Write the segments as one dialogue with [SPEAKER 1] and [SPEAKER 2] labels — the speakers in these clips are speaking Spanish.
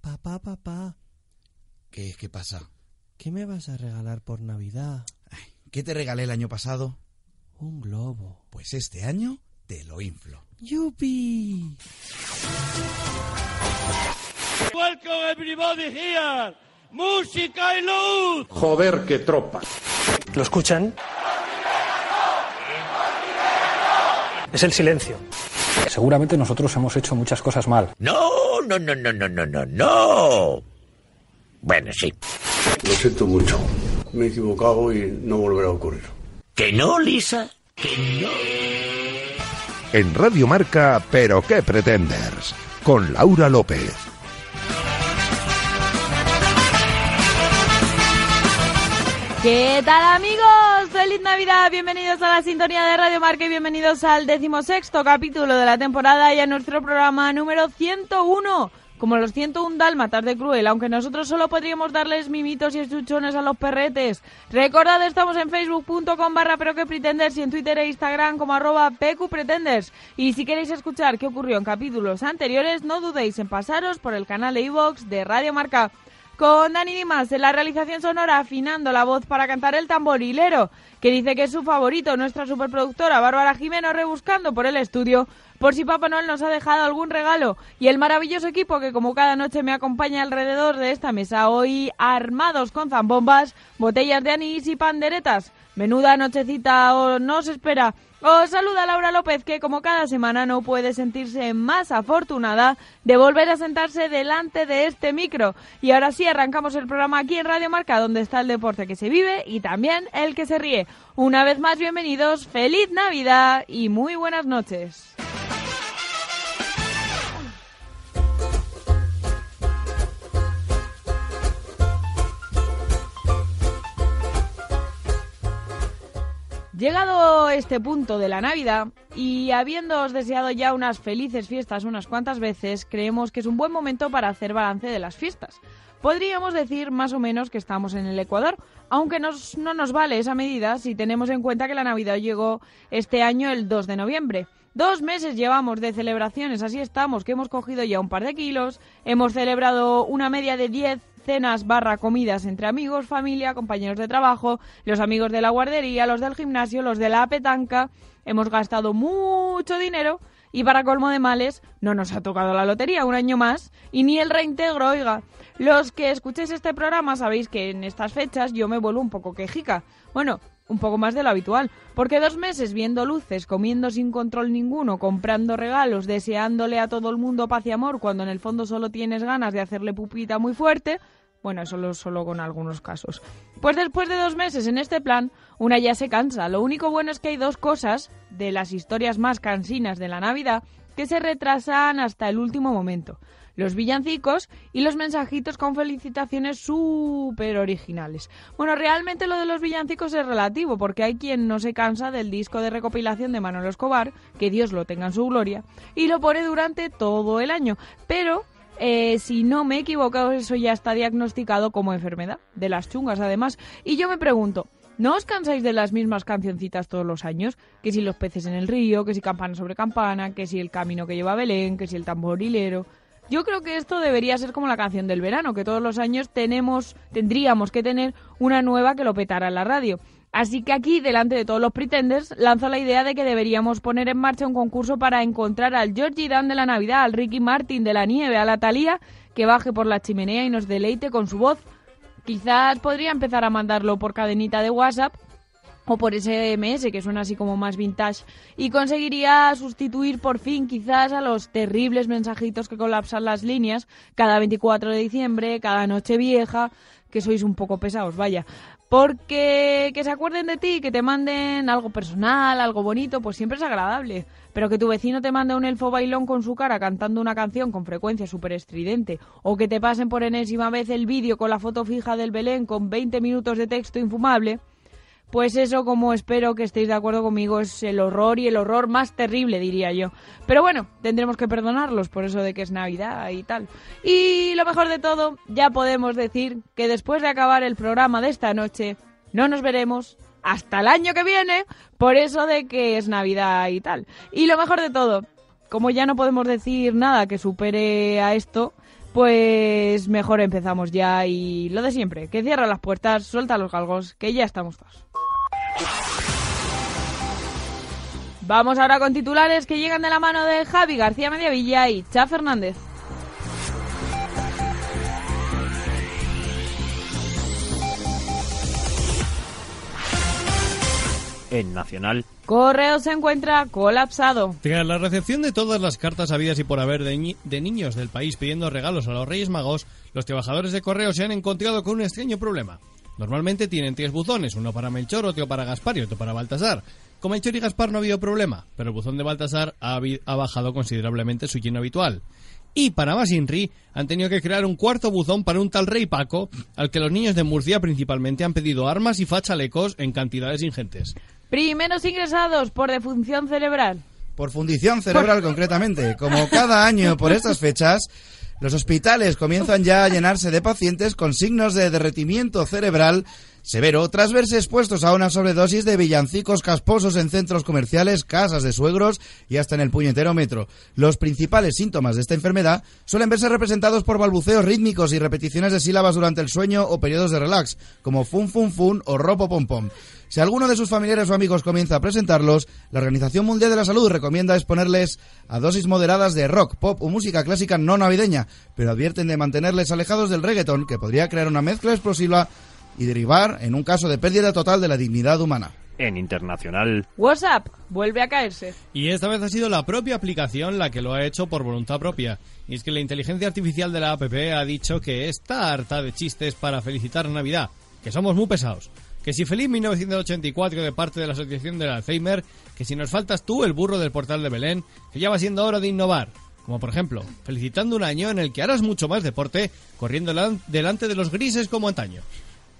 [SPEAKER 1] Papá, papá,
[SPEAKER 2] ¿Qué, qué pasa?
[SPEAKER 1] ¿qué me vas a regalar por Navidad?
[SPEAKER 2] Ay, ¿Qué te regalé el año pasado?
[SPEAKER 1] Un globo.
[SPEAKER 2] Pues este año te lo inflo.
[SPEAKER 1] ¡Yupi!
[SPEAKER 3] Welcome everybody here. Música y luz.
[SPEAKER 4] Joder, qué tropa.
[SPEAKER 5] ¿Lo escuchan? Es el silencio.
[SPEAKER 6] Seguramente nosotros hemos hecho muchas cosas mal.
[SPEAKER 7] No, no, no, no, no, no, no, no. Bueno, sí.
[SPEAKER 4] Lo siento mucho. Me he equivocado y no volverá a ocurrir.
[SPEAKER 7] Que no, Lisa. Que no.
[SPEAKER 8] En Radio Marca, pero qué pretenders, con Laura López.
[SPEAKER 9] ¿Qué tal amigos? Feliz Navidad, bienvenidos a la sintonía de Radio Marca y bienvenidos al decimosexto capítulo de la temporada y a nuestro programa número 101. Como los 101 dálmatas de Cruel, aunque nosotros solo podríamos darles mimitos y estuchones a los perretes. Recordad, estamos en facebook.com barra pero que pretenders y en Twitter e Instagram como arroba pqpretenders. Y si queréis escuchar qué ocurrió en capítulos anteriores, no dudéis en pasaros por el canal de iVox de Radio Marca. Con Dani Dimas en la realización sonora afinando la voz para cantar el tamborilero, que dice que es su favorito, nuestra superproductora Bárbara Jimeno rebuscando por el estudio, por si Papá Noel nos ha dejado algún regalo, y el maravilloso equipo que como cada noche me acompaña alrededor de esta mesa hoy, armados con zambombas, botellas de anís y panderetas. Menuda nochecita o nos espera. Os saluda Laura López, que como cada semana no puede sentirse más afortunada de volver a sentarse delante de este micro. Y ahora sí, arrancamos el programa aquí en Radio Marca, donde está el deporte que se vive y también el que se ríe. Una vez más, bienvenidos, feliz Navidad y muy buenas noches. Llegado este punto de la Navidad y habiéndoos deseado ya unas felices fiestas unas cuantas veces, creemos que es un buen momento para hacer balance de las fiestas. Podríamos decir más o menos que estamos en el Ecuador, aunque nos- no nos vale esa medida si tenemos en cuenta que la Navidad llegó este año el 2 de noviembre. Dos meses llevamos de celebraciones, así estamos, que hemos cogido ya un par de kilos, hemos celebrado una media de 10 cenas barra comidas entre amigos, familia, compañeros de trabajo, los amigos de la guardería, los del gimnasio, los de la petanca. Hemos gastado mucho dinero y para colmo de males no nos ha tocado la lotería un año más y ni el reintegro, oiga. Los que escuchéis este programa sabéis que en estas fechas yo me vuelvo un poco quejica. Bueno, un poco más de lo habitual, porque dos meses viendo luces, comiendo sin control ninguno, comprando regalos, deseándole a todo el mundo paz y amor cuando en el fondo solo tienes ganas de hacerle pupita muy fuerte, bueno, eso lo- solo con algunos casos. Pues después de dos meses en este plan, una ya se cansa. Lo único bueno es que hay dos cosas de las historias más cansinas de la Navidad que se retrasan hasta el último momento. Los villancicos y los mensajitos con felicitaciones súper originales. Bueno, realmente lo de los villancicos es relativo, porque hay quien no se cansa del disco de recopilación de Manolo Escobar, que Dios lo tenga en su gloria, y lo pone durante todo el año. Pero eh, si no me he equivocado, eso ya está diagnosticado como enfermedad, de las chungas además. Y yo me pregunto, ¿no os cansáis de las mismas cancioncitas todos los años? Que si los peces en el río, que si campana sobre campana, que si el camino que lleva a Belén, que si el tamborilero. Yo creo que esto debería ser como la canción del verano, que todos los años tenemos, tendríamos que tener una nueva que lo petara en la radio. Así que aquí, delante de todos los pretenders, lanzo la idea de que deberíamos poner en marcha un concurso para encontrar al Georgie Dan de la Navidad, al Ricky Martin de la Nieve, a la Thalía, que baje por la chimenea y nos deleite con su voz. Quizás podría empezar a mandarlo por cadenita de WhatsApp o por SMS, que suena así como más vintage, y conseguiría sustituir por fin quizás a los terribles mensajitos que colapsan las líneas cada 24 de diciembre, cada noche vieja, que sois un poco pesados, vaya. Porque que se acuerden de ti, que te manden algo personal, algo bonito, pues siempre es agradable. Pero que tu vecino te mande un elfo bailón con su cara cantando una canción con frecuencia súper estridente, o que te pasen por enésima vez el vídeo con la foto fija del Belén con 20 minutos de texto infumable, pues eso, como espero que estéis de acuerdo conmigo, es el horror y el horror más terrible, diría yo. Pero bueno, tendremos que perdonarlos por eso de que es Navidad y tal. Y lo mejor de todo, ya podemos decir que después de acabar el programa de esta noche, no nos veremos hasta el año que viene por eso de que es Navidad y tal. Y lo mejor de todo, como ya no podemos decir nada que supere a esto, Pues mejor empezamos ya y lo de siempre, que cierra las puertas, suelta los galgos, que ya estamos todos. Vamos ahora con titulares que llegan de la mano de Javi García Mediavilla y Cha Fernández.
[SPEAKER 10] En Nacional,
[SPEAKER 9] Correo se encuentra colapsado.
[SPEAKER 11] Tras la recepción de todas las cartas habidas y por haber de, ñi- de niños del país pidiendo regalos a los Reyes Magos, los trabajadores de correo se han encontrado con un extraño problema. Normalmente tienen tres buzones, uno para Melchor, otro para Gaspar y otro para Baltasar. Con Melchor y Gaspar no ha habido problema, pero el buzón de Baltasar ha, habi- ha bajado considerablemente su lleno habitual. Y para más Inri, han tenido que crear un cuarto buzón para un tal rey Paco, al que los niños de Murcia principalmente han pedido armas y fachalecos en cantidades ingentes.
[SPEAKER 9] Primeros ingresados por defunción cerebral.
[SPEAKER 2] Por fundición cerebral concretamente. Como cada año por estas fechas, los hospitales comienzan ya a llenarse de pacientes con signos de derretimiento cerebral severo tras verse expuestos a una sobredosis de villancicos casposos en centros comerciales, casas de suegros y hasta en el puñetero metro. Los principales síntomas de esta enfermedad suelen verse representados por balbuceos rítmicos y repeticiones de sílabas durante el sueño o periodos de relax, como fun fun fun o ropo pom pom. Si alguno de sus familiares o amigos comienza a presentarlos, la Organización Mundial de la Salud recomienda exponerles a dosis moderadas de rock, pop o música clásica no navideña, pero advierten de mantenerles alejados del reggaeton, que podría crear una mezcla explosiva y derivar en un caso de pérdida total de la dignidad humana.
[SPEAKER 10] en Internacional,
[SPEAKER 9] WhatsApp vuelve a caerse.
[SPEAKER 11] Y esta vez ha sido la propia aplicación la que lo ha hecho por voluntad propia. Y es que la inteligencia artificial de la app ha dicho que está harta de chistes para felicitar Navidad, que somos muy pesados. Que si feliz 1984 de parte de la Asociación del Alzheimer, que si nos faltas tú el burro del portal de Belén, que ya va siendo hora de innovar. Como por ejemplo, felicitando un año en el que harás mucho más deporte, corriendo delan- delante de los grises como antaño.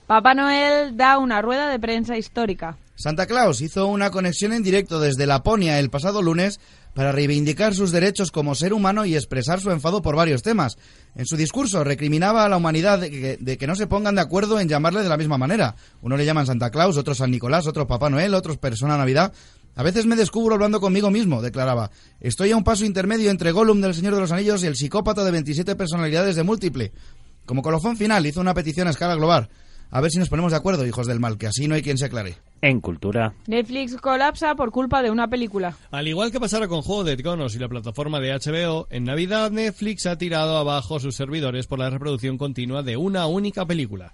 [SPEAKER 9] Papá Noel da una rueda de prensa histórica.
[SPEAKER 2] Santa Claus hizo una conexión en directo desde Laponia el pasado lunes para reivindicar sus derechos como ser humano y expresar su enfado por varios temas. En su discurso recriminaba a la humanidad de que, de que no se pongan de acuerdo en llamarle de la misma manera. Uno le llaman Santa Claus, otros San Nicolás, otros Papá Noel, otros Persona Navidad. A veces me descubro hablando conmigo mismo, declaraba. Estoy a un paso intermedio entre Gollum del Señor de los Anillos y el psicópata de 27 personalidades de múltiple. Como colofón final hizo una petición a escala global. A ver si nos ponemos de acuerdo, hijos del mal, que así no hay quien se aclare.
[SPEAKER 10] en Cultura,
[SPEAKER 9] Netflix colapsa por culpa de una película.
[SPEAKER 11] Al igual que pasara con Juego de Tronos y la plataforma de HBO, en Navidad Netflix ha tirado abajo sus servidores por la reproducción continua de una única película.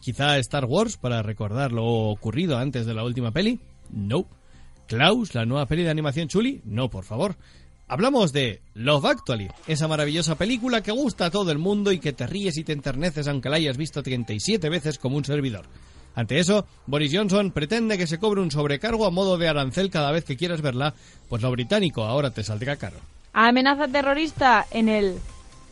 [SPEAKER 11] Quizá Star Wars para recordar lo ocurrido antes de la última peli? No. Klaus, la nueva peli de animación chuli? No, por favor. Hablamos de Love Actually, esa maravillosa película que gusta a todo el mundo y que te ríes y te enterneces aunque la hayas visto 37 veces como un servidor. Ante eso, Boris Johnson pretende que se cobre un sobrecargo a modo de arancel cada vez que quieras verla, pues lo británico ahora te saldrá caro.
[SPEAKER 9] Amenaza terrorista en el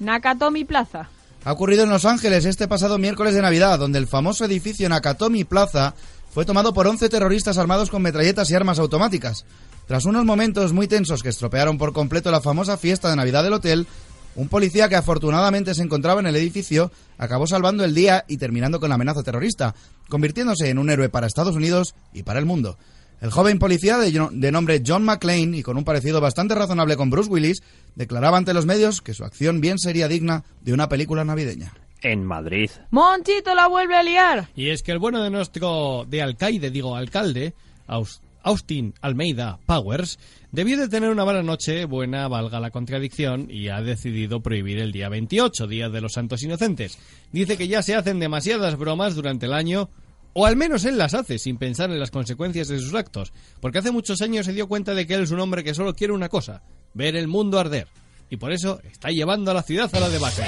[SPEAKER 9] Nakatomi Plaza.
[SPEAKER 2] Ha ocurrido en Los Ángeles este pasado miércoles de Navidad, donde el famoso edificio Nakatomi Plaza fue tomado por 11 terroristas armados con metralletas y armas automáticas. Tras unos momentos muy tensos que estropearon por completo la famosa fiesta de Navidad del hotel, un policía que afortunadamente se encontraba en el edificio acabó salvando el día y terminando con la amenaza terrorista, convirtiéndose en un héroe para Estados Unidos y para el mundo. El joven policía de, de nombre John McClane y con un parecido bastante razonable con Bruce Willis declaraba ante los medios que su acción bien sería digna de una película navideña.
[SPEAKER 10] en Madrid,
[SPEAKER 9] Monchito la vuelve a liar.
[SPEAKER 11] Y es que el bueno de nuestro de alcaide, digo alcalde, Aus- Austin Almeida Powers, debió de tener una mala noche, buena valga la contradicción, y ha decidido prohibir el día 28, Día de los Santos Inocentes. Dice que ya se hacen demasiadas bromas durante el año, o al menos él las hace sin pensar en las consecuencias de sus actos, porque hace muchos años se dio cuenta de que él es un hombre que solo quiere una cosa, ver el mundo arder. Y por eso está llevando a la ciudad a la debacle.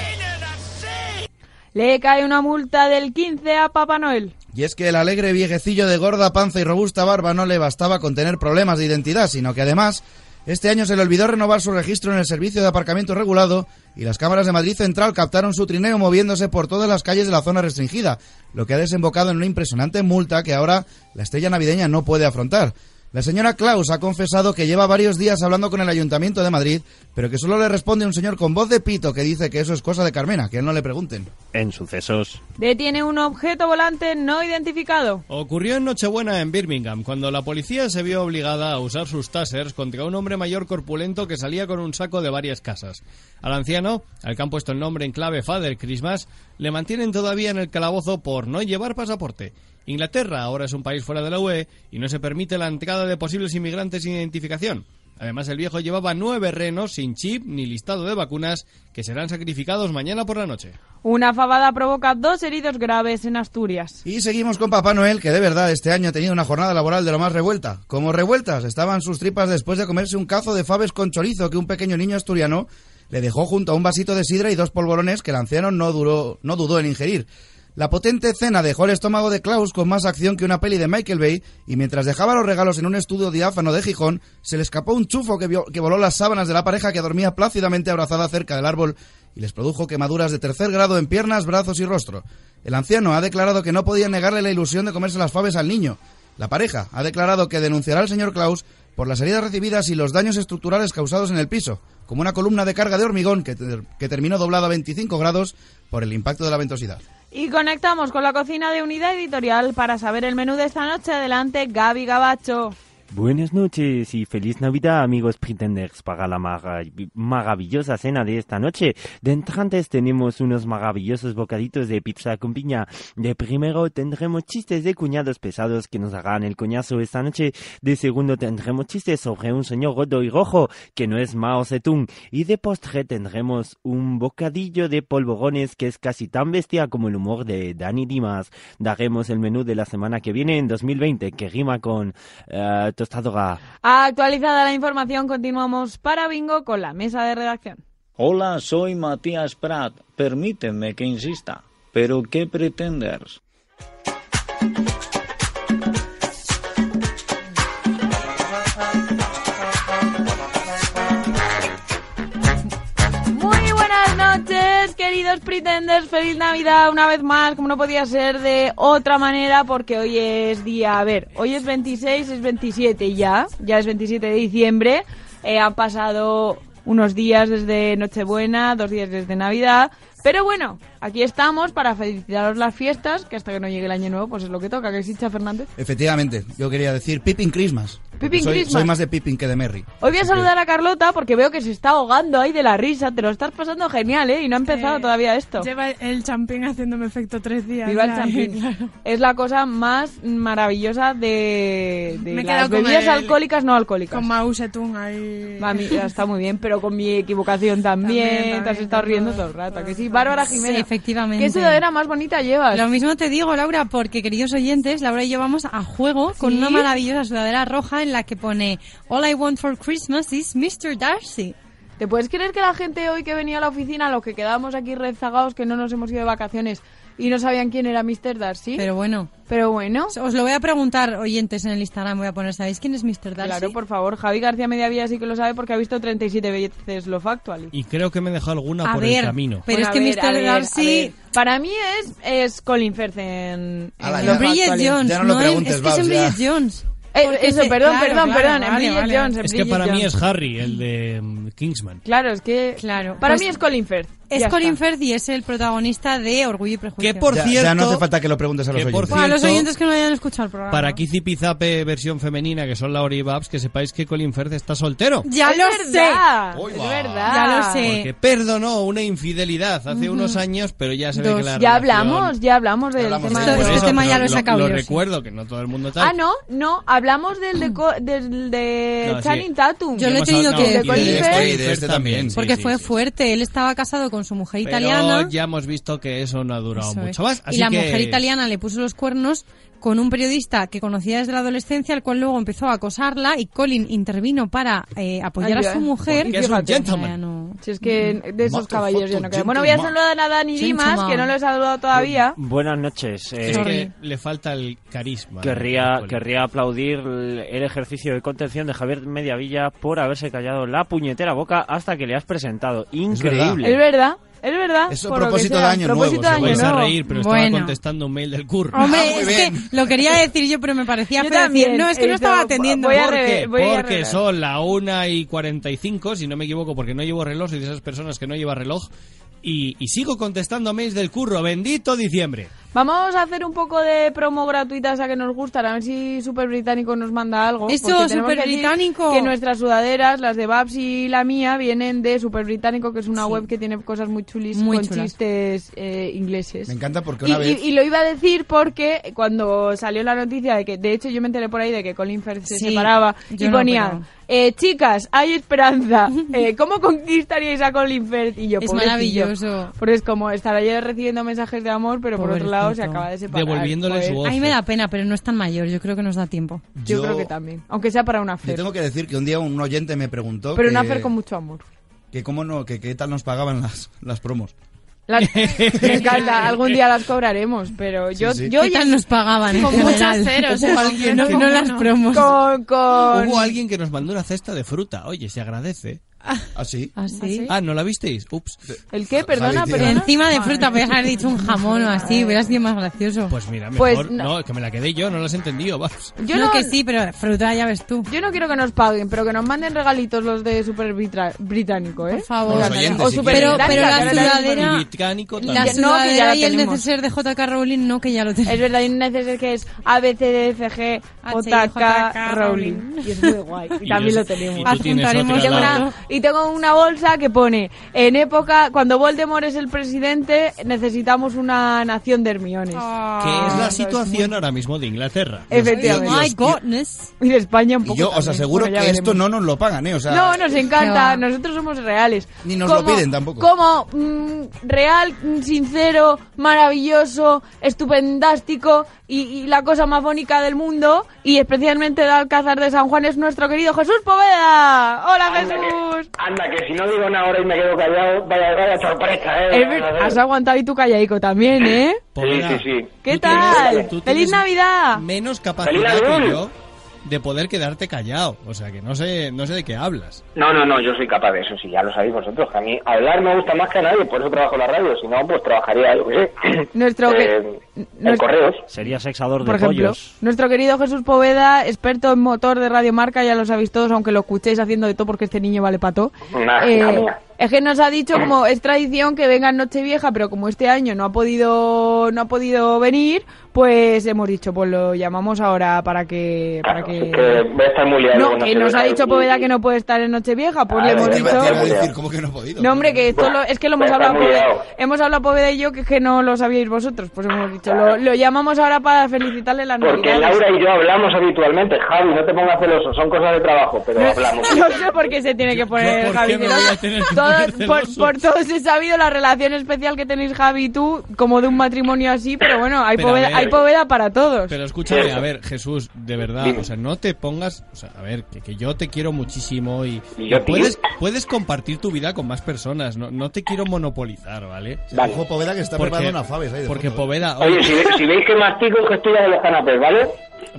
[SPEAKER 9] Le cae una multa del 15 a Papá Noel.
[SPEAKER 2] Y es que el alegre viejecillo de gorda panza y robusta barba no le bastaba con tener problemas de identidad, sino que además este año se le olvidó renovar su registro en el servicio de aparcamiento regulado y las cámaras de Madrid Central captaron su trineo moviéndose por todas las calles de la zona restringida, lo que ha desembocado en una impresionante multa que ahora la estrella navideña no puede afrontar. La señora Klaus ha confesado que lleva varios días hablando con el Ayuntamiento de Madrid, pero que solo le responde un señor con voz de pito que dice que eso es cosa de Carmena, que a él no le pregunten.
[SPEAKER 10] En sucesos.
[SPEAKER 9] Detiene un objeto volante no identificado.
[SPEAKER 11] Ocurrió en Nochebuena en Birmingham, cuando la policía se vio obligada a usar sus tasers contra un hombre mayor corpulento que salía con un saco de varias casas. Al anciano, al que han puesto el nombre en clave Father Christmas, le mantienen todavía en el calabozo por no llevar pasaporte. Inglaterra ahora es un país fuera de la UE y no se permite la entrada de posibles inmigrantes sin identificación. Además, el viejo llevaba nueve renos sin chip ni listado de vacunas que serán sacrificados mañana por la noche.
[SPEAKER 9] Una fabada provoca dos heridos graves en Asturias.
[SPEAKER 2] Y seguimos con Papá Noel, que de verdad este año ha tenido una jornada laboral de lo más revuelta. Como revueltas estaban sus tripas después de comerse un cazo de faves con chorizo que un pequeño niño asturiano le dejó junto a un vasito de sidra y dos polvorones que el anciano no, duró, no dudó en ingerir. La potente cena dejó el estómago de Klaus con más acción que una peli de Michael Bay y mientras dejaba los regalos en un estudio diáfano de Gijón, se le escapó un chufo que, vio- que voló las sábanas de la pareja que dormía plácidamente abrazada cerca del árbol y les produjo quemaduras de tercer grado en piernas, brazos y rostro. El anciano ha declarado que no podía negarle la ilusión de comerse las faves al niño. La pareja ha declarado que denunciará al señor Klaus por las heridas recibidas y los daños estructurales causados en el piso, como una columna de carga de hormigón que, ter- que terminó doblada a 25 grados por el impacto de la ventosidad.
[SPEAKER 9] Y conectamos con la cocina de Unidad Editorial para saber el menú de esta noche. Adelante, Gaby Gabacho.
[SPEAKER 10] Buenas noches y feliz Navidad, amigos pretenders, para la maga- maravillosa cena de esta noche. De entrantes tenemos unos maravillosos bocaditos de pizza con piña. De primero tendremos chistes de cuñados pesados que nos harán el coñazo esta noche. De segundo tendremos chistes sobre un señor gordo y rojo que no es Mao Zedong. Y de postre tendremos un bocadillo de polvorones que es casi tan bestia como el humor de Dani Dimas. Daremos el menú de la semana que viene en 2020 que rima con eh, tostadora.
[SPEAKER 9] Actualizada la información, continuamos para Bingo con la mesa de redacción.
[SPEAKER 12] Hola, soy Matías Prat. Permíteme que insista. ¿Pero qué pretendes?
[SPEAKER 9] Muy buenas noches, queridos pretenders. Feliz Navidad una vez más, como no podía ser de otra manera, porque hoy es día. A ver, hoy es 26, es 27 ya. Ya es 27 de diciembre. Eh, han pasado unos días desde Nochebuena, dos días desde Navidad. Pero bueno, aquí estamos para felicitaros las fiestas, que hasta que no llegue el año nuevo, pues es lo que toca, que exista Fernández.
[SPEAKER 2] Efectivamente, yo quería decir Pippin Christmas. porque soy,
[SPEAKER 9] Christmas.
[SPEAKER 2] soy más de Pippin que de Merry.
[SPEAKER 9] Hoy voy a saludar a Carlota porque veo que se está ahogando ahí de la risa. Te lo estás pasando genial, ¿eh? Y no ha empezado
[SPEAKER 13] Eh,
[SPEAKER 9] todavía esto.
[SPEAKER 13] Lleva el champín haciéndome efecto tres días.
[SPEAKER 9] Viva el
[SPEAKER 13] ya,
[SPEAKER 9] champín.
[SPEAKER 13] y claro.
[SPEAKER 9] Es la cosa más maravillosa de, de
[SPEAKER 13] Me he
[SPEAKER 9] las
[SPEAKER 13] quedado con
[SPEAKER 9] bebidas
[SPEAKER 13] el-
[SPEAKER 9] alcohólicas no alcohólicas.
[SPEAKER 13] Con Mao Zedong ahí.
[SPEAKER 9] Mami, ya está muy bien, pero con mi equivocación también, te has estado riendo todo el rato. Que sí, Bárbara Jiménez.
[SPEAKER 14] Sí, efectivamente.
[SPEAKER 9] ¿Qué sudadera más bonita llevas?
[SPEAKER 14] Lo mismo te digo, Laura, porque queridos oyentes, Laura y yo vamos a juego con
[SPEAKER 9] ¿Sí?
[SPEAKER 14] una maravillosa sudadera roja en la que pone All I want for Christmas is Mr. Darcy.
[SPEAKER 9] ¿Te puedes creer que la gente hoy que venía a la oficina, los que quedábamos aquí rezagados, que no nos hemos ido de vacaciones y no sabían quién era Mr. Darcy?
[SPEAKER 14] Pero bueno.
[SPEAKER 9] Pero bueno.
[SPEAKER 14] Os lo voy a preguntar, oyentes, en el Instagram voy a poner, ¿sabéis quién es Mr. Darcy?
[SPEAKER 9] Claro, por favor, Javi García Mediavía sí que lo sabe porque ha visto 37 veces lo factual.
[SPEAKER 11] Y creo que me dejó alguna
[SPEAKER 14] A
[SPEAKER 11] por
[SPEAKER 14] ver,
[SPEAKER 11] el camino.
[SPEAKER 14] pero es que
[SPEAKER 9] Bueno, a
[SPEAKER 14] Mr.
[SPEAKER 9] a
[SPEAKER 14] Darcy-
[SPEAKER 9] ver. Para mí es, es Colin Firth en...
[SPEAKER 11] Ah,
[SPEAKER 2] Ala,
[SPEAKER 9] en
[SPEAKER 2] ya.
[SPEAKER 9] Los
[SPEAKER 14] Ah, Bridget
[SPEAKER 9] Factuales.
[SPEAKER 14] Jones,
[SPEAKER 2] Ya no lo
[SPEAKER 14] es-
[SPEAKER 2] preguntes,
[SPEAKER 14] es que es en
[SPEAKER 2] Babs, ya.
[SPEAKER 14] Bridget Jones.
[SPEAKER 9] Eh,
[SPEAKER 14] Porque
[SPEAKER 9] eso,
[SPEAKER 14] se-
[SPEAKER 9] perdón,
[SPEAKER 14] claro,
[SPEAKER 9] perdón,
[SPEAKER 14] claro,
[SPEAKER 9] perdón, en
[SPEAKER 14] vale,
[SPEAKER 9] Bridget
[SPEAKER 14] vale.
[SPEAKER 9] Jones. en
[SPEAKER 11] Es que
[SPEAKER 9] Bridget
[SPEAKER 11] para mí
[SPEAKER 9] Jones.
[SPEAKER 11] es Harry, el de mm, Kingsman.
[SPEAKER 9] Claro, es que... Para
[SPEAKER 14] pues-
[SPEAKER 9] mí es Colin Firth.
[SPEAKER 14] Es
[SPEAKER 9] ya
[SPEAKER 14] Colin
[SPEAKER 9] está.
[SPEAKER 14] Firth y es el protagonista de Orgullo y Prejuicio.
[SPEAKER 11] Que por
[SPEAKER 2] Ya,
[SPEAKER 11] cierto,
[SPEAKER 2] ya no hace falta que lo preguntes a los
[SPEAKER 11] que por
[SPEAKER 2] oyentes.
[SPEAKER 14] Bueno, a los
[SPEAKER 11] cierto,
[SPEAKER 14] oyentes que no hayan escuchado el programa.
[SPEAKER 11] Para Kizzy Pizape versión femenina, que son Laura y Babs, que sepáis que Colin Firth está soltero.
[SPEAKER 14] Ya
[SPEAKER 9] Es
[SPEAKER 14] lo
[SPEAKER 9] verdad,
[SPEAKER 14] sé.
[SPEAKER 9] es verdad.
[SPEAKER 14] Ya lo sé.
[SPEAKER 11] Porque perdonó una infidelidad hace
[SPEAKER 14] Ujú.
[SPEAKER 11] unos años, pero ya se ve
[SPEAKER 14] Dos.
[SPEAKER 11] que la
[SPEAKER 9] Ya
[SPEAKER 11] relación-
[SPEAKER 9] hablamos, ya hablamos del
[SPEAKER 11] Hablamos
[SPEAKER 9] tema
[SPEAKER 11] de-
[SPEAKER 9] de...
[SPEAKER 11] por eso,
[SPEAKER 14] este tema ya
[SPEAKER 11] pero
[SPEAKER 14] lo he sacado yo, sí.
[SPEAKER 11] recuerdo, que no todo el mundo tal.
[SPEAKER 9] Ah, no, no, hablamos del de, co- del de
[SPEAKER 11] No, sí.
[SPEAKER 9] Channing Tatum.
[SPEAKER 14] Yo lo he
[SPEAKER 11] Hemos
[SPEAKER 14] tenido
[SPEAKER 11] hablado-
[SPEAKER 14] que
[SPEAKER 11] no,
[SPEAKER 14] decir.
[SPEAKER 11] y de
[SPEAKER 14] Colin
[SPEAKER 11] este-
[SPEAKER 2] Firth.
[SPEAKER 11] y de este también. sí,
[SPEAKER 14] Porque
[SPEAKER 11] sí,
[SPEAKER 14] fue
[SPEAKER 11] sí.
[SPEAKER 14] fuerte. Él estaba casado con su mujer
[SPEAKER 11] Pero
[SPEAKER 14] italiana.
[SPEAKER 11] ya hemos visto que eso no ha durado
[SPEAKER 14] Eso es.
[SPEAKER 11] mucho más. Así
[SPEAKER 14] y la
[SPEAKER 11] que-
[SPEAKER 14] mujer italiana le puso los cuernos con un periodista que conocía desde la adolescencia, el cual luego empezó a acosarla y Colin intervino para eh,
[SPEAKER 11] pues
[SPEAKER 14] apoyar
[SPEAKER 9] Ay,
[SPEAKER 14] a su
[SPEAKER 9] ya.
[SPEAKER 14] mujer.
[SPEAKER 11] Porque es un
[SPEAKER 14] Fíjate.
[SPEAKER 11] gentleman.
[SPEAKER 14] Ya no-
[SPEAKER 9] Si es que de esos
[SPEAKER 11] Motherfucking
[SPEAKER 9] caballeros ya no queda. Bueno, voy a
[SPEAKER 11] gentleman.
[SPEAKER 9] saludar a Dani Dimas,
[SPEAKER 14] Gentleman.
[SPEAKER 9] que no lo he saludado todavía.
[SPEAKER 10] Buenas noches. eh,
[SPEAKER 11] Es que
[SPEAKER 14] Sorry.
[SPEAKER 11] le falta el carisma. eh,
[SPEAKER 10] Querría,
[SPEAKER 11] Colin.
[SPEAKER 10] querría aplaudir el el ejercicio de contención de Javier Mediavilla por haberse callado la puñetera boca hasta que le has presentado.
[SPEAKER 2] verdad.
[SPEAKER 10] Increíble.
[SPEAKER 9] Es verdad. Es verdad.
[SPEAKER 2] Eso
[SPEAKER 9] por lo que
[SPEAKER 2] propósito de
[SPEAKER 9] sea.
[SPEAKER 2] año nuevo,
[SPEAKER 9] propósito de
[SPEAKER 2] seguro.
[SPEAKER 9] año
[SPEAKER 11] Vais a
[SPEAKER 9] nuevo.
[SPEAKER 11] reír, pero
[SPEAKER 14] Bueno.
[SPEAKER 11] estaba contestando un mail del curro.
[SPEAKER 14] Hombre,
[SPEAKER 11] Ah, muy
[SPEAKER 14] es
[SPEAKER 11] bien.
[SPEAKER 14] que lo quería decir yo, pero me parecía
[SPEAKER 9] Yo
[SPEAKER 14] feo decir,
[SPEAKER 9] también,
[SPEAKER 14] No, es que no
[SPEAKER 9] eh,
[SPEAKER 14] estaba
[SPEAKER 9] no,
[SPEAKER 14] atendiendo.
[SPEAKER 9] voy a
[SPEAKER 11] ¿Por qué?
[SPEAKER 9] re- voy a
[SPEAKER 11] Porque
[SPEAKER 9] arreglar.
[SPEAKER 11] son la 1 y 45, si no me equivoco, porque no llevo reloj, soy de esas personas que no lleva reloj. Y, y sigo contestando mails del curro. Bendito diciembre.
[SPEAKER 9] Vamos a hacer un poco de promo gratuita esa que nos gusta, a ver si Super Británico nos manda algo.
[SPEAKER 14] Eso,
[SPEAKER 9] porque tenemos
[SPEAKER 14] Super
[SPEAKER 9] que decir
[SPEAKER 14] Británico.
[SPEAKER 9] Que nuestras sudaderas, las de Babs y la mía, vienen de Super Británico, que es una
[SPEAKER 14] Sí.
[SPEAKER 9] web que tiene cosas muy chulis
[SPEAKER 14] Muy
[SPEAKER 9] con
[SPEAKER 14] chulas.
[SPEAKER 9] chistes eh, ingleses.
[SPEAKER 2] Me encanta porque
[SPEAKER 9] Y,
[SPEAKER 2] una vez...
[SPEAKER 9] y- y lo iba a decir porque cuando salió la noticia de que, de hecho, yo me enteré por ahí de que Colin Firth se
[SPEAKER 14] Sí,
[SPEAKER 9] separaba
[SPEAKER 14] yo
[SPEAKER 9] y
[SPEAKER 14] no,
[SPEAKER 9] ponía,
[SPEAKER 14] pero-
[SPEAKER 9] eh, chicas, hay esperanza. Eh, ¿Cómo conquistaríais a Colin Firth? Y yo,
[SPEAKER 14] Es
[SPEAKER 9] "Pobrecillo".
[SPEAKER 14] maravilloso.
[SPEAKER 9] Porque es como estará yo recibiendo mensajes de amor, pero por otro lado se
[SPEAKER 14] Pobrecito.
[SPEAKER 9] acaba de separar.
[SPEAKER 11] Devolviéndole
[SPEAKER 9] Joder.
[SPEAKER 11] su voz.
[SPEAKER 14] A mí me da pena, pero no es tan mayor. Yo creo que nos da tiempo.
[SPEAKER 9] Yo, creo que también. Aunque sea para una
[SPEAKER 2] Yo
[SPEAKER 9] fer.
[SPEAKER 2] tengo que decir que un día un oyente me preguntó
[SPEAKER 9] Pero
[SPEAKER 2] que,
[SPEAKER 9] una fer con mucho amor.
[SPEAKER 2] que cómo no, que qué tal nos pagaban las, las promos.
[SPEAKER 9] Las- me encanta. Algún día las cobraremos, pero yo...
[SPEAKER 2] sí.
[SPEAKER 9] yo
[SPEAKER 14] ¿Qué tal nos pagaban?
[SPEAKER 9] Con
[SPEAKER 14] en
[SPEAKER 9] muchos
[SPEAKER 14] general?
[SPEAKER 9] ceros,
[SPEAKER 14] Hubo
[SPEAKER 9] ¿eh?
[SPEAKER 14] alguien
[SPEAKER 9] No,
[SPEAKER 14] que
[SPEAKER 9] con
[SPEAKER 14] no las
[SPEAKER 9] uno.
[SPEAKER 14] promos.
[SPEAKER 9] Con, con...
[SPEAKER 11] Hubo alguien que nos mandó una cesta de fruta. Oye, se agradece.
[SPEAKER 2] Así.
[SPEAKER 14] Así.
[SPEAKER 11] Ah, ¿no la visteis? Ups.
[SPEAKER 9] ¿El qué? Perdona,
[SPEAKER 2] Javi, tía.
[SPEAKER 9] pero...
[SPEAKER 14] Encima de fruta, podías haber dicho un jamón o así, hubiera sido más gracioso.
[SPEAKER 11] Pues mira, mejor.
[SPEAKER 9] Pues no.
[SPEAKER 11] no. que me la quedé yo, no la has entendido. Vamos.
[SPEAKER 9] Yo
[SPEAKER 14] no,
[SPEAKER 9] no-
[SPEAKER 14] que sí, pero fruta ya ves tú.
[SPEAKER 9] Yo no quiero que nos paguen, pero que nos manden regalitos los de Super Britra- Británico, ¿eh?
[SPEAKER 14] Por favor.
[SPEAKER 2] Los oyentes,
[SPEAKER 9] o
[SPEAKER 2] si
[SPEAKER 9] Super
[SPEAKER 2] quieren.
[SPEAKER 14] pero,
[SPEAKER 9] Británica,
[SPEAKER 14] pero la
[SPEAKER 9] que era Super-
[SPEAKER 14] sudadera...
[SPEAKER 11] Y británico
[SPEAKER 14] La
[SPEAKER 11] también.
[SPEAKER 9] su- No, que ya
[SPEAKER 14] sudadera
[SPEAKER 9] la
[SPEAKER 14] y el
[SPEAKER 9] tenemos.
[SPEAKER 14] neceser de JK Rowling no, que ya lo
[SPEAKER 9] Es
[SPEAKER 14] tenemos.
[SPEAKER 9] verdad, y necesario que es E, ABCDFG,
[SPEAKER 14] JK
[SPEAKER 9] JK, Rowling. Y es muy guay. Y
[SPEAKER 11] Y
[SPEAKER 9] también
[SPEAKER 11] yo-
[SPEAKER 9] lo tenemos.
[SPEAKER 11] y tú tienes
[SPEAKER 14] Adjuntaremos
[SPEAKER 11] otra
[SPEAKER 9] Tengo
[SPEAKER 11] al
[SPEAKER 14] ya
[SPEAKER 11] lado.
[SPEAKER 9] una- y tengo una bolsa que pone, en época, cuando Voldemort es el presidente, necesitamos una nación de Hermiones.
[SPEAKER 14] Ah.
[SPEAKER 11] Que es
[SPEAKER 9] Ah,
[SPEAKER 11] la situación ahora mismo de Inglaterra.
[SPEAKER 9] Efectivamente.
[SPEAKER 14] My goodness.
[SPEAKER 9] Y de España un
[SPEAKER 2] Y
[SPEAKER 9] poco
[SPEAKER 2] yo os
[SPEAKER 9] también.
[SPEAKER 2] aseguro
[SPEAKER 9] Bueno, ya
[SPEAKER 2] que esto
[SPEAKER 9] veremos.
[SPEAKER 2] no nos lo pagan, ¿eh? O sea,
[SPEAKER 9] No, nos encanta,
[SPEAKER 14] Qué va.
[SPEAKER 9] nosotros somos reales.
[SPEAKER 2] Ni nos lo piden tampoco.
[SPEAKER 9] Como mm, real, mm, sincero, maravilloso, estupendástico y, y la cosa más bonita del mundo y especialmente de Alcázar de San Juan es nuestro querido Jesús Poveda. Hola Jesús.
[SPEAKER 15] Anda, que si no digo una hora y me quedo callado, vaya, vaya sorpresa, ¿eh?
[SPEAKER 9] Es ver- Has aguantado y tu callaico también, ¿eh?
[SPEAKER 11] Poveda,
[SPEAKER 15] Sí, sí, sí.
[SPEAKER 9] ¿Qué
[SPEAKER 11] tú tienes-
[SPEAKER 9] tal?
[SPEAKER 11] tú tienes
[SPEAKER 9] ¡Feliz Navidad!
[SPEAKER 11] Menos
[SPEAKER 15] ¡Feliz
[SPEAKER 11] capacidad
[SPEAKER 15] Navidad!
[SPEAKER 11] que yo de poder quedarte callado. O sea, que no sé, no sé de qué hablas.
[SPEAKER 15] No, no, no, yo soy capaz de eso, sí, ya lo sabéis vosotros, que a mí hablar me gusta más que a nadie, por eso trabajo en la radio, si no, pues trabajaría, yo qué sé,
[SPEAKER 9] Nuestro que-
[SPEAKER 15] eh, en
[SPEAKER 9] nuestro-
[SPEAKER 15] correos.
[SPEAKER 10] Sería sexador de
[SPEAKER 9] Por ejemplo,
[SPEAKER 10] pollos.
[SPEAKER 9] nuestro querido Jesús Poveda, experto en motor de Radio Marca, ya lo sabéis todos, aunque lo escuchéis haciendo de todo porque este niño vale pato.
[SPEAKER 15] Nah, hija mía.
[SPEAKER 9] es que nos ha dicho como es tradición que venga en Nochevieja, pero como este año no ha podido no ha podido venir, pues hemos dicho, pues lo llamamos ahora para que para
[SPEAKER 15] Claro,
[SPEAKER 9] que
[SPEAKER 15] sí que voy a estar muy liado
[SPEAKER 9] no,
[SPEAKER 15] con
[SPEAKER 9] que
[SPEAKER 15] Nochevieja
[SPEAKER 9] nos ha
[SPEAKER 15] y-
[SPEAKER 9] dicho Poveda que no puede estar en Nochevieja, pues
[SPEAKER 15] Ah,
[SPEAKER 9] le hemos
[SPEAKER 2] te
[SPEAKER 15] vale,
[SPEAKER 2] iba-
[SPEAKER 9] dicho
[SPEAKER 2] te iba a
[SPEAKER 15] dicho-
[SPEAKER 2] decir, ¿cómo que no he podido?
[SPEAKER 9] no, hombre, que esto
[SPEAKER 15] Buah,
[SPEAKER 9] lo- es que lo hemos
[SPEAKER 15] está
[SPEAKER 9] hablado,
[SPEAKER 15] muy
[SPEAKER 9] Poveda,
[SPEAKER 15] liado.
[SPEAKER 9] hemos hablado Poveda y yo, que es que no lo sabíais vosotros, pues hemos dicho, lo, lo llamamos ahora para felicitarle la
[SPEAKER 15] Porque Laura y yo hablamos habitualmente, Javi, no te pongas celoso, son cosas de trabajo, pero hablamos.
[SPEAKER 9] No sé por qué se tiene que poner
[SPEAKER 11] yo por
[SPEAKER 9] Javi
[SPEAKER 11] qué me
[SPEAKER 9] celoso.
[SPEAKER 11] voy a tener que
[SPEAKER 9] Todo-
[SPEAKER 11] poner
[SPEAKER 9] por,
[SPEAKER 11] celoso.
[SPEAKER 9] por todos he sabido la relación especial que tenéis Javi y tú, como de un matrimonio así, pero bueno, hay,
[SPEAKER 11] Pero a
[SPEAKER 9] poveda,
[SPEAKER 11] ver.
[SPEAKER 9] hay poveda para todos.
[SPEAKER 11] Pero escúchame,
[SPEAKER 15] Cierto.
[SPEAKER 11] a ver, Jesús, de verdad,
[SPEAKER 15] Dime.
[SPEAKER 11] o sea, no te pongas, o sea, a ver, que, que yo te quiero muchísimo y,
[SPEAKER 15] Y yo a ti.
[SPEAKER 11] puedes, puedes compartir tu vida con más personas, no, no te quiero monopolizar, ¿vale?
[SPEAKER 15] Vale.
[SPEAKER 2] Ojo, Poveda, que está preparando una Fabes ahí de
[SPEAKER 11] porque
[SPEAKER 2] fondo, ¿eh?
[SPEAKER 11] Poveda,
[SPEAKER 15] Oye, si, ve- si veis que mastico, es que estoy ya de los canapés, ¿vale?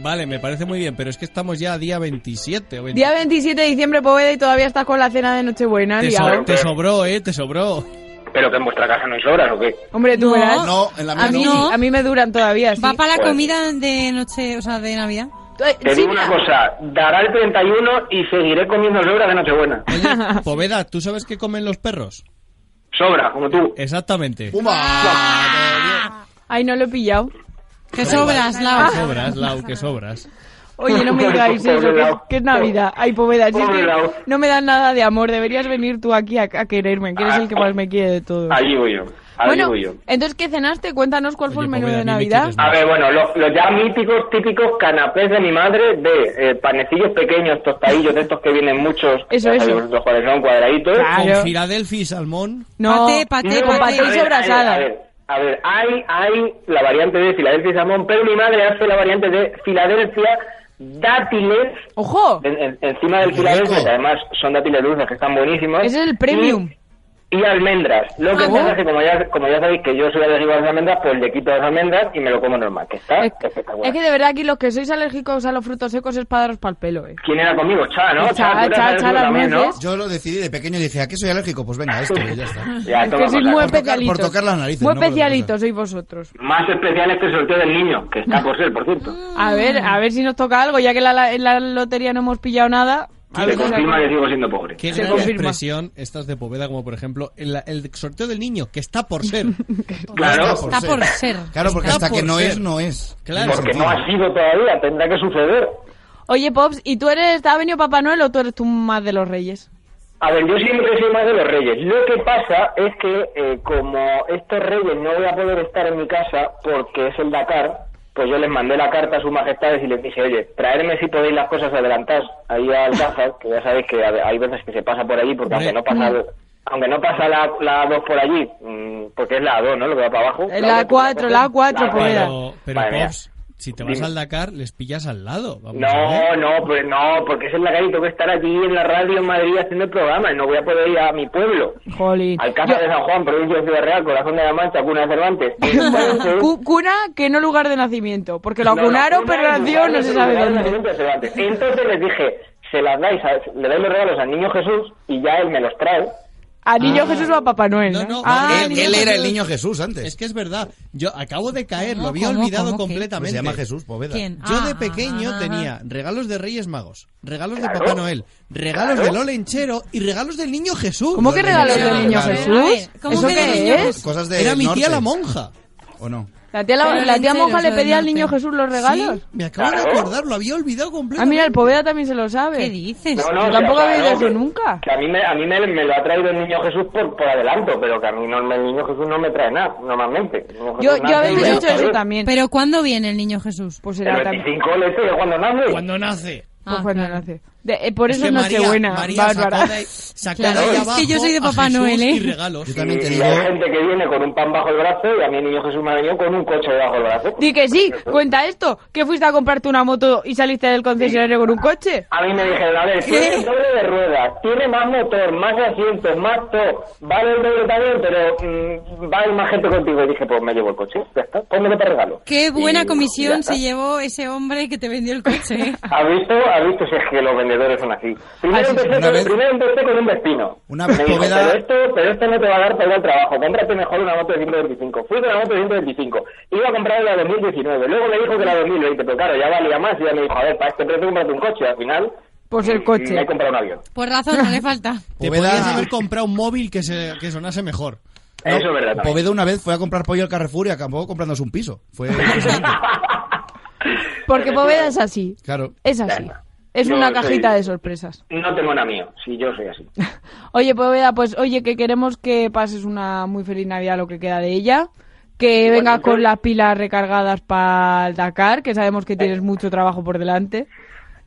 [SPEAKER 11] vale, me parece muy bien, pero es que estamos ya a día 27 o 20.
[SPEAKER 9] Día 27 de diciembre, Poveda, y todavía estás con la cena de Nochebuena,
[SPEAKER 11] te, so-
[SPEAKER 9] liado.
[SPEAKER 11] te sobró, eh, te sobró.
[SPEAKER 15] Pero que en vuestra casa no hay sobras, ¿o qué?
[SPEAKER 9] Hombre, tú
[SPEAKER 14] No.
[SPEAKER 9] verás.
[SPEAKER 2] No, en la mía
[SPEAKER 9] a, mí,
[SPEAKER 2] no.
[SPEAKER 14] no.
[SPEAKER 9] a mí me duran todavía, sí.
[SPEAKER 14] Va para la
[SPEAKER 15] Pues-
[SPEAKER 14] comida de noche, o sea, de Navidad.
[SPEAKER 9] Tú, eh,
[SPEAKER 15] Te
[SPEAKER 9] sí,
[SPEAKER 15] digo una
[SPEAKER 9] mira,
[SPEAKER 15] cosa, dará el 31 y seguiré comiendo sobras de Nochebuena.
[SPEAKER 11] Oye, Poveda, ¿tú sabes qué comen los perros?
[SPEAKER 15] Sobra, como tú.
[SPEAKER 11] Exactamente.
[SPEAKER 2] ¡Pumba!
[SPEAKER 9] Ay, no lo he pillado.
[SPEAKER 14] Que sobras, Lau.
[SPEAKER 11] Que sobras, Lau, que sobras.
[SPEAKER 9] Oye, no me digáis
[SPEAKER 15] Pobre
[SPEAKER 9] eso, que es,
[SPEAKER 15] Lau.
[SPEAKER 9] que es Navidad. Ay, Poveda, si es
[SPEAKER 15] Pobre
[SPEAKER 9] que
[SPEAKER 15] Lau.
[SPEAKER 9] no me dan nada de amor. Deberías venir tú aquí a, a quererme, que eres el que más me quiere de todos.
[SPEAKER 15] Allí voy yo, allí
[SPEAKER 9] bueno,
[SPEAKER 15] Ah, voy yo.
[SPEAKER 9] entonces, ¿qué cenaste? Cuéntanos cuál
[SPEAKER 11] Oye,
[SPEAKER 9] fue el menú
[SPEAKER 11] Poveda,
[SPEAKER 9] de
[SPEAKER 11] a mí me
[SPEAKER 9] Navidad.
[SPEAKER 11] quieres
[SPEAKER 15] A ver, bueno, los, los ya míticos, típicos canapés de mi madre, de eh, panecillos pequeños, tostadillos, de estos que vienen muchos,
[SPEAKER 9] Eso,
[SPEAKER 15] ya
[SPEAKER 9] eso.
[SPEAKER 15] sabéis vosotros cuáles son, cuadraditos.
[SPEAKER 9] Claro.
[SPEAKER 11] Con Filadelfia y salmón.
[SPEAKER 9] No,
[SPEAKER 14] Paté, paté,
[SPEAKER 9] no,
[SPEAKER 14] paté.
[SPEAKER 9] paté y
[SPEAKER 15] a ver,
[SPEAKER 9] sobrasada.
[SPEAKER 15] A ver, a ver, hay, hay la variante de Filadelfia y salmón, pero mi madre hace la variante de Filadelfia dátiles
[SPEAKER 9] ¡Ojo!
[SPEAKER 15] en- en- encima del
[SPEAKER 2] Qué
[SPEAKER 15] Filadelfia,
[SPEAKER 2] rico.
[SPEAKER 15] que además son dátiles dulces que están buenísimos.
[SPEAKER 9] Ese es el premium.
[SPEAKER 15] Y y almendras. Lo que
[SPEAKER 9] Ah.
[SPEAKER 15] pasa es que como ya, como ya sabéis que yo soy alérgico a las almendras, pues le quito las almendras y me lo como normal, que está espectacular.
[SPEAKER 9] Es que de verdad aquí los que sois alérgicos a los frutos secos es para daros pa'l pelo, eh.
[SPEAKER 15] ¿Quién era conmigo? Cha,
[SPEAKER 9] Cha,
[SPEAKER 15] ¿no? tú eras
[SPEAKER 9] Cha,
[SPEAKER 15] alérgico
[SPEAKER 9] Cha, las
[SPEAKER 15] también, ¿no?
[SPEAKER 9] nueces.
[SPEAKER 2] Yo lo decidí de pequeño y dije, ¿a qué soy alérgico? Pues venga, esto, y ya está.
[SPEAKER 15] Ya,
[SPEAKER 9] es
[SPEAKER 15] toma
[SPEAKER 9] que sois
[SPEAKER 15] por
[SPEAKER 9] muy
[SPEAKER 15] acá.
[SPEAKER 9] especialitos.
[SPEAKER 2] por tocar las narices,
[SPEAKER 9] Muy
[SPEAKER 2] no por otra
[SPEAKER 9] especialitos sois vosotros.
[SPEAKER 15] Más especial este sorteo del niño, que está por ser, por cierto.
[SPEAKER 9] A ver, a ver si nos toca algo, ya que la- la- en la lotería no hemos pillado nada. A
[SPEAKER 15] Se
[SPEAKER 9] ver si
[SPEAKER 15] confirma
[SPEAKER 9] saco-
[SPEAKER 15] que sigo siendo pobre.
[SPEAKER 11] Qué
[SPEAKER 9] Se
[SPEAKER 11] gran
[SPEAKER 9] confirma.
[SPEAKER 11] expresión estas de Poveda, como por ejemplo el, el sorteo del niño, que está por ser.
[SPEAKER 15] Claro.
[SPEAKER 14] Está por ser.
[SPEAKER 2] Claro, porque
[SPEAKER 11] Está
[SPEAKER 2] hasta que
[SPEAKER 11] por
[SPEAKER 2] no
[SPEAKER 11] ser.
[SPEAKER 2] es, no es.
[SPEAKER 11] Claro.
[SPEAKER 15] Porque no ha sido todavía, tendrá que suceder.
[SPEAKER 9] Oye, Pops, ¿y tú eres, te ha venido Papá Noel o tú eres tú más de los Reyes?
[SPEAKER 15] A ver, yo siempre soy más de los reyes. Lo que pasa es que eh, como estos reyes no voy a poder estar en mi casa porque es el Dakar, pues yo les mandé la carta a sus majestades y les dije, oye, traerme si podéis las cosas adelantadas ahí al Alcázar, que ya sabéis que a- hay veces que se pasa por allí, porque aunque no pasa, aunque no pasa la, la 2 por allí, mm, porque es la 2, ¿no? Lo que va para abajo.
[SPEAKER 9] Eh, la
[SPEAKER 15] A2 por
[SPEAKER 9] 4, la pues. 4, Poveda.
[SPEAKER 11] Pero, pero
[SPEAKER 15] Madre mía.
[SPEAKER 11] Pops, si te vas
[SPEAKER 15] Dime.
[SPEAKER 11] al Dakar, les pillas al lado. Vamos a
[SPEAKER 15] No,
[SPEAKER 11] ver.
[SPEAKER 15] no, pues no, porque es en la calle, tengo que estar allí en la radio en Madrid haciendo el programa y no voy a poder ir a mi pueblo.
[SPEAKER 9] Jolín.
[SPEAKER 15] Al Casa de San Juan, provincia de Ciudad Real, corazón de la Mancha, cuna de Cervantes.
[SPEAKER 9] Cu- Cuna, que no lugar de nacimiento, porque lo
[SPEAKER 15] No, no,
[SPEAKER 9] vacunaron,
[SPEAKER 15] cuna
[SPEAKER 9] pero
[SPEAKER 15] y
[SPEAKER 9] nació
[SPEAKER 15] lugar
[SPEAKER 9] no
[SPEAKER 15] de-
[SPEAKER 9] se sabe
[SPEAKER 15] lugar de
[SPEAKER 9] dónde.
[SPEAKER 15] nacimiento de Cervantes. Entonces les dije, se las dais, a- le dais los regalos al niño Jesús y ya él me los trae.
[SPEAKER 9] A Niño Jesús o a Papá Noel, ¿no? Ah,
[SPEAKER 2] él,
[SPEAKER 9] Niño
[SPEAKER 2] él era el
[SPEAKER 9] Jesús.
[SPEAKER 2] niño Jesús antes.
[SPEAKER 11] Es que es verdad. Yo acabo de caer,
[SPEAKER 2] ¿Cómo,
[SPEAKER 11] lo había
[SPEAKER 2] cómo,
[SPEAKER 11] olvidado
[SPEAKER 2] cómo, qué?
[SPEAKER 11] completamente.
[SPEAKER 2] Pues se llama Jesús Poveda. ¿Quién?
[SPEAKER 11] Yo
[SPEAKER 2] Ah,
[SPEAKER 11] de pequeño
[SPEAKER 2] ah, ah,
[SPEAKER 11] tenía
[SPEAKER 2] ah.
[SPEAKER 11] regalos de Reyes Magos, regalos
[SPEAKER 2] Claro.
[SPEAKER 11] de Papá Noel, regalos
[SPEAKER 2] Claro.
[SPEAKER 11] del Olenchero y regalos del niño Jesús.
[SPEAKER 9] ¿Cómo que regalos del niño
[SPEAKER 2] Claro.
[SPEAKER 9] Jesús?
[SPEAKER 2] A
[SPEAKER 14] ver, ¿cómo
[SPEAKER 9] ¿Eso
[SPEAKER 14] que del
[SPEAKER 9] qué
[SPEAKER 14] niño
[SPEAKER 9] es?
[SPEAKER 14] Jesús?
[SPEAKER 2] Cosas de
[SPEAKER 11] Era mi tía la
[SPEAKER 2] monja.
[SPEAKER 11] monja.
[SPEAKER 2] ¿O no?
[SPEAKER 9] La tía,
[SPEAKER 14] Pero
[SPEAKER 9] la, la tía
[SPEAKER 14] lanceros,
[SPEAKER 9] monja le
[SPEAKER 14] lo
[SPEAKER 9] pedía al
[SPEAKER 14] del
[SPEAKER 9] niño
[SPEAKER 14] norte.
[SPEAKER 9] Jesús los regalos.
[SPEAKER 11] Me acabo de acordar, lo había olvidado
[SPEAKER 9] Ah,
[SPEAKER 11] completamente.
[SPEAKER 9] mira, el Poveda también se lo sabe.
[SPEAKER 14] ¿Qué dices?
[SPEAKER 15] No, no,
[SPEAKER 9] Yo
[SPEAKER 15] o sea,
[SPEAKER 9] tampoco había
[SPEAKER 15] claro,
[SPEAKER 9] oído eso
[SPEAKER 15] que-
[SPEAKER 9] nunca.
[SPEAKER 15] Que a mí, me, a mí me, me lo ha traído el niño Jesús por, por adelanto, pero que a mí no, el niño Jesús no me trae nada, normalmente. El niño
[SPEAKER 9] Yo,
[SPEAKER 15] Jesús
[SPEAKER 9] yo a
[SPEAKER 15] nace y
[SPEAKER 9] veces
[SPEAKER 15] ya
[SPEAKER 9] he
[SPEAKER 15] lo
[SPEAKER 9] hecho eso
[SPEAKER 15] sabéis.
[SPEAKER 9] también.
[SPEAKER 14] ¿Pero cuándo viene el niño Jesús?
[SPEAKER 9] Pues
[SPEAKER 15] El
[SPEAKER 9] era también.
[SPEAKER 15] 25 le estoy cuando nace.
[SPEAKER 11] Cuando nace.
[SPEAKER 9] Pues
[SPEAKER 14] Ah,
[SPEAKER 9] bueno,
[SPEAKER 14] claro.
[SPEAKER 9] no sé. De- eh, por
[SPEAKER 11] Es
[SPEAKER 9] eso
[SPEAKER 11] que
[SPEAKER 9] es
[SPEAKER 11] María-
[SPEAKER 9] Nochebuena,
[SPEAKER 11] María
[SPEAKER 9] Bárbara.
[SPEAKER 11] sacó de- sacó de
[SPEAKER 14] Claro,
[SPEAKER 11] ahí
[SPEAKER 14] es que yo
[SPEAKER 11] abajo
[SPEAKER 14] soy de
[SPEAKER 11] a
[SPEAKER 14] Papá
[SPEAKER 11] Jesús
[SPEAKER 14] Noel, ¿eh?
[SPEAKER 11] Y regalos.
[SPEAKER 2] Yo también te
[SPEAKER 15] Y
[SPEAKER 2] digo,
[SPEAKER 15] hay gente que viene con un pan bajo el brazo y a mí el niño Jesús me ha venido con un coche bajo el brazo.
[SPEAKER 9] Di que sí, cuenta esto, que fuiste a comprarte una moto y saliste del concesionario con un coche.
[SPEAKER 15] A mí me dijeron, a ver, tiene el doble de ruedas, tiene más motor, más asientos, más todo, vale el doble también, pero mm, va a ir más gente contigo. Y dije, pues me llevo el coche, ya está, pónmelo para regalo.
[SPEAKER 14] Qué buena
[SPEAKER 15] Y ya
[SPEAKER 14] comisión
[SPEAKER 15] está.
[SPEAKER 14] se llevó ese hombre que te vendió el coche. ¿eh?
[SPEAKER 15] ¿Has visto? ¿Has visto si es que los vendedores son así? Primero,
[SPEAKER 14] Así
[SPEAKER 15] empecé,
[SPEAKER 2] es. Una
[SPEAKER 15] con,
[SPEAKER 2] vez-
[SPEAKER 15] primero empecé con un vecino.
[SPEAKER 2] Una vez
[SPEAKER 15] Me dijo,
[SPEAKER 2] Poveda-
[SPEAKER 15] pero esto, pero esto no te va a dar para ir al trabajo. Cómprate mejor una moto de 125. Fui con la moto de 125. Iba a comprar la 2019. Luego me dijo que la 2020. Pero claro, ya valía más. Y ya me dijo, a ver, para este precio cómprate un coche. Al final,
[SPEAKER 9] Pues el coche.
[SPEAKER 15] me he comprado un avión.
[SPEAKER 14] Por razón, no le falta.
[SPEAKER 11] Te
[SPEAKER 2] Poveda-
[SPEAKER 11] podías haber comprado un móvil que, se, que sonase mejor.
[SPEAKER 9] Eh,
[SPEAKER 15] Eso es verdad. también.
[SPEAKER 2] Poveda una vez fue a comprar pollo al Carrefour y acabó comprándose un piso. Fue impresionante.
[SPEAKER 9] Porque Poveda es así,
[SPEAKER 2] claro.
[SPEAKER 9] es así.
[SPEAKER 15] Claro.
[SPEAKER 9] Es
[SPEAKER 15] Yo
[SPEAKER 9] una
[SPEAKER 15] soy-
[SPEAKER 9] cajita de sorpresas.
[SPEAKER 15] No tengo nada mío. Si yo soy así.
[SPEAKER 9] Oye, Poveda, pues oye, que queremos que pases una muy feliz Navidad, lo que queda de ella. Que vengas con las pilas recargadas para el Dakar, que sabemos que tienes mucho trabajo por delante.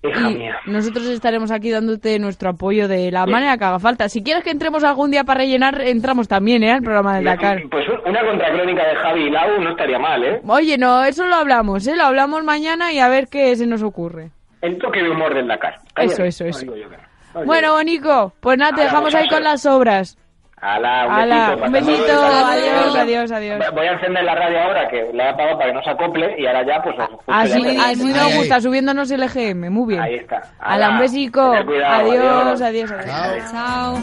[SPEAKER 15] Hija
[SPEAKER 9] Y
[SPEAKER 15] mía.
[SPEAKER 9] nosotros estaremos aquí dándote nuestro apoyo de la manera que haga falta. Si quieres que entremos algún día para rellenar, entramos también, ¿eh? Al programa del Dakar.
[SPEAKER 15] Pues una contracrónica de Javi y Lau no estaría mal, ¿eh?
[SPEAKER 9] Oye, no, eso lo hablamos, ¿eh? Lo hablamos mañana y a ver qué se nos ocurre.
[SPEAKER 15] El toque de humor del Dakar.
[SPEAKER 9] Eso, eso,
[SPEAKER 15] No
[SPEAKER 9] eso.
[SPEAKER 15] digo yo que no. No digo
[SPEAKER 9] Bueno, Bonico, pues nada, te
[SPEAKER 15] Hala,
[SPEAKER 9] dejamos ahí
[SPEAKER 15] muchacho.
[SPEAKER 9] con las obras.
[SPEAKER 15] Ala, un
[SPEAKER 9] Hala, un
[SPEAKER 15] besito. para todos.
[SPEAKER 9] besito, adiós,
[SPEAKER 15] Adiós.
[SPEAKER 9] adiós, adiós.
[SPEAKER 15] Voy a encender la radio ahora, que la he apagado para que no se acople, y ahora ya, pues...
[SPEAKER 9] Ah,
[SPEAKER 15] os escucho
[SPEAKER 9] Así,
[SPEAKER 15] ya.
[SPEAKER 9] así
[SPEAKER 2] Ahí,
[SPEAKER 9] nos
[SPEAKER 2] ahí.
[SPEAKER 9] gusta, subiéndonos el EGM, muy bien.
[SPEAKER 15] Ahí está.
[SPEAKER 9] Hala, un besico.
[SPEAKER 15] Tened cuidado,
[SPEAKER 9] adiós, adiós, adiós.
[SPEAKER 14] Chao.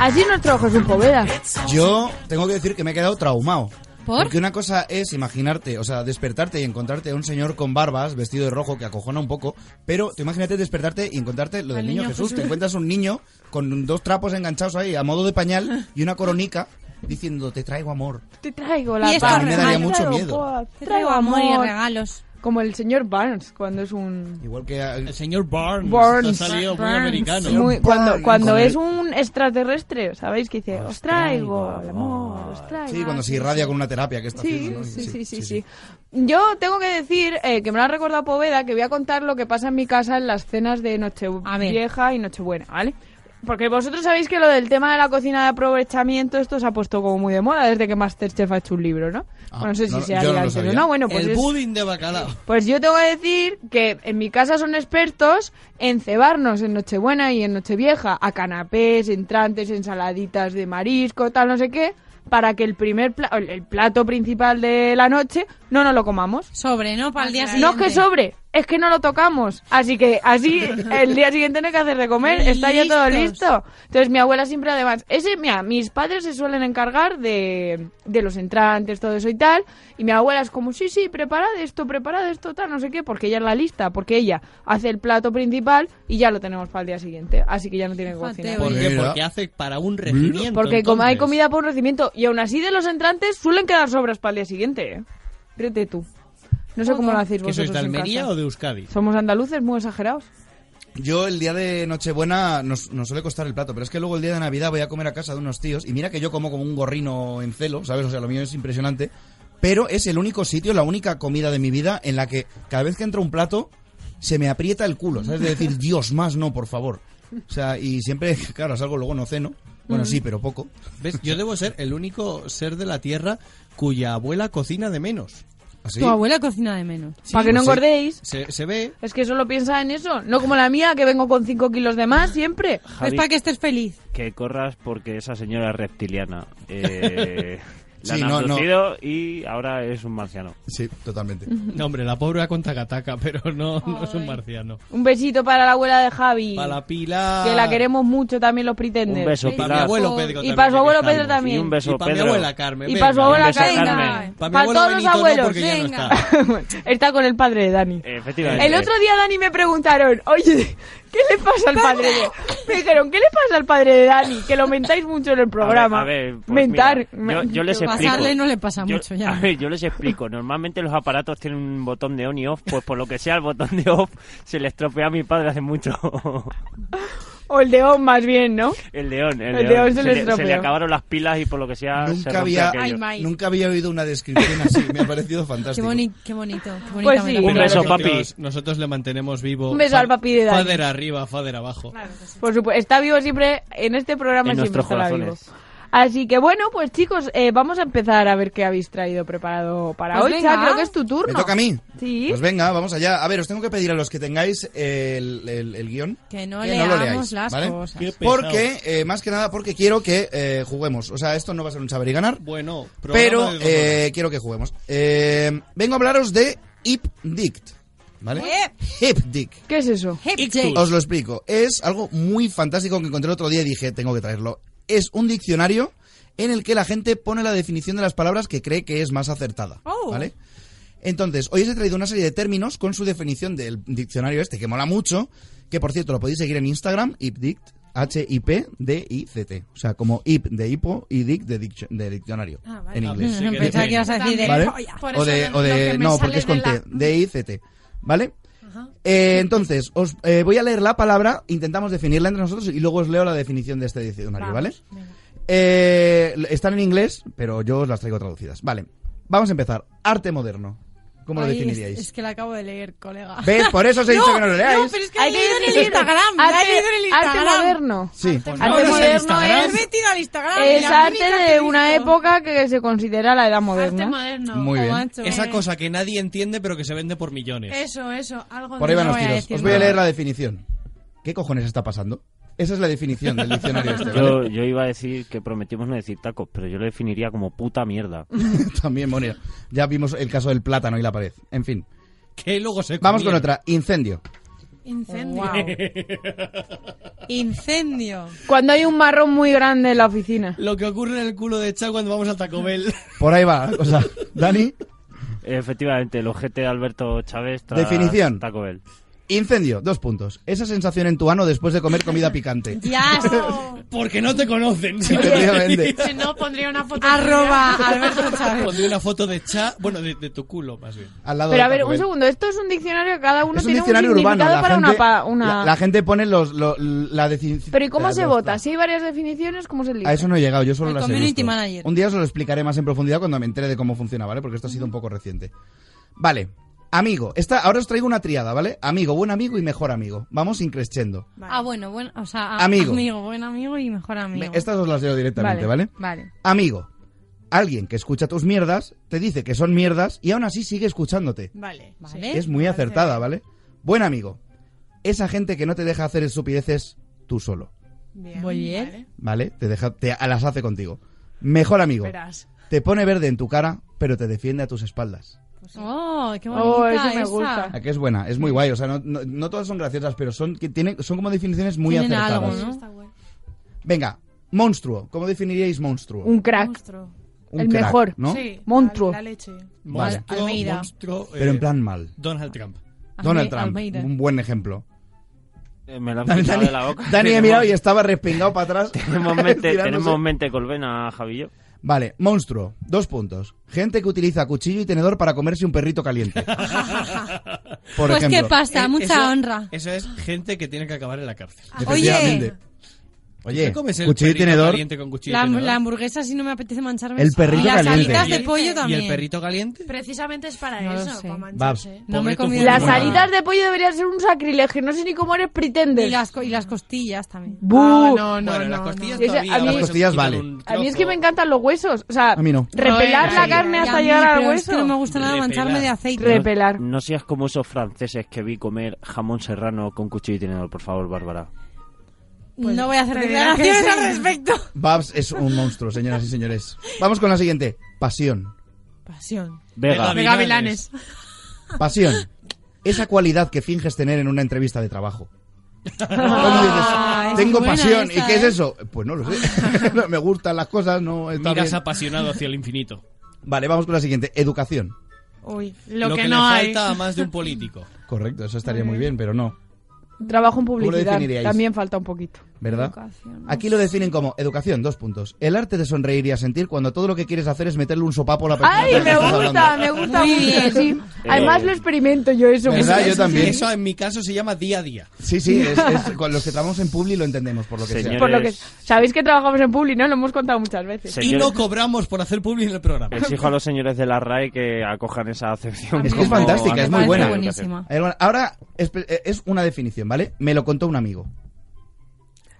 [SPEAKER 9] Así nuestro Jesús Poveda.
[SPEAKER 2] Yo tengo que decir que me he quedado traumado.
[SPEAKER 14] ¿Por?
[SPEAKER 2] Porque una cosa es imaginarte, o sea, despertarte y encontrarte a un señor con barbas, vestido de rojo, que acojona un poco, pero tú imagínate despertarte y encontrarte lo del
[SPEAKER 14] Al
[SPEAKER 2] niño,
[SPEAKER 14] niño
[SPEAKER 2] Jesús.
[SPEAKER 14] Jesús.
[SPEAKER 2] Te encuentras un niño con dos trapos enganchados ahí a modo de pañal y una coronica diciendo, te traigo amor.
[SPEAKER 9] Te traigo la
[SPEAKER 14] Y esto
[SPEAKER 9] paz.
[SPEAKER 14] a mí me
[SPEAKER 2] daría
[SPEAKER 9] Te
[SPEAKER 2] mucho
[SPEAKER 9] traigo
[SPEAKER 2] miedo.
[SPEAKER 9] paz,
[SPEAKER 14] Te traigo amor y regalos.
[SPEAKER 9] Como el señor Barnes cuando es un
[SPEAKER 2] Igual que... eh, a-
[SPEAKER 11] El señor Barnes.
[SPEAKER 9] Barnes.
[SPEAKER 11] Esto ha salido muy
[SPEAKER 14] Barnes.
[SPEAKER 11] americano.
[SPEAKER 9] muy-
[SPEAKER 2] Barnes
[SPEAKER 9] cuando cuando
[SPEAKER 2] con
[SPEAKER 9] es
[SPEAKER 2] el-
[SPEAKER 9] un extraterrestre, ¿sabéis que dice? Os traigo el amor, os traigo.
[SPEAKER 2] Sí, cuando se irradia con una terapia que está
[SPEAKER 9] Sí,
[SPEAKER 2] haciendo, ¿no? Y-
[SPEAKER 9] sí, sí, sí, sí, Yo tengo que decir eh, que me lo ha recordado Poveda que voy a contar lo que pasa en mi casa en las cenas de
[SPEAKER 14] A ver.
[SPEAKER 9] Nochevieja y Nochebuena, ¿vale? Porque vosotros sabéis que lo del tema de la cocina de aprovechamiento, esto se ha puesto como muy de moda desde que Masterchef ha hecho un libro, ¿no? bueno, no sé si
[SPEAKER 11] no,
[SPEAKER 9] sea
[SPEAKER 11] yo no lo
[SPEAKER 9] legal, pero
[SPEAKER 11] sabía.
[SPEAKER 9] no, bueno, pues
[SPEAKER 11] El
[SPEAKER 9] es-
[SPEAKER 11] pudding de bacalao.
[SPEAKER 9] Pues yo tengo que decir que en mi casa son expertos en cebarnos en Nochebuena y en Nochevieja a canapés, entrantes, ensaladitas de marisco, tal, no sé qué, para que el primer pla- el plato principal de la noche no nos lo comamos.
[SPEAKER 14] Sobre, ¿no? Para el día
[SPEAKER 9] No es
[SPEAKER 14] siguiente.
[SPEAKER 9] que sobre, es que no lo tocamos. Así que así el día siguiente no hay que hacer de comer, está ya todo
[SPEAKER 14] Listos.
[SPEAKER 9] listo. Entonces mi abuela siempre además, ese, mira, mis padres se suelen encargar de, de los entrantes, todo eso y tal, y mi abuela es como, sí, sí, preparad esto, preparad esto, tal, no sé qué, porque ella es la lista, porque ella hace el plato principal y ya lo tenemos para el día siguiente, así que ya no tiene que cocinar.
[SPEAKER 11] ¿Por qué?
[SPEAKER 2] Mira.
[SPEAKER 11] Porque hace para un regimiento.
[SPEAKER 9] Porque como hay
[SPEAKER 11] entonces.
[SPEAKER 9] comida por recibimiento y aún así de los entrantes suelen quedar sobras para el día siguiente. ¿eh? Créete tú. No sé cómo lo hacéis
[SPEAKER 11] ¿Que
[SPEAKER 9] vosotros
[SPEAKER 11] sois de
[SPEAKER 9] en
[SPEAKER 11] Almería
[SPEAKER 9] casa.
[SPEAKER 11] o de Euskadi?
[SPEAKER 9] Somos andaluces muy exagerados.
[SPEAKER 2] Yo el día de Nochebuena nos, nos suele costar el plato, pero es que luego el día de Navidad voy a comer a casa de unos tíos y mira que yo como como un gorrino en celo, ¿sabes? O sea, lo mío es impresionante, pero es el único sitio, la única comida de mi vida en la que cada vez que entra un plato se me aprieta el culo, ¿sabes? De decir, Dios, más no, por favor. O sea, y siempre, claro, salgo luego no ceno. Bueno,
[SPEAKER 14] Mm.
[SPEAKER 2] sí, pero poco.
[SPEAKER 11] ¿Ves? Yo debo ser el único ser de la Tierra cuya abuela cocina de menos.
[SPEAKER 14] Tu abuela cocina de menos.
[SPEAKER 11] Sí,
[SPEAKER 9] para que no
[SPEAKER 11] pues sí.
[SPEAKER 9] engordéis.
[SPEAKER 11] Se, se ve.
[SPEAKER 9] Es que solo piensa en eso. No como la mía, que vengo con 5 kilos de más siempre.
[SPEAKER 10] Javi. Es para que
[SPEAKER 14] estés feliz.
[SPEAKER 10] Que corras porque esa señora es reptiliana. Eh, la
[SPEAKER 11] Sí,
[SPEAKER 10] han
[SPEAKER 11] no, no.
[SPEAKER 10] abducido y ahora es un marciano.
[SPEAKER 2] Sí, totalmente.
[SPEAKER 11] No, hombre, la pobre va con Takataka, pero no, no es un marciano.
[SPEAKER 9] Un besito para la abuela de Javi.
[SPEAKER 11] Para la Pilar.
[SPEAKER 9] Que la queremos mucho también los pretenders.
[SPEAKER 10] Un beso,
[SPEAKER 11] Y para mi
[SPEAKER 10] Pilar.
[SPEAKER 11] abuelo Pedro
[SPEAKER 9] Y para su abuelo Pedro
[SPEAKER 10] Y
[SPEAKER 9] también.
[SPEAKER 10] un beso,
[SPEAKER 11] Y para mi
[SPEAKER 10] Pedro.
[SPEAKER 11] abuela Carmen.
[SPEAKER 9] Y para su
[SPEAKER 11] Venga.
[SPEAKER 9] abuela
[SPEAKER 10] Un beso,
[SPEAKER 9] Carmen.
[SPEAKER 10] Carmen.
[SPEAKER 11] Para mi
[SPEAKER 9] Para
[SPEAKER 11] abuelo
[SPEAKER 9] todos los
[SPEAKER 11] Benito no,
[SPEAKER 9] abuelos.
[SPEAKER 11] porque ya no
[SPEAKER 9] venga. Está con el padre de Dani.
[SPEAKER 10] Efectivamente.
[SPEAKER 9] El otro día Dani me preguntaron, oye, ¿qué le pasa al padre de Me dijeron, ¿qué le pasa al padre de Dani? Que lo mentáis mucho en el programa.
[SPEAKER 10] A ver, a ver, pues
[SPEAKER 9] Mentar.
[SPEAKER 10] mira, yo, yo les explico.
[SPEAKER 14] Pasarle no le pasa
[SPEAKER 10] Yo-
[SPEAKER 14] mucho ya.
[SPEAKER 10] a ver, yo les explico. Normalmente los aparatos tienen un botón de on y off, pues por lo que sea el botón de off se le estropea a mi padre hace mucho.
[SPEAKER 9] O el de On más bien, ¿no?
[SPEAKER 10] El león,
[SPEAKER 9] El
[SPEAKER 10] el, león.
[SPEAKER 9] león se le
[SPEAKER 10] le,
[SPEAKER 9] estropeó.
[SPEAKER 10] le acabaron las pilas y por lo que sea se
[SPEAKER 2] Nunca
[SPEAKER 10] rompió
[SPEAKER 2] había,
[SPEAKER 10] aquello.
[SPEAKER 2] nunca había oído una descripción así, me ha parecido
[SPEAKER 14] Qué,
[SPEAKER 2] fantástico.
[SPEAKER 14] boni qué bonito. Qué
[SPEAKER 9] Pues
[SPEAKER 14] bonita
[SPEAKER 9] sí.
[SPEAKER 14] metáfora.
[SPEAKER 11] Nosotros, nosotros le mantenemos vivo.
[SPEAKER 9] Un beso al papi de Dani.
[SPEAKER 11] Fader arriba, fader abajo.
[SPEAKER 9] Por supuesto, está vivo siempre, en este programa
[SPEAKER 11] En
[SPEAKER 9] siempre
[SPEAKER 11] nuestros
[SPEAKER 9] estará vivo.
[SPEAKER 11] corazones.
[SPEAKER 9] Así que bueno, pues chicos, eh, vamos a empezar a ver qué habéis traído preparado para
[SPEAKER 14] Pues
[SPEAKER 9] hoy.
[SPEAKER 14] venga.
[SPEAKER 9] Cha, creo que es tu turno.
[SPEAKER 2] ¿Me toca a mí?
[SPEAKER 9] Sí.
[SPEAKER 2] Pues venga, vamos allá. A ver, os tengo que pedir a los que tengáis el, el- el guión
[SPEAKER 14] Que no
[SPEAKER 2] lo
[SPEAKER 14] leamos
[SPEAKER 2] leáis,
[SPEAKER 14] las
[SPEAKER 2] ¿vale?
[SPEAKER 14] cosas. Qué pesado.
[SPEAKER 2] Porque, eh, más que nada, porque quiero que eh, juguemos. O sea, esto no va a ser un saber y ganar,
[SPEAKER 11] Bueno, programa
[SPEAKER 2] pero
[SPEAKER 11] de dos
[SPEAKER 2] eh, quiero que juguemos. Eh, vengo a hablaros de Hipdict, ¿vale? Hipdict.
[SPEAKER 9] ¿Qué es eso?
[SPEAKER 2] Os lo explico. Es algo muy fantástico que encontré el otro día y dije, tengo que traerlo. Es un diccionario en el que la gente pone la definición de las palabras que cree que es más acertada.
[SPEAKER 14] Oh.
[SPEAKER 2] ¿Vale? Entonces, hoy os he traído una serie de términos con su definición del diccionario este, que mola mucho, que por cierto lo podéis seguir en Instagram, hipdict, H-I-P-D-I-C-T. O sea, como hip de hipo y dict de, dic- de diccionario.
[SPEAKER 14] Ah, vale.
[SPEAKER 2] En inglés.
[SPEAKER 14] Ah, Pensaba que ibas a decir de
[SPEAKER 2] ¿Vale?
[SPEAKER 14] joya. Por
[SPEAKER 2] O
[SPEAKER 14] eso
[SPEAKER 2] de,
[SPEAKER 14] lo-
[SPEAKER 2] o
[SPEAKER 14] lo
[SPEAKER 2] de-
[SPEAKER 14] que me
[SPEAKER 2] no,
[SPEAKER 14] sale
[SPEAKER 2] porque
[SPEAKER 14] de
[SPEAKER 2] es con
[SPEAKER 14] la-
[SPEAKER 2] T, D-I-C-T. ¿Vale? Eh, entonces, os eh, voy a leer la palabra, intentamos definirla entre nosotros y luego os leo la definición de este diccionario, ¿vale? Eh, están en inglés, pero yo os las traigo traducidas. Vale, vamos a empezar. Arte moderno. ¿Cómo lo
[SPEAKER 14] Ay,
[SPEAKER 2] definiríais?
[SPEAKER 14] Es, es que la acabo de leer, colega.
[SPEAKER 2] ¿Ves? Por eso os he dicho que no lo leáis.
[SPEAKER 14] No, pero es que la he leído en el Instagram. la he
[SPEAKER 9] Arte-
[SPEAKER 14] leído en el
[SPEAKER 9] arte
[SPEAKER 14] Instagram.
[SPEAKER 9] moderno.
[SPEAKER 2] Sí.
[SPEAKER 9] Arte moderno
[SPEAKER 14] Me he
[SPEAKER 9] es,
[SPEAKER 14] metido al Instagram.
[SPEAKER 9] es
[SPEAKER 14] mira,
[SPEAKER 9] arte
[SPEAKER 14] mira,
[SPEAKER 9] de una época que se considera la edad moderna.
[SPEAKER 2] Muy bien.
[SPEAKER 11] Esa cosa que nadie entiende, pero que se vende por millones.
[SPEAKER 9] Eh.
[SPEAKER 14] Eso, eso. Algo
[SPEAKER 2] Por ahí van
[SPEAKER 14] no
[SPEAKER 2] los
[SPEAKER 14] voy a
[SPEAKER 2] tiros.
[SPEAKER 14] decir
[SPEAKER 2] Os voy a
[SPEAKER 14] nada.
[SPEAKER 2] leer la definición. ¿Qué cojones está pasando? Esa es la definición del diccionario este.
[SPEAKER 10] Yo,
[SPEAKER 2] ¿vale?
[SPEAKER 10] yo iba a decir que prometimos no decir tacos, pero yo lo definiría como puta mierda.
[SPEAKER 2] También, Monia. Ya vimos el caso del plátano y la pared. En fin.
[SPEAKER 11] Que luego se
[SPEAKER 2] Vamos con
[SPEAKER 11] comieron.
[SPEAKER 2] otra. Incendio.
[SPEAKER 14] Incendio.
[SPEAKER 9] Wow.
[SPEAKER 14] Incendio.
[SPEAKER 9] Cuando hay un marrón muy grande en la oficina.
[SPEAKER 11] Lo que ocurre en el culo de Chá cuando vamos a Taco Bell.
[SPEAKER 2] Por ahí va la cosa. Dani,
[SPEAKER 10] Efectivamente, el ojete de Alberto Chávez. tras
[SPEAKER 2] Definición.
[SPEAKER 10] Taco Bell.
[SPEAKER 2] incendio. Dos puntos. Esa sensación en tu ano después de comer comida picante.
[SPEAKER 14] Ya.
[SPEAKER 11] Porque no te conocen.
[SPEAKER 2] Efectivamente.
[SPEAKER 13] Si no, pondría una foto.
[SPEAKER 14] Arroba
[SPEAKER 13] tuya.
[SPEAKER 14] Alberto Chávez.
[SPEAKER 11] Pondré una foto de Chá, bueno, de, de tu culo más bien.
[SPEAKER 2] Al lado
[SPEAKER 9] Pero
[SPEAKER 2] de
[SPEAKER 9] a ver,
[SPEAKER 2] Taco
[SPEAKER 9] un
[SPEAKER 2] Bell.
[SPEAKER 9] segundo, esto es un diccionario, cada uno
[SPEAKER 2] Es un
[SPEAKER 9] tiene un
[SPEAKER 2] diccionario
[SPEAKER 9] significado
[SPEAKER 2] urbano. La
[SPEAKER 9] para
[SPEAKER 2] gente,
[SPEAKER 9] una... pa- una...
[SPEAKER 2] la, la gente pone los, lo- la definición.
[SPEAKER 9] Pero ¿y cómo se
[SPEAKER 2] vota?
[SPEAKER 9] vota? Si hay varias definiciones, ¿cómo se elige?
[SPEAKER 2] A eso no he llegado, yo solo
[SPEAKER 9] El
[SPEAKER 2] las he
[SPEAKER 9] community
[SPEAKER 2] visto.
[SPEAKER 9] manager.
[SPEAKER 2] Un día os lo explicaré más en profundidad cuando me entere de cómo funciona, ¿vale? Porque esto ha sido un poco reciente. Vale, Amigo, esta, ahora os traigo una triada, ¿vale? Amigo, buen amigo y mejor amigo. Vamos increciendo.
[SPEAKER 14] Ah, bueno, bueno, o sea, a-
[SPEAKER 2] Amigo.
[SPEAKER 14] buen amigo y mejor amigo.
[SPEAKER 2] Estas os las leo directamente, ¿vale?
[SPEAKER 14] Vale.
[SPEAKER 2] Amigo, alguien que escucha tus mierdas, te dice que son mierdas y aún así sigue escuchándote.
[SPEAKER 13] Vale.
[SPEAKER 14] Vale.
[SPEAKER 2] Es muy acertada, ¿vale? Buen amigo, esa gente que no te deja hacer estupideces tú solo,
[SPEAKER 14] Muy bien.
[SPEAKER 2] ¿vale? Te deja, te a- las hace contigo. Mejor amigo,
[SPEAKER 13] Verás.
[SPEAKER 2] te pone verde en tu cara, pero te defiende a tus espaldas.
[SPEAKER 14] Oh, qué bonita
[SPEAKER 9] Oh, eso me
[SPEAKER 14] esa.
[SPEAKER 9] gusta.
[SPEAKER 2] ¿A que es buena? Es muy guay, o sea, no, no- no todas son graciosas, pero son, que tienen, son como definiciones muy
[SPEAKER 14] Tienen
[SPEAKER 2] acertadas.
[SPEAKER 14] algo, ¿no?
[SPEAKER 2] Venga, monstruo, ¿cómo definiríais monstruo?
[SPEAKER 9] Un crack.
[SPEAKER 2] Un
[SPEAKER 9] el
[SPEAKER 2] crack,
[SPEAKER 9] mejor.
[SPEAKER 2] ¿no?
[SPEAKER 13] Sí,
[SPEAKER 9] Monstruo.
[SPEAKER 13] La, la leche.
[SPEAKER 2] Vale.
[SPEAKER 11] Monstruo,
[SPEAKER 14] Almeida.
[SPEAKER 11] monstruo,
[SPEAKER 2] Pero en
[SPEAKER 11] eh,
[SPEAKER 2] plan mal.
[SPEAKER 11] Donald Trump.
[SPEAKER 2] Donald
[SPEAKER 14] Alme-
[SPEAKER 2] Trump,
[SPEAKER 14] Almeida.
[SPEAKER 2] un buen ejemplo.
[SPEAKER 10] Eh, Me la he
[SPEAKER 2] Dani,
[SPEAKER 10] quitado
[SPEAKER 2] Dani-
[SPEAKER 10] de la boca.
[SPEAKER 2] Dani ha
[SPEAKER 10] Tenemos-
[SPEAKER 2] mirado y estaba respingado para atrás.
[SPEAKER 10] Tenemos mente,
[SPEAKER 2] estirándose.
[SPEAKER 10] tenemos mente colvena, Javillo.
[SPEAKER 2] Vale, monstruo, dos puntos. Gente que utiliza cuchillo y tenedor para comerse un perrito caliente. Por
[SPEAKER 14] pues
[SPEAKER 2] ejemplo.
[SPEAKER 14] qué pasta,
[SPEAKER 11] Eh,
[SPEAKER 14] mucha
[SPEAKER 11] eso-
[SPEAKER 14] honra.
[SPEAKER 11] Eso es gente que tiene que acabar en la cárcel.
[SPEAKER 2] Efectivamente.
[SPEAKER 11] ¿Tú
[SPEAKER 2] Oye,
[SPEAKER 11] comes el
[SPEAKER 2] cuchillo y
[SPEAKER 11] perrito
[SPEAKER 2] tenedor.
[SPEAKER 11] caliente con cuchillo y
[SPEAKER 14] La,
[SPEAKER 11] tenedor?
[SPEAKER 14] la hamburguesa si no me apetece mancharme.
[SPEAKER 2] El
[SPEAKER 14] eso.
[SPEAKER 2] perrito
[SPEAKER 14] y las
[SPEAKER 2] caliente.
[SPEAKER 14] alitas de
[SPEAKER 13] ¿Y
[SPEAKER 14] pollo
[SPEAKER 13] el
[SPEAKER 14] también.
[SPEAKER 11] ¿Y el perrito caliente?
[SPEAKER 13] Precisamente es para
[SPEAKER 14] No lo
[SPEAKER 13] eso,
[SPEAKER 14] sé.
[SPEAKER 13] para
[SPEAKER 2] Babs,
[SPEAKER 13] mancharse.
[SPEAKER 14] No me he
[SPEAKER 11] Pobreto
[SPEAKER 14] comido
[SPEAKER 11] futbolista.
[SPEAKER 9] Las
[SPEAKER 14] ninguna.
[SPEAKER 9] alitas de pollo deberían ser un sacrilegio. No sé ni cómo eres pretender.
[SPEAKER 14] Y las, co- y las costillas también.
[SPEAKER 9] Bu.
[SPEAKER 13] Ah, no, no,
[SPEAKER 11] bueno,
[SPEAKER 13] no,
[SPEAKER 11] las
[SPEAKER 13] no.
[SPEAKER 11] costillas
[SPEAKER 9] Esa-
[SPEAKER 11] todavía,
[SPEAKER 9] a
[SPEAKER 11] vamos
[SPEAKER 9] mí-
[SPEAKER 2] Las costillas
[SPEAKER 11] quitar
[SPEAKER 2] vale.
[SPEAKER 11] un
[SPEAKER 9] A mí es que
[SPEAKER 11] trozo.
[SPEAKER 9] me encantan los huesos. O sea,
[SPEAKER 2] A mí no.
[SPEAKER 9] repelar
[SPEAKER 14] Ay,
[SPEAKER 9] la
[SPEAKER 14] sí.
[SPEAKER 9] carne
[SPEAKER 14] Y a
[SPEAKER 9] hasta
[SPEAKER 14] mí,
[SPEAKER 9] llegar al
[SPEAKER 14] pero Es que no me
[SPEAKER 9] hueso.
[SPEAKER 14] gusta nada mancharme de
[SPEAKER 11] Repelar.
[SPEAKER 14] aceite.
[SPEAKER 9] Repelar.
[SPEAKER 10] No seas como esos franceses que vi comer jamón serrano con cuchillo y tenedor, por favor, Bárbara.
[SPEAKER 13] Pues,
[SPEAKER 14] no voy a hacer
[SPEAKER 13] te dirá que
[SPEAKER 14] declaraciones al
[SPEAKER 13] sí.
[SPEAKER 14] respecto.
[SPEAKER 2] Babs es un monstruo, señoras y señores. Vamos con la siguiente. Pasión.
[SPEAKER 13] Pasión.
[SPEAKER 11] Vega.
[SPEAKER 10] Vega,
[SPEAKER 13] De gavilanes.
[SPEAKER 2] Pasión. Esa cualidad que finges tener en una entrevista de trabajo. ¿Cómo dices?
[SPEAKER 14] Ah, es
[SPEAKER 2] Tengo
[SPEAKER 14] buena
[SPEAKER 2] pasión.
[SPEAKER 14] esa,
[SPEAKER 2] ¿Y qué es
[SPEAKER 14] ¿eh?
[SPEAKER 2] eso? Pues no lo sé. No, Me gustan las cosas, no está
[SPEAKER 11] Miras
[SPEAKER 2] bien.
[SPEAKER 11] apasionado hacia el infinito.
[SPEAKER 2] Vale, vamos con la siguiente. Educación.
[SPEAKER 13] Uy, lo,
[SPEAKER 11] que,
[SPEAKER 13] que, no
[SPEAKER 11] le
[SPEAKER 13] hay.
[SPEAKER 11] falta a más de un político.
[SPEAKER 2] Correcto, eso estaría muy bien, pero no.
[SPEAKER 9] Trabajo en
[SPEAKER 2] lo
[SPEAKER 9] publicidad.
[SPEAKER 2] definiríais?
[SPEAKER 9] También falta un poquito.
[SPEAKER 2] ¿Verdad? Aquí lo definen como educación, dos puntos. El arte de sonreír y asentir cuando todo lo que quieres hacer es meterle un sopapo a la persona.
[SPEAKER 9] ¡Ay,
[SPEAKER 2] con la que
[SPEAKER 9] me
[SPEAKER 2] estás
[SPEAKER 9] gusta!
[SPEAKER 2] hablando.
[SPEAKER 9] Me gusta
[SPEAKER 14] Muy
[SPEAKER 9] mucho,
[SPEAKER 14] bien.
[SPEAKER 9] sí. Además lo experimento yo eso.
[SPEAKER 2] ¿Verdad?
[SPEAKER 9] mucho.
[SPEAKER 2] Ah, Yo también.
[SPEAKER 11] Eso en mi caso se llama día a día.
[SPEAKER 2] Sí, sí, es- es- con los que trabajamos en Publi lo entendemos, por lo que
[SPEAKER 10] Señor.
[SPEAKER 9] Por lo que sabéis que trabajamos en Publi, ¿no? Lo hemos contado muchas veces.
[SPEAKER 10] Se-
[SPEAKER 11] Y
[SPEAKER 10] Señores-
[SPEAKER 11] no cobramos por hacer publi en el programa.
[SPEAKER 10] Exijo a los señores de la RAE que acojan esa acepción.
[SPEAKER 2] Es que es
[SPEAKER 10] como
[SPEAKER 2] fantástica, es muy
[SPEAKER 10] acepción
[SPEAKER 2] buena.
[SPEAKER 10] de
[SPEAKER 14] Buenísima.
[SPEAKER 2] sea. Ahora- Ahora espe- eh, es una definición, ¿vale? Me lo contó un amigo.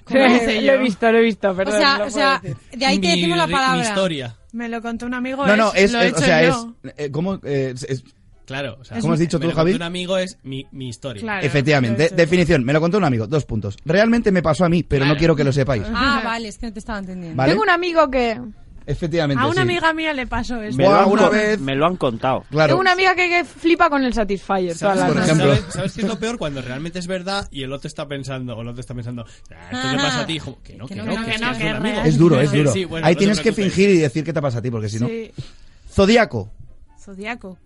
[SPEAKER 9] lo
[SPEAKER 13] ¿Cómo hice yo?
[SPEAKER 9] he visto, lo he visto,
[SPEAKER 14] O
[SPEAKER 9] perdón.
[SPEAKER 14] sea,
[SPEAKER 9] no
[SPEAKER 14] o sea,
[SPEAKER 9] puedo decir.
[SPEAKER 14] de ahí que
[SPEAKER 11] Mi
[SPEAKER 14] decimos la
[SPEAKER 11] ri-
[SPEAKER 14] palabra.
[SPEAKER 11] Mi historia.
[SPEAKER 13] Me lo contó un amigo.
[SPEAKER 2] No, no, es,
[SPEAKER 13] Lo he
[SPEAKER 2] es- o
[SPEAKER 13] hecho
[SPEAKER 2] sea, es,
[SPEAKER 13] yo.
[SPEAKER 2] eh, ¿cómo? Eh, es- es-
[SPEAKER 11] Claro. O sea,
[SPEAKER 2] ¿Cómo has dicho
[SPEAKER 11] me
[SPEAKER 2] tú,
[SPEAKER 11] lo contó
[SPEAKER 2] Javi?
[SPEAKER 11] Un amigo es mi, mi historia.
[SPEAKER 13] Claro,
[SPEAKER 2] efectivamente,
[SPEAKER 13] lo he hecho
[SPEAKER 2] definición, me lo contó un amigo, dos puntos. Realmente me pasó a mí, pero no quiero que lo sepáis.
[SPEAKER 14] Ah, vale, es que no te estaba entendiendo.
[SPEAKER 2] ¿Vale?
[SPEAKER 9] Tengo un amigo que.
[SPEAKER 2] Efectivamente,
[SPEAKER 13] A una
[SPEAKER 2] sí.
[SPEAKER 13] amiga mía le pasó eso.
[SPEAKER 10] Me lo, han
[SPEAKER 2] Buah, una
[SPEAKER 10] co-
[SPEAKER 2] vez-
[SPEAKER 10] me lo han contado.
[SPEAKER 2] Claro.
[SPEAKER 9] Tengo una amiga que, que flipa con el Satisfyer toda
[SPEAKER 11] ¿Sabes,
[SPEAKER 9] la
[SPEAKER 2] Por
[SPEAKER 9] noche.
[SPEAKER 2] ejemplo.
[SPEAKER 11] ¿sabes, sabes qué es lo peor? Cuando realmente es verdad y el otro está pensando, o el otro está pensando, "Ah, esto te pasa a ti. Como, que no, que, no, que, es que es un
[SPEAKER 13] que
[SPEAKER 11] amigo.
[SPEAKER 13] real.
[SPEAKER 2] Es duro, es
[SPEAKER 11] Sí,
[SPEAKER 2] duro.
[SPEAKER 11] sí, bueno, pues
[SPEAKER 2] Ahí
[SPEAKER 11] no te
[SPEAKER 2] tienes que
[SPEAKER 11] preocupes.
[SPEAKER 2] fingir y decir qué te pasa a ti, porque si no.
[SPEAKER 13] Sí.
[SPEAKER 2] Zodíaco.
[SPEAKER 13] Zodiaco.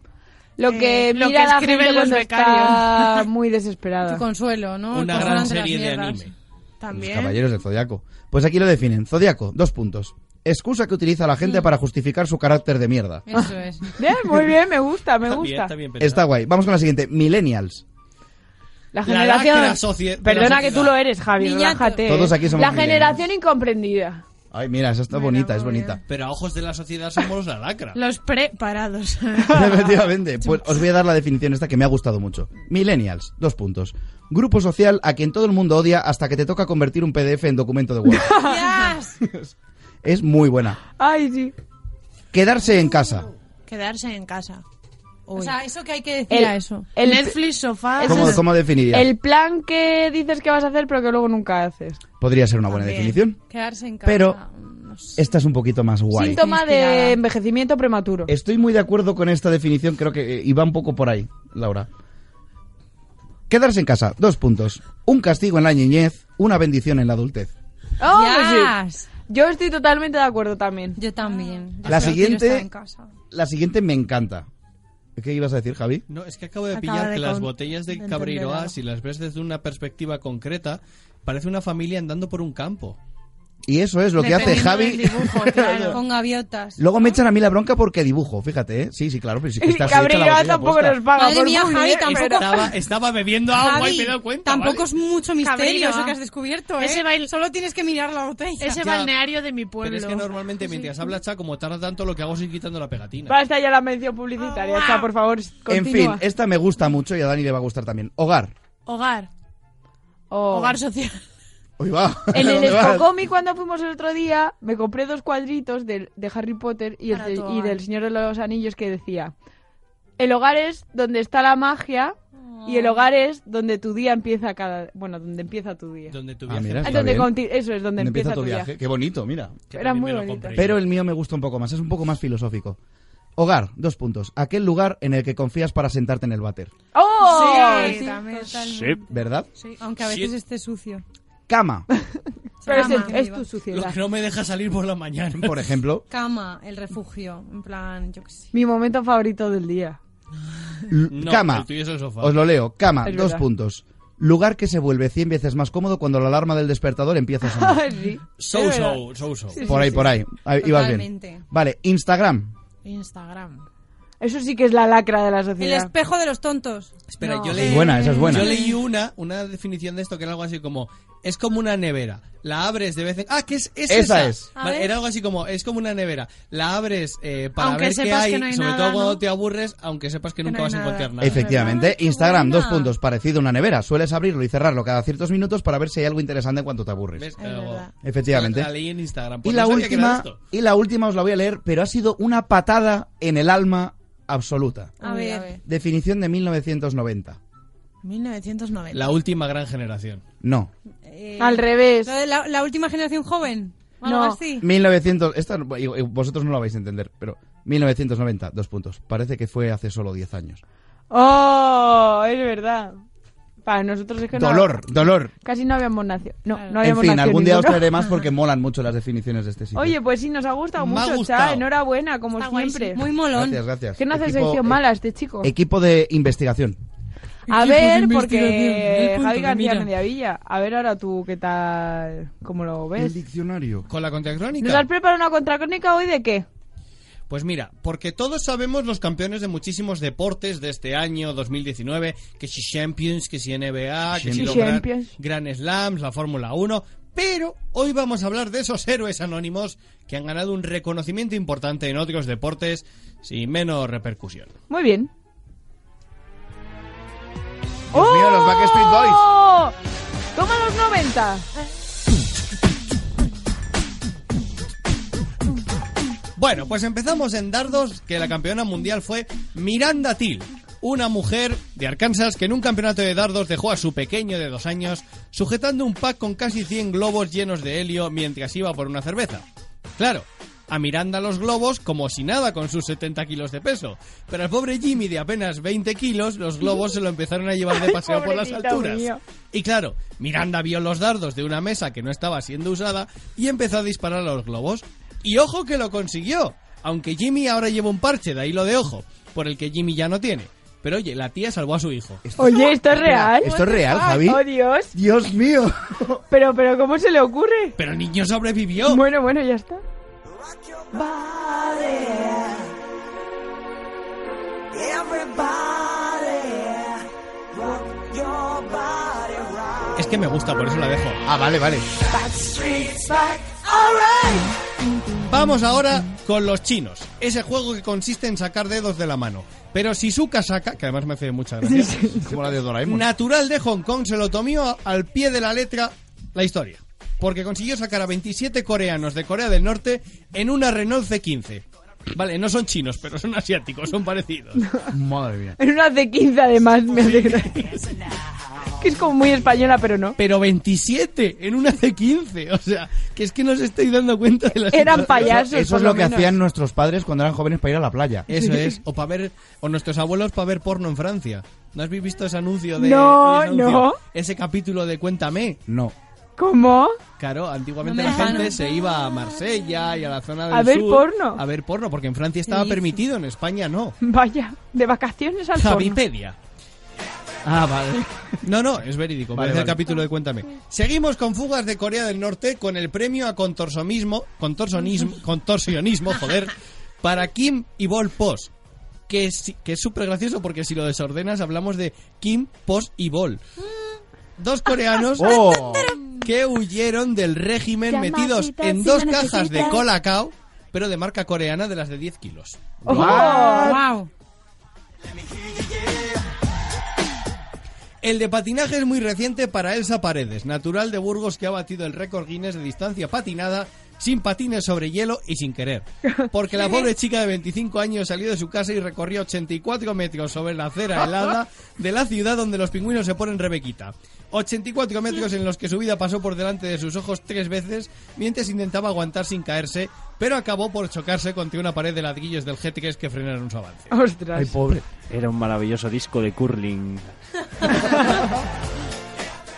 [SPEAKER 9] Lo que
[SPEAKER 13] Eh, lo
[SPEAKER 9] mira
[SPEAKER 13] que
[SPEAKER 9] la
[SPEAKER 13] escriben
[SPEAKER 9] gente
[SPEAKER 13] los
[SPEAKER 9] cuando está
[SPEAKER 13] becarios.
[SPEAKER 9] muy
[SPEAKER 14] Tu
[SPEAKER 9] desesperada.
[SPEAKER 14] consuelo, ¿no?
[SPEAKER 11] Una
[SPEAKER 14] El
[SPEAKER 11] gran
[SPEAKER 14] consuelo ante
[SPEAKER 11] serie
[SPEAKER 14] las
[SPEAKER 11] de
[SPEAKER 14] mierdas.
[SPEAKER 11] anime.
[SPEAKER 13] También.
[SPEAKER 2] Los caballeros del Zodíaco. Pues aquí lo definen. Zodíaco, dos puntos. Excusa que utiliza la gente para justificar su carácter de mierda.
[SPEAKER 14] Eso es.
[SPEAKER 9] Bien, muy bien, me gusta, me
[SPEAKER 11] Está bien,
[SPEAKER 9] gusta.
[SPEAKER 11] está bien pensado.
[SPEAKER 2] Está guay. Vamos con la siguiente. Millennials.
[SPEAKER 9] La
[SPEAKER 11] La
[SPEAKER 9] generación.
[SPEAKER 11] lacra socie- de la
[SPEAKER 9] Perdona que
[SPEAKER 11] sociedad.
[SPEAKER 9] tú lo eres, Javi,
[SPEAKER 14] Niñato.
[SPEAKER 9] relájate. ¿eh?
[SPEAKER 2] Todos aquí somos
[SPEAKER 9] La
[SPEAKER 2] millennials.
[SPEAKER 9] generación incomprendida.
[SPEAKER 2] Ay, mira, esa está
[SPEAKER 13] Me
[SPEAKER 2] bonita, es
[SPEAKER 13] enamoré.
[SPEAKER 2] bonita.
[SPEAKER 11] Pero a ojos de la sociedad somos la lacra.
[SPEAKER 13] Los preparados.
[SPEAKER 2] Efectivamente. Pues os voy a dar la definición esta que me ha gustado mucho. Millennials, dos puntos. Grupo social a quien todo el mundo odia hasta que te toca convertir un PDF en documento de Word.
[SPEAKER 14] ¡Yes!
[SPEAKER 2] es muy buena.
[SPEAKER 9] Ay, sí.
[SPEAKER 2] Quedarse en casa.
[SPEAKER 9] Uh,
[SPEAKER 13] Quedarse en casa. Uy.
[SPEAKER 14] O sea, eso que hay que decir a eso.
[SPEAKER 9] el-
[SPEAKER 13] Netflix, sofá.
[SPEAKER 9] Eso
[SPEAKER 2] ¿Cómo,
[SPEAKER 9] es-
[SPEAKER 2] cómo definirías?
[SPEAKER 9] El plan que dices que vas a hacer, pero que luego nunca haces.
[SPEAKER 2] Podría ser una buena
[SPEAKER 13] También.
[SPEAKER 2] definición.
[SPEAKER 14] Quedarse en casa.
[SPEAKER 2] Pero-
[SPEAKER 14] no sé.
[SPEAKER 2] Esta es un poquito más guay. Eh,
[SPEAKER 9] Síntoma
[SPEAKER 14] Inspirada.
[SPEAKER 9] de envejecimiento prematuro.
[SPEAKER 2] Estoy muy de acuerdo con esta definición, creo que eh, iba un poco por ahí, Laura. Quedarse en casa, dos puntos. Un castigo en la niñez, una bendición en la adultez.
[SPEAKER 9] Oh, sí.
[SPEAKER 14] Yes.
[SPEAKER 9] Yo estoy totalmente de acuerdo también.
[SPEAKER 14] Yo también. Yo
[SPEAKER 2] La
[SPEAKER 14] solo quiero
[SPEAKER 2] siguiente-
[SPEAKER 14] estar en casa.
[SPEAKER 2] La siguiente me encanta. ¿Qué ibas a decir, Javi?
[SPEAKER 11] No, es que acabo de
[SPEAKER 13] Acaba
[SPEAKER 11] pillar
[SPEAKER 13] de
[SPEAKER 11] que las
[SPEAKER 13] con-
[SPEAKER 11] botellas de
[SPEAKER 13] de entender
[SPEAKER 11] Cabriroa,
[SPEAKER 13] algo.
[SPEAKER 11] si las ves desde una perspectiva concreta, parece una familia andando por un campo.
[SPEAKER 2] Y eso es lo que Ah. hace
[SPEAKER 14] Dependiendo
[SPEAKER 2] Javi.
[SPEAKER 14] del dibujo, claro, con gaviotas.
[SPEAKER 2] Luego me echan a mí la bronca porque dibujo, fíjate, ¿eh? Sí, sí, claro, pero sí que
[SPEAKER 14] Y
[SPEAKER 2] estás
[SPEAKER 14] Gabriela
[SPEAKER 2] hecha la botella
[SPEAKER 14] tampoco
[SPEAKER 2] puesta.
[SPEAKER 14] nos paga Madre por mía, publi, Javi, ¿eh? tampoco-
[SPEAKER 11] Estaba, estaba bebiendo agua y
[SPEAKER 14] Javi,
[SPEAKER 11] me he dado cuenta.
[SPEAKER 14] tampoco
[SPEAKER 11] ¿vale?
[SPEAKER 14] es mucho misterio
[SPEAKER 13] Cabrera.
[SPEAKER 14] eso que has descubierto, ¿eh?
[SPEAKER 13] Ese
[SPEAKER 14] Solo tienes que mirar la botella.
[SPEAKER 13] Ese balneario de mi pueblo.
[SPEAKER 11] Pero es que normalmente mientras habla Cha, como tarda tanto, lo que hago es ir quitando la pegatina.
[SPEAKER 9] Basta ya la mención publicitaria, Cha, por favor,
[SPEAKER 2] En fin, eh.
[SPEAKER 9] continúa.
[SPEAKER 2] esta me gusta mucho y a Dani le va a gustar también. Hogar.
[SPEAKER 9] Hogar. Oh.
[SPEAKER 13] Hogar social.
[SPEAKER 2] Hoy va.
[SPEAKER 9] En el
[SPEAKER 2] ¿Dónde vas?
[SPEAKER 9] Expocomi cuando fuimos el otro día, me compré dos cuadritos del- de, Harry Potter y, el
[SPEAKER 13] Para
[SPEAKER 9] de-
[SPEAKER 13] tu
[SPEAKER 9] y
[SPEAKER 13] hogar.
[SPEAKER 9] del Señor de los Anillos que decía, el hogar es donde está la magia y
[SPEAKER 14] Ah.
[SPEAKER 9] el hogar es donde tu día empieza cada... Bueno, donde empieza tu día.
[SPEAKER 11] Donde tu
[SPEAKER 2] Ah, mira,
[SPEAKER 9] Ah,
[SPEAKER 2] está
[SPEAKER 9] donde
[SPEAKER 2] bien.
[SPEAKER 9] conti- eso es, donde empieza tu viaje.
[SPEAKER 2] Qué bonito, mira.
[SPEAKER 9] Era muy bonito.
[SPEAKER 2] Pero el mío me gusta un poco más, es un poco más filosófico. Hogar, dos puntos. Aquel lugar en el que confías para sentarte en el váter.
[SPEAKER 9] ¡Oh!
[SPEAKER 14] Sí,
[SPEAKER 9] Sí.
[SPEAKER 14] también, totalmente.
[SPEAKER 2] ¿Verdad?
[SPEAKER 14] Sí, aunque a veces
[SPEAKER 11] Sí.
[SPEAKER 14] esté sucio.
[SPEAKER 2] Cama,
[SPEAKER 9] Pero es,
[SPEAKER 14] Cama.
[SPEAKER 9] el- es tu suciedad.
[SPEAKER 11] Lo que no me deja salir por la mañana.
[SPEAKER 2] por ejemplo.
[SPEAKER 14] Cama, el refugio, en plan, yo qué sé.
[SPEAKER 9] Mi momento favorito del día.
[SPEAKER 2] L-
[SPEAKER 11] No,
[SPEAKER 2] cama.
[SPEAKER 11] el tuyo es el sofá.
[SPEAKER 2] Os lo leo. Cama,
[SPEAKER 9] Es
[SPEAKER 2] dos
[SPEAKER 9] verdad.
[SPEAKER 2] puntos. Lugar que se vuelve 100 veces más cómodo cuando la alarma del despertador empieza a sonar.
[SPEAKER 9] Sí,
[SPEAKER 11] So,
[SPEAKER 9] es verdad.
[SPEAKER 11] so, so, so.
[SPEAKER 9] Sí, sí,
[SPEAKER 2] Por ahí,
[SPEAKER 9] sí.
[SPEAKER 2] por ahí. Ahí ibas bien.
[SPEAKER 14] Totalmente.
[SPEAKER 2] Vale, Instagram.
[SPEAKER 13] Instagram.
[SPEAKER 9] Eso sí que es la lacra de la
[SPEAKER 14] El
[SPEAKER 9] sociedad.
[SPEAKER 14] espejo de los tontos.
[SPEAKER 11] Espera,
[SPEAKER 14] No.
[SPEAKER 11] yo
[SPEAKER 14] Es
[SPEAKER 11] leí.
[SPEAKER 2] buena, esa es buena.
[SPEAKER 11] Yo leí una, una definición de esto que era algo así como. Es como una nevera. La abres de vez en. ¡Ah, que es, es
[SPEAKER 2] Esa
[SPEAKER 11] esa!
[SPEAKER 2] es.
[SPEAKER 13] A
[SPEAKER 11] Vale,
[SPEAKER 13] ver.
[SPEAKER 11] era algo así como. Es como una nevera. La abres eh, para
[SPEAKER 13] Aunque
[SPEAKER 11] ver qué
[SPEAKER 13] sepas que
[SPEAKER 11] hay.
[SPEAKER 13] no hay
[SPEAKER 11] sobre
[SPEAKER 13] nada,
[SPEAKER 11] todo cuando
[SPEAKER 13] ¿no?
[SPEAKER 11] te aburres, aunque sepas que nunca
[SPEAKER 13] no hay
[SPEAKER 11] vas a
[SPEAKER 13] nada.
[SPEAKER 11] encontrar nada.
[SPEAKER 2] Efectivamente.
[SPEAKER 14] qué
[SPEAKER 2] Instagram, dos
[SPEAKER 14] buena.
[SPEAKER 2] puntos. Parecido a una nevera. Sueles abrirlo y cerrarlo cada ciertos minutos para ver si hay algo interesante en cuanto te aburres.
[SPEAKER 11] ¿Ves? Algo.
[SPEAKER 13] verdad.
[SPEAKER 2] Efectivamente.
[SPEAKER 11] La leí en Instagram.
[SPEAKER 2] Y
[SPEAKER 11] pues
[SPEAKER 2] la
[SPEAKER 11] no sabía que era
[SPEAKER 2] última,
[SPEAKER 11] esto.
[SPEAKER 2] y la última os la voy a leer, pero ha sido una patada en el alma absoluta.
[SPEAKER 14] A
[SPEAKER 13] Uy, a
[SPEAKER 14] ver,
[SPEAKER 13] ver.
[SPEAKER 2] Definición de 1990.
[SPEAKER 13] 1990.
[SPEAKER 11] La última gran generación.
[SPEAKER 2] No.
[SPEAKER 14] eh,
[SPEAKER 9] Al revés.
[SPEAKER 14] lo de la, la última generación joven. o algo
[SPEAKER 9] No.
[SPEAKER 14] así.
[SPEAKER 2] 1900, esta no- y- y vosotros no la vais a entender, pero 1990, dos puntos. Parece que fue hace solo 10 años.
[SPEAKER 9] ¡Oh! Es verdad. Para nosotros es que no-
[SPEAKER 2] Dolor, dolor.
[SPEAKER 9] Casi no habíamos nacido. No,
[SPEAKER 13] Claro.
[SPEAKER 9] no
[SPEAKER 2] en
[SPEAKER 9] habíamos
[SPEAKER 2] fin,
[SPEAKER 9] nacido
[SPEAKER 2] algún día os
[SPEAKER 9] ninguno.
[SPEAKER 2] traeré más porque molan mucho las definiciones de este sitio.
[SPEAKER 9] Oye, pues sí, nos ha gustado
[SPEAKER 11] Me ha
[SPEAKER 9] mucho,
[SPEAKER 11] gustado.
[SPEAKER 9] Cha. Enhorabuena, como
[SPEAKER 13] Está guay,
[SPEAKER 9] siempre.
[SPEAKER 13] sí.
[SPEAKER 14] Muy molón.
[SPEAKER 2] gracias, gracias.
[SPEAKER 9] que no hace
[SPEAKER 2] Equipo-
[SPEAKER 9] sección
[SPEAKER 2] eh,
[SPEAKER 9] mala este chico.
[SPEAKER 2] Equipo de investigación.
[SPEAKER 14] Ah,
[SPEAKER 9] A
[SPEAKER 13] Equipo de
[SPEAKER 9] ver,
[SPEAKER 13] investigación, el
[SPEAKER 9] porque
[SPEAKER 13] punto
[SPEAKER 9] Javi
[SPEAKER 13] de
[SPEAKER 9] García
[SPEAKER 13] mira.
[SPEAKER 9] Mediavilla. A ver ahora tú qué tal, cómo lo
[SPEAKER 2] El
[SPEAKER 9] ves.
[SPEAKER 2] diccionario.
[SPEAKER 11] Con la
[SPEAKER 9] ¿Nos has
[SPEAKER 11] contracrónica.
[SPEAKER 9] preparado una contracrónica hoy de qué?
[SPEAKER 11] Pues mira, porque todos sabemos los campeones de muchísimos deportes de este año 2019, que si Champions, que si NBA, que si
[SPEAKER 9] Champions.
[SPEAKER 11] los gran,
[SPEAKER 9] Champions.
[SPEAKER 11] Grand Slams, la Fórmula 1, pero hoy vamos a hablar de esos héroes anónimos que han ganado un reconocimiento importante en otros deportes sin menos repercusión.
[SPEAKER 9] Muy bien.
[SPEAKER 2] Dios mío, los Backstreet Boys.
[SPEAKER 9] ¡Oh! ¡Toma los 90!
[SPEAKER 11] Bueno, pues empezamos en dardos, que la campeona mundial fue Miranda Till, una mujer de Arkansas que en un campeonato de dardos dejó a su pequeño de dos años sujetando un pack con casi 100 globos llenos de helio mientras iba por una cerveza. Claro, a Miranda los globos como si nada con sus 70 kilos de peso, pero al pobre Jimmy de apenas 20 kilos los globos se lo empezaron a llevar de paseo por las
[SPEAKER 9] pobrecito
[SPEAKER 11] alturas.
[SPEAKER 9] mío.
[SPEAKER 11] Y claro, Miranda vio los dardos de una mesa que no estaba siendo usada y empezó a disparar a los globos. Y ojo que lo consiguió, aunque Jimmy ahora lleva un parche de hilo de ojo, por el que Jimmy ya no tiene. Pero oye, la tía salvó a su hijo.
[SPEAKER 9] Oye, ¿esto es
[SPEAKER 2] Espera,
[SPEAKER 9] real?
[SPEAKER 2] ¿Esto es real, Javi?
[SPEAKER 9] ¡Oh, Dios!
[SPEAKER 2] Dios mío.
[SPEAKER 9] Pero, pero, ¿cómo se le ocurre?
[SPEAKER 11] Pero el niño sobrevivió.
[SPEAKER 9] Bueno, bueno, ya está.
[SPEAKER 11] Es que me gusta, por eso la dejo.
[SPEAKER 2] Ah, vale, vale.
[SPEAKER 11] Vamos ahora con los chinos. Ese juego que consiste en sacar dedos de la mano. Pero Shizuka Saka, que además me hace mucha gracia,
[SPEAKER 2] Como la de Doraemon.
[SPEAKER 11] natural de Hong Kong, se lo tomó al pie de la letra la historia. Porque consiguió sacar a 27 coreanos de Corea del Norte en una Renault C15. Vale, no son chinos, pero son asiáticos, son parecidos.
[SPEAKER 2] Madre mía.
[SPEAKER 9] En una de 15 además, me hace gracia. Que es como muy española, pero no.
[SPEAKER 11] Pero 27 en una C15. O sea, que es que no os estáis dando cuenta de la
[SPEAKER 9] Eran
[SPEAKER 11] situación.
[SPEAKER 9] payasos.
[SPEAKER 2] Eso
[SPEAKER 9] por
[SPEAKER 2] es lo que
[SPEAKER 9] menos.
[SPEAKER 2] hacían nuestros padres cuando eran jóvenes para ir a la playa.
[SPEAKER 11] Eso es. O para ver, o nuestros abuelos para ver porno en Francia. ¿No has visto ese anuncio de
[SPEAKER 9] No,
[SPEAKER 11] ese anuncio?
[SPEAKER 9] no.
[SPEAKER 11] ese capítulo de Cuéntame?
[SPEAKER 2] No.
[SPEAKER 9] ¿Cómo?
[SPEAKER 11] Claro, antiguamente
[SPEAKER 14] No
[SPEAKER 11] la
[SPEAKER 14] me
[SPEAKER 11] gente
[SPEAKER 14] dejaron.
[SPEAKER 11] se iba a Marsella y a la zona del
[SPEAKER 9] A ver
[SPEAKER 11] sur
[SPEAKER 9] porno.
[SPEAKER 11] a ver porno, porque en Francia estaba
[SPEAKER 14] dices?
[SPEAKER 11] permitido, en España no.
[SPEAKER 9] Vaya, de vacaciones al porno.
[SPEAKER 11] Javipedia. Ah, vale. No, no, es verídico.
[SPEAKER 16] Vale,
[SPEAKER 11] Parece el
[SPEAKER 16] vale.
[SPEAKER 11] capítulo de Cuéntame. Seguimos con fugas de Corea del Norte con el premio a contorsionismo, contorsionismo, contorsionismo, joder, para Kim y Vol Pos. Que es que es súper gracioso porque si lo desordenas hablamos de Kim, Pos y Vol.
[SPEAKER 16] Mm.
[SPEAKER 11] Dos coreanos
[SPEAKER 2] Oh.
[SPEAKER 11] que huyeron del régimen
[SPEAKER 16] Oh. Llamaditas
[SPEAKER 11] metidos en
[SPEAKER 16] si
[SPEAKER 11] dos
[SPEAKER 16] me
[SPEAKER 11] cajas de
[SPEAKER 16] necesitas.
[SPEAKER 11] colacao, pero de marca coreana de las de 10 kilos.
[SPEAKER 16] Oh,
[SPEAKER 14] wow.
[SPEAKER 11] El de patinaje es muy reciente para Elsa Paredes, natural de Burgos que ha batido el récord Guinness de distancia patinada sin patines sobre hielo y sin querer. Porque la pobre chica de 25 años salió de su casa y recorrió 84 metros sobre la acera helada de la ciudad donde los pingüinos se ponen rebequita. 84 metros en los que su vida pasó por delante de sus ojos tres veces mientras intentaba aguantar sin caerse, pero acabó por chocarse contra una pared de ladrillos del G3 que frenaron su avance.
[SPEAKER 9] Ostras.
[SPEAKER 10] Era un maravilloso disco de curling.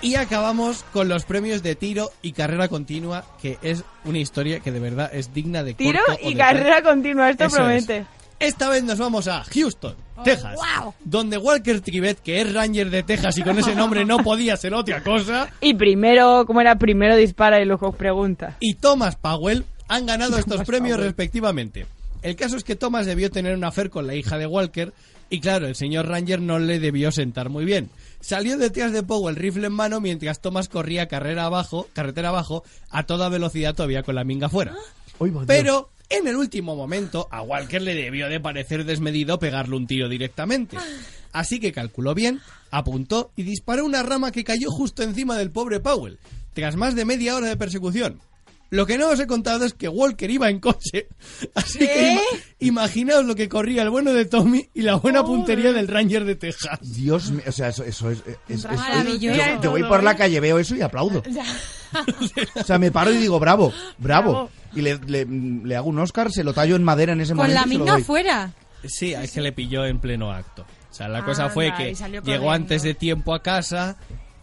[SPEAKER 11] Y acabamos con los premios de tiro y carrera continua, que es una historia que de verdad es digna de
[SPEAKER 9] Tiro
[SPEAKER 11] corto o
[SPEAKER 9] y
[SPEAKER 11] de-
[SPEAKER 9] carrera continua, esto
[SPEAKER 11] Eso
[SPEAKER 9] promete.
[SPEAKER 11] es. Esta vez nos vamos a Houston,
[SPEAKER 9] Oh,
[SPEAKER 11] Texas, donde Walker Trivet, que es Ranger de Texas y con ese nombre no podía ser otra cosa,
[SPEAKER 9] Y primero, ¿cómo era? Primero dispara y luego pregunta.
[SPEAKER 11] y Thomas Powell han ganado estos premios respectivamente. El caso es que Thomas debió tener un afer con la hija de Walker y claro, el señor Ranger no le debió sentar muy bien. Salió detrás de Powell rifle en mano mientras Thomas corría carrera abajo, carretera abajo a toda velocidad todavía con la minga fuera. Pero en el último momento a Walker le debió de parecer desmedido pegarle un tiro directamente. Así que calculó bien, apuntó y disparó una rama que cayó justo encima del pobre Powell, tras más de media hora de persecución. Lo que no os he contado es que Walker iba en coche, así que ima- imaginaos lo que corría el bueno de Tommy y la buena puntería del Ranger de Texas.
[SPEAKER 16] Dios mío, o sea, eso, eso es... es- es- es-
[SPEAKER 14] Maravilloso.
[SPEAKER 16] yo, yo voy por la calle, veo eso y aplaudo. O sea, me paro y digo, bravo, bravo. Y le, le- le hago un Oscar, se lo tallo en madera en ese
[SPEAKER 14] Con
[SPEAKER 16] momento.
[SPEAKER 14] la
[SPEAKER 16] y se lo
[SPEAKER 14] minga
[SPEAKER 16] doy.
[SPEAKER 14] afuera.
[SPEAKER 11] Sí, es que le pilló en pleno acto. O sea, la
[SPEAKER 14] Anda,
[SPEAKER 11] cosa fue
[SPEAKER 14] y
[SPEAKER 11] que
[SPEAKER 14] salió
[SPEAKER 11] llegó
[SPEAKER 14] corriendo.
[SPEAKER 11] antes de tiempo a casa,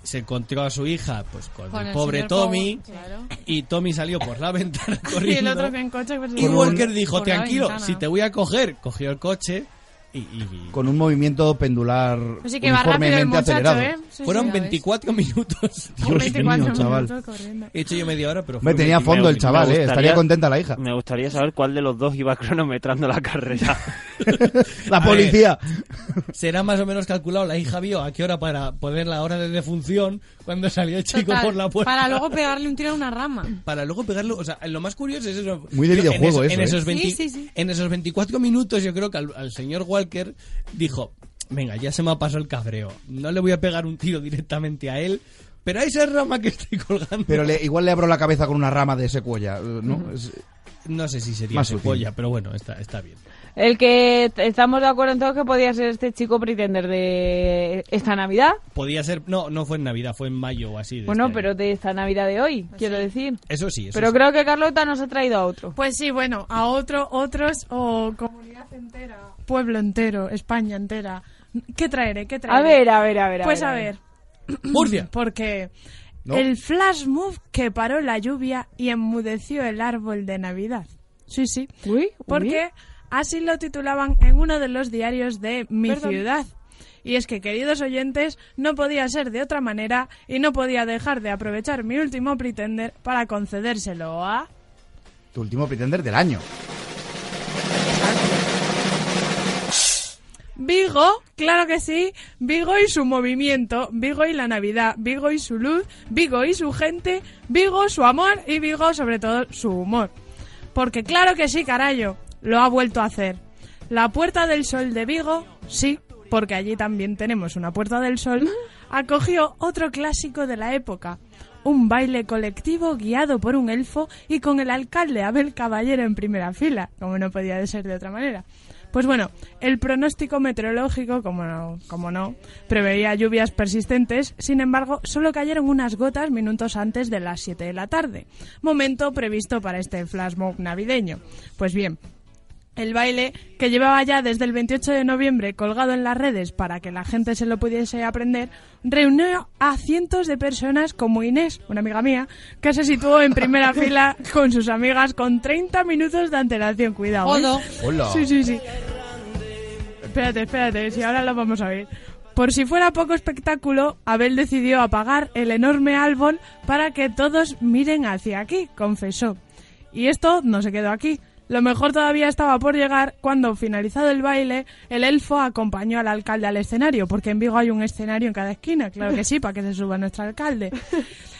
[SPEAKER 11] se encontró a su hija pues con,
[SPEAKER 13] Con
[SPEAKER 11] el
[SPEAKER 13] el
[SPEAKER 11] pobre
[SPEAKER 13] señor
[SPEAKER 11] Tommy
[SPEAKER 13] Powell, claro.
[SPEAKER 11] y Tommy salió por la ventana
[SPEAKER 13] Y el
[SPEAKER 11] corriendo.
[SPEAKER 13] otro que en coche. pues,
[SPEAKER 11] Y
[SPEAKER 13] por-
[SPEAKER 11] Walker dijo,
[SPEAKER 13] por la
[SPEAKER 11] tranquilo,
[SPEAKER 13] ventana.
[SPEAKER 11] si te voy a coger, cogió el coche y... y-
[SPEAKER 16] Con un movimiento pendular
[SPEAKER 13] Pues
[SPEAKER 2] Pues
[SPEAKER 13] Sí, que va rápido el
[SPEAKER 16] uniformemente
[SPEAKER 13] muchacho,
[SPEAKER 16] acelerado.
[SPEAKER 13] ¿eh? Sí,
[SPEAKER 11] Fueron
[SPEAKER 13] sí, ya ves.
[SPEAKER 11] 24 minutos.
[SPEAKER 16] Dios 24 mío, chaval.
[SPEAKER 13] Todo corriendo.
[SPEAKER 11] He hecho yo media hora, pero...
[SPEAKER 16] Me
[SPEAKER 11] fue
[SPEAKER 16] tenía
[SPEAKER 11] 24
[SPEAKER 16] fondo el
[SPEAKER 11] minutos.
[SPEAKER 16] chaval,
[SPEAKER 10] Me
[SPEAKER 16] ¿eh? Estaría
[SPEAKER 10] gustaría-
[SPEAKER 16] contenta la hija.
[SPEAKER 10] Me gustaría saber cuál de los dos iba cronometrando la carrera.
[SPEAKER 16] La
[SPEAKER 11] A ver,
[SPEAKER 16] policía.
[SPEAKER 11] será más o menos calculado. La hija vio a qué hora para poner la hora de defunción cuando salió el chico
[SPEAKER 14] Total,
[SPEAKER 11] por la puerta.
[SPEAKER 14] Para luego pegarle un tiro a una rama.
[SPEAKER 11] para luego pegarlo. O sea, lo más curioso es eso.
[SPEAKER 16] Muy de
[SPEAKER 11] Yo,
[SPEAKER 16] videojuego
[SPEAKER 11] en
[SPEAKER 16] eso,
[SPEAKER 11] en
[SPEAKER 16] ¿eh?
[SPEAKER 11] esos 20
[SPEAKER 14] Sí, sí, sí.
[SPEAKER 11] En esos 24 minutos, yo creo que al, al señor Walker dijo: Venga, ya se me ha pasado el cabreo. No le voy a pegar un tiro directamente a él, pero a esa rama que estoy colgando.
[SPEAKER 16] Pero le- igual le abro la cabeza con una rama de secuoya, ¿no? Es-
[SPEAKER 11] No sé si sería
[SPEAKER 16] Más útil.
[SPEAKER 11] secuoya, pero bueno, está, está bien.
[SPEAKER 9] El que t- estamos de acuerdo en todo que podía ser este chico pretender de esta Navidad.
[SPEAKER 11] Podía ser. No, no fue en Navidad, fue en mayo o así. de
[SPEAKER 9] Bueno,
[SPEAKER 11] este año.
[SPEAKER 9] pero de esta Navidad de hoy, quiero decir.
[SPEAKER 11] Eso sí, eso
[SPEAKER 9] Pero
[SPEAKER 11] sí.
[SPEAKER 9] creo que Carlota nos ha traído a otro.
[SPEAKER 13] Pues sí, bueno, a otro, otros o comunidad entera, pueblo entero, España entera. ¿Qué traeré? ¿Qué traeré?
[SPEAKER 9] A ver, a ver, a ver, a
[SPEAKER 13] Pues
[SPEAKER 9] ver,
[SPEAKER 13] a
[SPEAKER 9] a
[SPEAKER 13] ver.
[SPEAKER 11] Murcia.
[SPEAKER 13] Porque
[SPEAKER 11] No.
[SPEAKER 13] el flash move que paró la lluvia y enmudeció el árbol de Navidad. Sí, sí. Porque así lo titulaban en uno de los diarios de mi
[SPEAKER 9] Perdón.
[SPEAKER 13] ciudad. Y es que, queridos oyentes, no podía ser de otra manera y no podía dejar de aprovechar mi último pretender para concedérselo a...
[SPEAKER 16] Tu último pretender del año.
[SPEAKER 13] Vigo, claro que sí, Vigo y su movimiento, Vigo y la Navidad, Vigo y su luz, Vigo y su gente, Vigo su amor y Vigo sobre todo su humor. Porque claro que sí, carayo, lo ha vuelto a hacer. La Puerta del Sol de Vigo, sí, porque allí también tenemos una Puerta del Sol, acogió otro clásico de la época. Un baile colectivo guiado por un elfo y con el alcalde Abel Caballero en primera fila, como no podía de ser de otra manera. Pues bueno, el pronóstico meteorológico, como no, como no, preveía lluvias persistentes, sin embargo, solo cayeron unas gotas minutos antes de las 7 de la tarde, momento previsto para este flash mob navideño. Pues bien, el baile, que llevaba ya desde el 28 de noviembre colgado en las redes para que la gente se lo pudiese aprender, reunió a cientos de personas como Inés, una amiga mía, que se situó en primera fila con sus amigas con 30 minutos de antelación. Cuidado. ¿eh?
[SPEAKER 16] Hola.
[SPEAKER 13] Sí, sí, sí. Espérate, espérate, si ahora lo vamos a ver. Por si fuera poco espectáculo, Abel decidió apagar el enorme árbol para que todos miren hacia aquí, confesó. Y esto no se quedó aquí. Lo mejor todavía estaba por llegar cuando, finalizado el baile, el elfo acompañó al alcalde al escenario, porque en Vigo hay un escenario en cada esquina, claro que sí, para que se suba nuestro alcalde.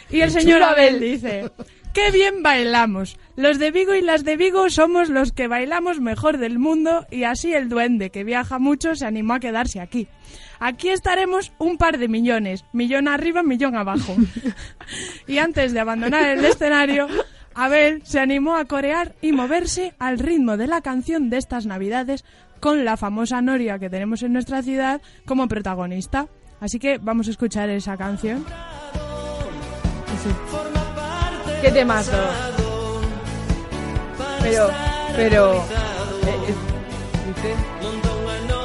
[SPEAKER 13] Y el
[SPEAKER 9] Chulo
[SPEAKER 13] señor Abel
[SPEAKER 9] Abel.
[SPEAKER 13] dice, ¡qué bien bailamos! Los de Vigo y las de Vigo somos los que bailamos mejor del mundo y así el duende, que viaja mucho, se animó a quedarse aquí. Aquí estaremos un par de millones, millón arriba, millón abajo. Y antes de abandonar el escenario, Abel se animó a corear y moverse al ritmo de la canción de estas navidades con la famosa Noria que tenemos en nuestra ciudad como protagonista. Así que vamos a escuchar esa canción.
[SPEAKER 9] ¿Qué temazo? Pero, pero... eh, eh, ¿viste?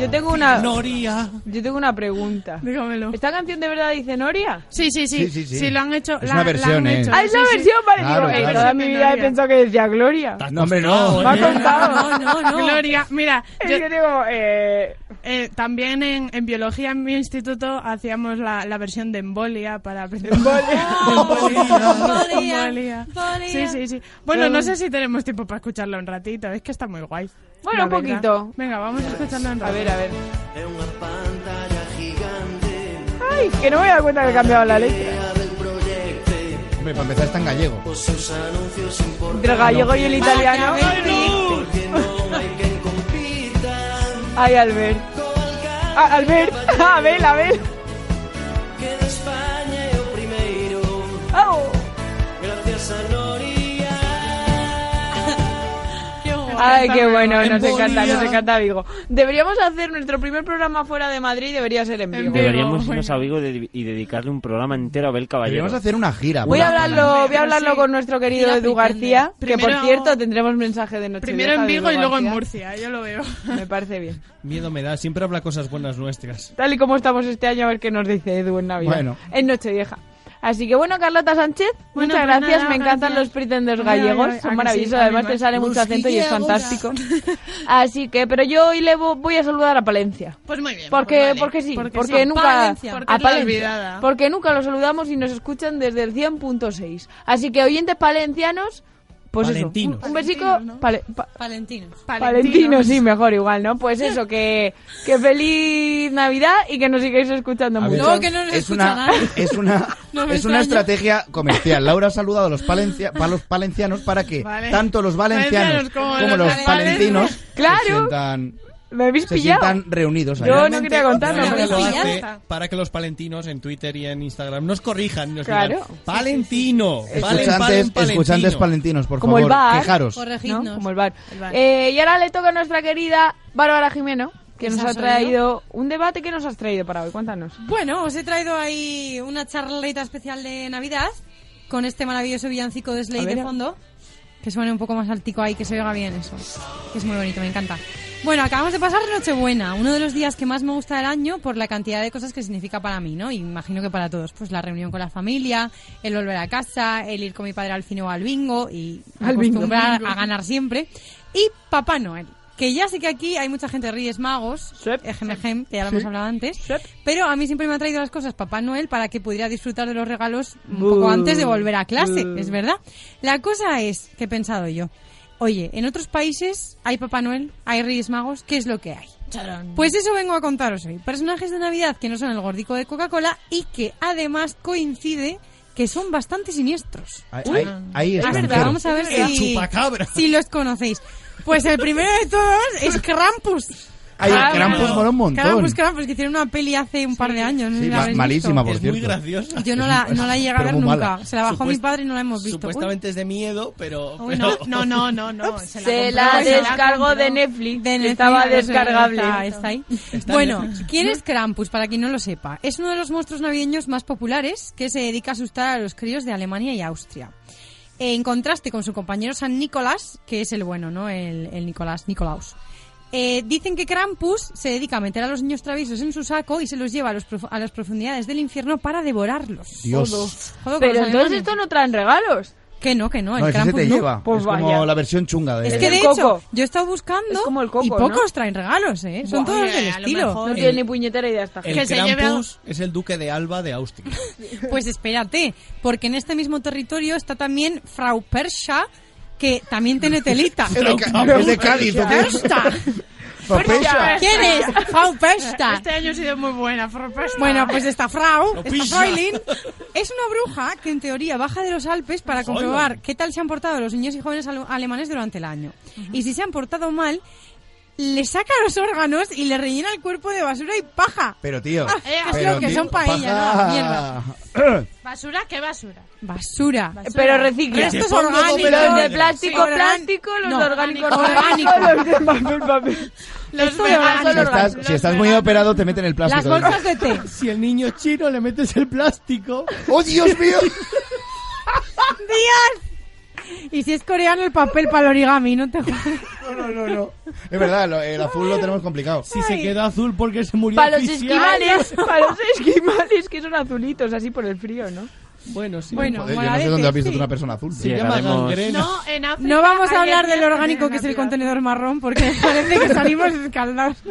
[SPEAKER 9] Yo tengo una...
[SPEAKER 13] Noria.
[SPEAKER 9] Yo tengo una pregunta.
[SPEAKER 13] Dígamelo.
[SPEAKER 9] ¿Esta canción de verdad dice Noria?
[SPEAKER 13] Sí, sí, sí.
[SPEAKER 16] Sí, sí, sí.
[SPEAKER 13] Sí, lo han hecho.
[SPEAKER 16] Es una versión,
[SPEAKER 13] la han
[SPEAKER 16] ¿eh?
[SPEAKER 13] hecho,
[SPEAKER 9] Ah, es la
[SPEAKER 13] sí, sí.
[SPEAKER 9] versión, vale.
[SPEAKER 16] Claro,
[SPEAKER 9] digo, en
[SPEAKER 16] claro.
[SPEAKER 9] toda mi vida he
[SPEAKER 13] Noria.
[SPEAKER 9] pensado que decía Gloria.
[SPEAKER 16] No, hombre,
[SPEAKER 11] ¿eh?
[SPEAKER 16] no.
[SPEAKER 9] Me ha contado.
[SPEAKER 13] No, no, no. Gloria, mira.
[SPEAKER 9] Es que digo, eh,
[SPEAKER 13] eh, también en, en biología en mi instituto hacíamos la, la versión de embolia para aprender.
[SPEAKER 9] Embolia.
[SPEAKER 13] Embolia.
[SPEAKER 9] Embolia.
[SPEAKER 13] Sí, sí, sí. Bueno, no
[SPEAKER 9] Pero-
[SPEAKER 13] sé si tenemos tiempo para escucharlo un ratito. Es que está muy guay.
[SPEAKER 9] Bueno,
[SPEAKER 13] La
[SPEAKER 9] un
[SPEAKER 13] verdad.
[SPEAKER 9] poquito.
[SPEAKER 13] Venga, vamos a escucharlo un ratito.
[SPEAKER 9] A ver, a ver. Ay, que no me he dado cuenta que he cambiado la letra.
[SPEAKER 16] Hombre, para empezar está en gallego.
[SPEAKER 9] Entre el gallego y el italiano. Ay, Albert. Ah, Albert. Ah, Abel, Abel. Au. Ay, qué bueno, nos encanta, nos encanta Vigo. Deberíamos hacer nuestro primer programa fuera de Madrid, debería ser en Vigo.
[SPEAKER 10] Deberíamos irnos a Vigo de- y dedicarle un programa entero a Abel Caballero.
[SPEAKER 16] Deberíamos hacer una gira.
[SPEAKER 9] Voy a hablarlo, voy a hablarlo
[SPEAKER 13] sí.
[SPEAKER 9] con nuestro querido
[SPEAKER 13] Mira,
[SPEAKER 9] Edu García, que por
[SPEAKER 13] Primero-
[SPEAKER 9] cierto tendremos mensaje de noche.
[SPEAKER 13] Primero en Vigo y luego en Murcia, yo lo veo.
[SPEAKER 9] Me parece bien.
[SPEAKER 11] Miedo me da, siempre habla cosas buenas nuestras.
[SPEAKER 9] Tal y como estamos este año, a ver qué nos dice Edu en Navidad.
[SPEAKER 11] Bueno.
[SPEAKER 9] En Nochevieja. Así que bueno, Carlota Sánchez,
[SPEAKER 13] Bueno,
[SPEAKER 9] muchas
[SPEAKER 13] pues nada,
[SPEAKER 9] gracias. Me encantan
[SPEAKER 13] gracias.
[SPEAKER 9] los pretenders
[SPEAKER 13] Ay, ay, ay,
[SPEAKER 9] gallegos,
[SPEAKER 13] ¿a que
[SPEAKER 9] son
[SPEAKER 13] sí?
[SPEAKER 9] maravillosos.
[SPEAKER 13] A mí
[SPEAKER 9] Además, te
[SPEAKER 13] más.
[SPEAKER 9] sale mucho acento y es
[SPEAKER 13] Mosquilleagosa.
[SPEAKER 9] fantástico. Así que, pero yo hoy le vo- voy a saludar a Palencia.
[SPEAKER 13] Pues muy bien.
[SPEAKER 9] Porque,
[SPEAKER 13] pues vale.
[SPEAKER 9] porque sí, porque,
[SPEAKER 13] sí.
[SPEAKER 9] nunca
[SPEAKER 13] Palencia, porque
[SPEAKER 9] a
[SPEAKER 13] es la
[SPEAKER 9] Palencia.
[SPEAKER 13] olvidada.
[SPEAKER 9] Porque nunca lo saludamos y nos escuchan desde el 100.6. Así que oyentes palencianos, pues
[SPEAKER 14] Palentinos.
[SPEAKER 9] eso, un- un besico pale- pa-
[SPEAKER 14] Valentino.
[SPEAKER 9] palentino, sí, mejor igual, ¿no? Pues eso, que, que feliz Navidad y que nos sigáis escuchando
[SPEAKER 16] A ver,
[SPEAKER 9] mucho.
[SPEAKER 16] es una, es una,
[SPEAKER 9] No me
[SPEAKER 16] es una
[SPEAKER 9] extraña.
[SPEAKER 16] estrategia comercial. Laura ha saludado a los, palencia, a los palencianos para que
[SPEAKER 9] Vale.
[SPEAKER 16] tanto los valencianos
[SPEAKER 9] Valencianos
[SPEAKER 16] como,
[SPEAKER 9] como
[SPEAKER 16] los
[SPEAKER 9] los
[SPEAKER 16] palentinos
[SPEAKER 9] valencianos. Claro.
[SPEAKER 16] se sientan,
[SPEAKER 9] ¿Me habéis
[SPEAKER 16] se
[SPEAKER 9] pillado?
[SPEAKER 16] sientan reunidos. ahí.
[SPEAKER 9] Yo no quería contarlo,
[SPEAKER 11] Realmente
[SPEAKER 9] pero
[SPEAKER 11] lo
[SPEAKER 9] sí, ya
[SPEAKER 11] hace
[SPEAKER 9] está.
[SPEAKER 11] para que los palentinos en Twitter y en Instagram nos corrijan y nos
[SPEAKER 9] Claro.
[SPEAKER 11] digan Palentino, Palen,
[SPEAKER 16] Escuchantes,
[SPEAKER 11] Palen, Palentino".
[SPEAKER 16] escuchantes palentinos, por
[SPEAKER 9] Como el
[SPEAKER 16] favor,
[SPEAKER 9] bar.
[SPEAKER 16] quejaros.
[SPEAKER 9] ¿no? Como el bar. Eh, y ahora le toca a nuestra querida Bárbara Jimeno, que
[SPEAKER 14] Esa
[SPEAKER 9] nos ha
[SPEAKER 14] soy
[SPEAKER 9] traído un debate que nos has traído para hoy. Cuéntanos.
[SPEAKER 14] Bueno, os he traído ahí una charleta especial de Navidad con este maravilloso villancico de
[SPEAKER 9] A
[SPEAKER 14] Slade
[SPEAKER 9] ver,
[SPEAKER 14] de
[SPEAKER 9] a-
[SPEAKER 14] fondo. Que suene un poco más altico ahí, que se oiga bien eso. Que es muy bonito, me encanta. Bueno, acabamos de pasar Nochebuena, uno de los días que más me gusta del año por la cantidad de cosas que significa para mí, ¿no? Y imagino que para todos. Pues la reunión con la familia, el volver a casa, el ir con mi padre al cine o al bingo y
[SPEAKER 9] Al bingo.
[SPEAKER 14] acostumbrar
[SPEAKER 9] Bingo.
[SPEAKER 14] a ganar siempre. Y Papá Noel. Que ya sé que aquí hay mucha gente de Reyes Magos, ejem, ejem, que ya lo hemos
[SPEAKER 9] Sí.
[SPEAKER 14] hablado antes, pero a mí siempre me ha traído las cosas Papá Noel para que pudiera disfrutar de los regalos un
[SPEAKER 9] Buh.
[SPEAKER 14] poco antes de volver a clase,
[SPEAKER 9] Buh.
[SPEAKER 14] es verdad. La cosa es, que he pensado yo, oye, en otros países hay Papá Noel, hay Reyes Magos, ¿qué es lo que hay? Pues eso vengo a contaros hoy. Personajes de Navidad que no son el gordico de Coca-Cola y que además coincide que son bastante siniestros.
[SPEAKER 16] Ahí-
[SPEAKER 14] Uy.
[SPEAKER 16] ahí-
[SPEAKER 9] Ah,
[SPEAKER 16] ahí
[SPEAKER 14] Es
[SPEAKER 16] extranjero.
[SPEAKER 14] Ah, verdad, vamos a ver
[SPEAKER 16] El
[SPEAKER 14] si,
[SPEAKER 16] chupacabra.
[SPEAKER 14] si los conocéis. Pues el primero de todos es Krampus.
[SPEAKER 16] Ay, el Krampus mola un montón.
[SPEAKER 14] Krampus, Krampus, que tiene una peli hace un par de años. No
[SPEAKER 16] Sí,
[SPEAKER 14] sé si la
[SPEAKER 16] ma-
[SPEAKER 14] habréis
[SPEAKER 16] malísima,
[SPEAKER 1] Ah,
[SPEAKER 14] visto.
[SPEAKER 16] por cierto.
[SPEAKER 14] Yo no la, no la llegué a
[SPEAKER 16] Pero
[SPEAKER 14] ver
[SPEAKER 16] muy
[SPEAKER 14] nunca.
[SPEAKER 16] mala.
[SPEAKER 14] Se la bajó
[SPEAKER 11] Supuest-
[SPEAKER 14] mi padre y no la hemos visto.
[SPEAKER 11] Supuestamente es de miedo, pero...
[SPEAKER 14] Uy,
[SPEAKER 11] pero-
[SPEAKER 13] No, no, no, no. Se
[SPEAKER 9] Se
[SPEAKER 13] compró,
[SPEAKER 9] la
[SPEAKER 13] se la
[SPEAKER 9] descargó
[SPEAKER 13] compró.
[SPEAKER 9] de Netflix,
[SPEAKER 14] En el
[SPEAKER 9] estaba
[SPEAKER 14] cine, no sé,
[SPEAKER 9] descargable.
[SPEAKER 14] Está, está ahí.
[SPEAKER 9] Está en
[SPEAKER 14] bueno,
[SPEAKER 9] Netflix.
[SPEAKER 14] ¿quién es Krampus? Para quien no lo sepa, es uno de los monstruos navideños más populares que se dedica a asustar a los críos de Alemania y Austria. En contraste con su compañero San Nicolás, que es el bueno, ¿no? El, el Nicolás, Nicolaus. Eh, dicen que Krampus se dedica a meter a los niños traviesos en su saco y se los lleva a, los profu- a las profundidades del infierno para devorarlos.
[SPEAKER 9] Dios.
[SPEAKER 14] Jodo
[SPEAKER 9] Pero
[SPEAKER 14] con los
[SPEAKER 9] entonces
[SPEAKER 14] alemanes.
[SPEAKER 9] esto no traen regalos.
[SPEAKER 14] Que no, que no.
[SPEAKER 16] No,
[SPEAKER 14] el
[SPEAKER 16] ese se
[SPEAKER 14] Krampus
[SPEAKER 16] te
[SPEAKER 14] no.
[SPEAKER 16] lleva.
[SPEAKER 9] pues
[SPEAKER 16] es como la versión chunga de...
[SPEAKER 14] Es que de
[SPEAKER 9] coco.
[SPEAKER 14] hecho, yo he estado buscando y
[SPEAKER 9] ¿no?
[SPEAKER 14] pocos traen regalos, ¿eh? Son
[SPEAKER 9] Buah,
[SPEAKER 14] todos
[SPEAKER 9] eh,
[SPEAKER 14] del
[SPEAKER 9] a lo
[SPEAKER 14] estilo.
[SPEAKER 9] mejor. No tiene ni puñetera idea esta
[SPEAKER 11] El
[SPEAKER 9] gente.
[SPEAKER 11] Krampus es el duque de Alba de Austria.
[SPEAKER 14] Pues espérate, porque en este mismo territorio está también Frau Persia, que también tiene telita.
[SPEAKER 16] Es de Ca- es de Cádiz, ¿o qué?
[SPEAKER 14] Persia.
[SPEAKER 13] Persia.
[SPEAKER 14] ¿Quién es? Frau Persia.
[SPEAKER 13] Este año ha sido muy buena, Frau Persia.
[SPEAKER 14] Bueno, pues esta Frau,
[SPEAKER 13] No
[SPEAKER 14] esta
[SPEAKER 13] pisa.
[SPEAKER 14] Fräulein, es una bruja que en teoría baja de los Alpes para comprobar qué tal se han portado los niños y jóvenes ale- alemanes durante el año. Y si se han portado mal, le saca los órganos y le rellena el cuerpo de basura y paja.
[SPEAKER 16] Pero tío...
[SPEAKER 14] Eh, es
[SPEAKER 16] pero,
[SPEAKER 14] lo que
[SPEAKER 16] tío,
[SPEAKER 14] son paella,
[SPEAKER 16] paja.
[SPEAKER 14] ¿no? Mierda.
[SPEAKER 17] ¿Basura? ¿Qué basura?
[SPEAKER 14] Basura.
[SPEAKER 17] Basura.
[SPEAKER 9] Pero recicla.
[SPEAKER 14] Restos
[SPEAKER 9] Pongo
[SPEAKER 14] orgánicos.
[SPEAKER 9] papel de plástico,
[SPEAKER 14] Sí.
[SPEAKER 9] plástico, los
[SPEAKER 14] No,
[SPEAKER 9] de orgánico,
[SPEAKER 14] orgánico.
[SPEAKER 9] orgánico, los de papel, papel.
[SPEAKER 13] Los
[SPEAKER 9] Esto de orgánico,
[SPEAKER 16] Si estás, si estás muy operado, te meten el plástico.
[SPEAKER 14] de té.
[SPEAKER 1] Si el niño es chino le metes el plástico.
[SPEAKER 16] ¡Oh, Dios mío!
[SPEAKER 14] ¡Dios! Y si es coreano, el papel para el origami, no te jodas.
[SPEAKER 16] No, no, no, no. Es verdad, lo- el azul lo tenemos complicado.
[SPEAKER 1] Si se quedó azul porque se murió
[SPEAKER 9] Para los
[SPEAKER 1] asfixiado.
[SPEAKER 9] esquimales, para los esquimales que son azulitos, así por el frío, ¿no?
[SPEAKER 1] Bueno, sí.
[SPEAKER 9] Bueno,
[SPEAKER 16] Joder, yo no sé dónde has visto tú una persona azul.
[SPEAKER 1] Se llama Llegaremos- gangrena.
[SPEAKER 17] No, en África.
[SPEAKER 14] No vamos
[SPEAKER 17] ayer
[SPEAKER 14] a hablar del
[SPEAKER 17] día
[SPEAKER 14] orgánico que es el contenedor marrón porque parece que salimos escaldados.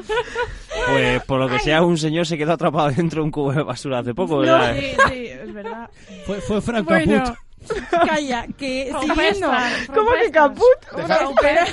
[SPEAKER 10] Pues por lo que sea, un señor se quedó atrapado dentro de un cubo de basura hace poco. ¿verdad?
[SPEAKER 9] sí, es verdad.
[SPEAKER 1] Fue, fue Franco
[SPEAKER 14] Bueno,
[SPEAKER 1] Aput.
[SPEAKER 14] calla, que
[SPEAKER 9] Frau
[SPEAKER 14] siguiendo.
[SPEAKER 9] Pestas, Frau ¿Cómo que Pestas. caput? Deja-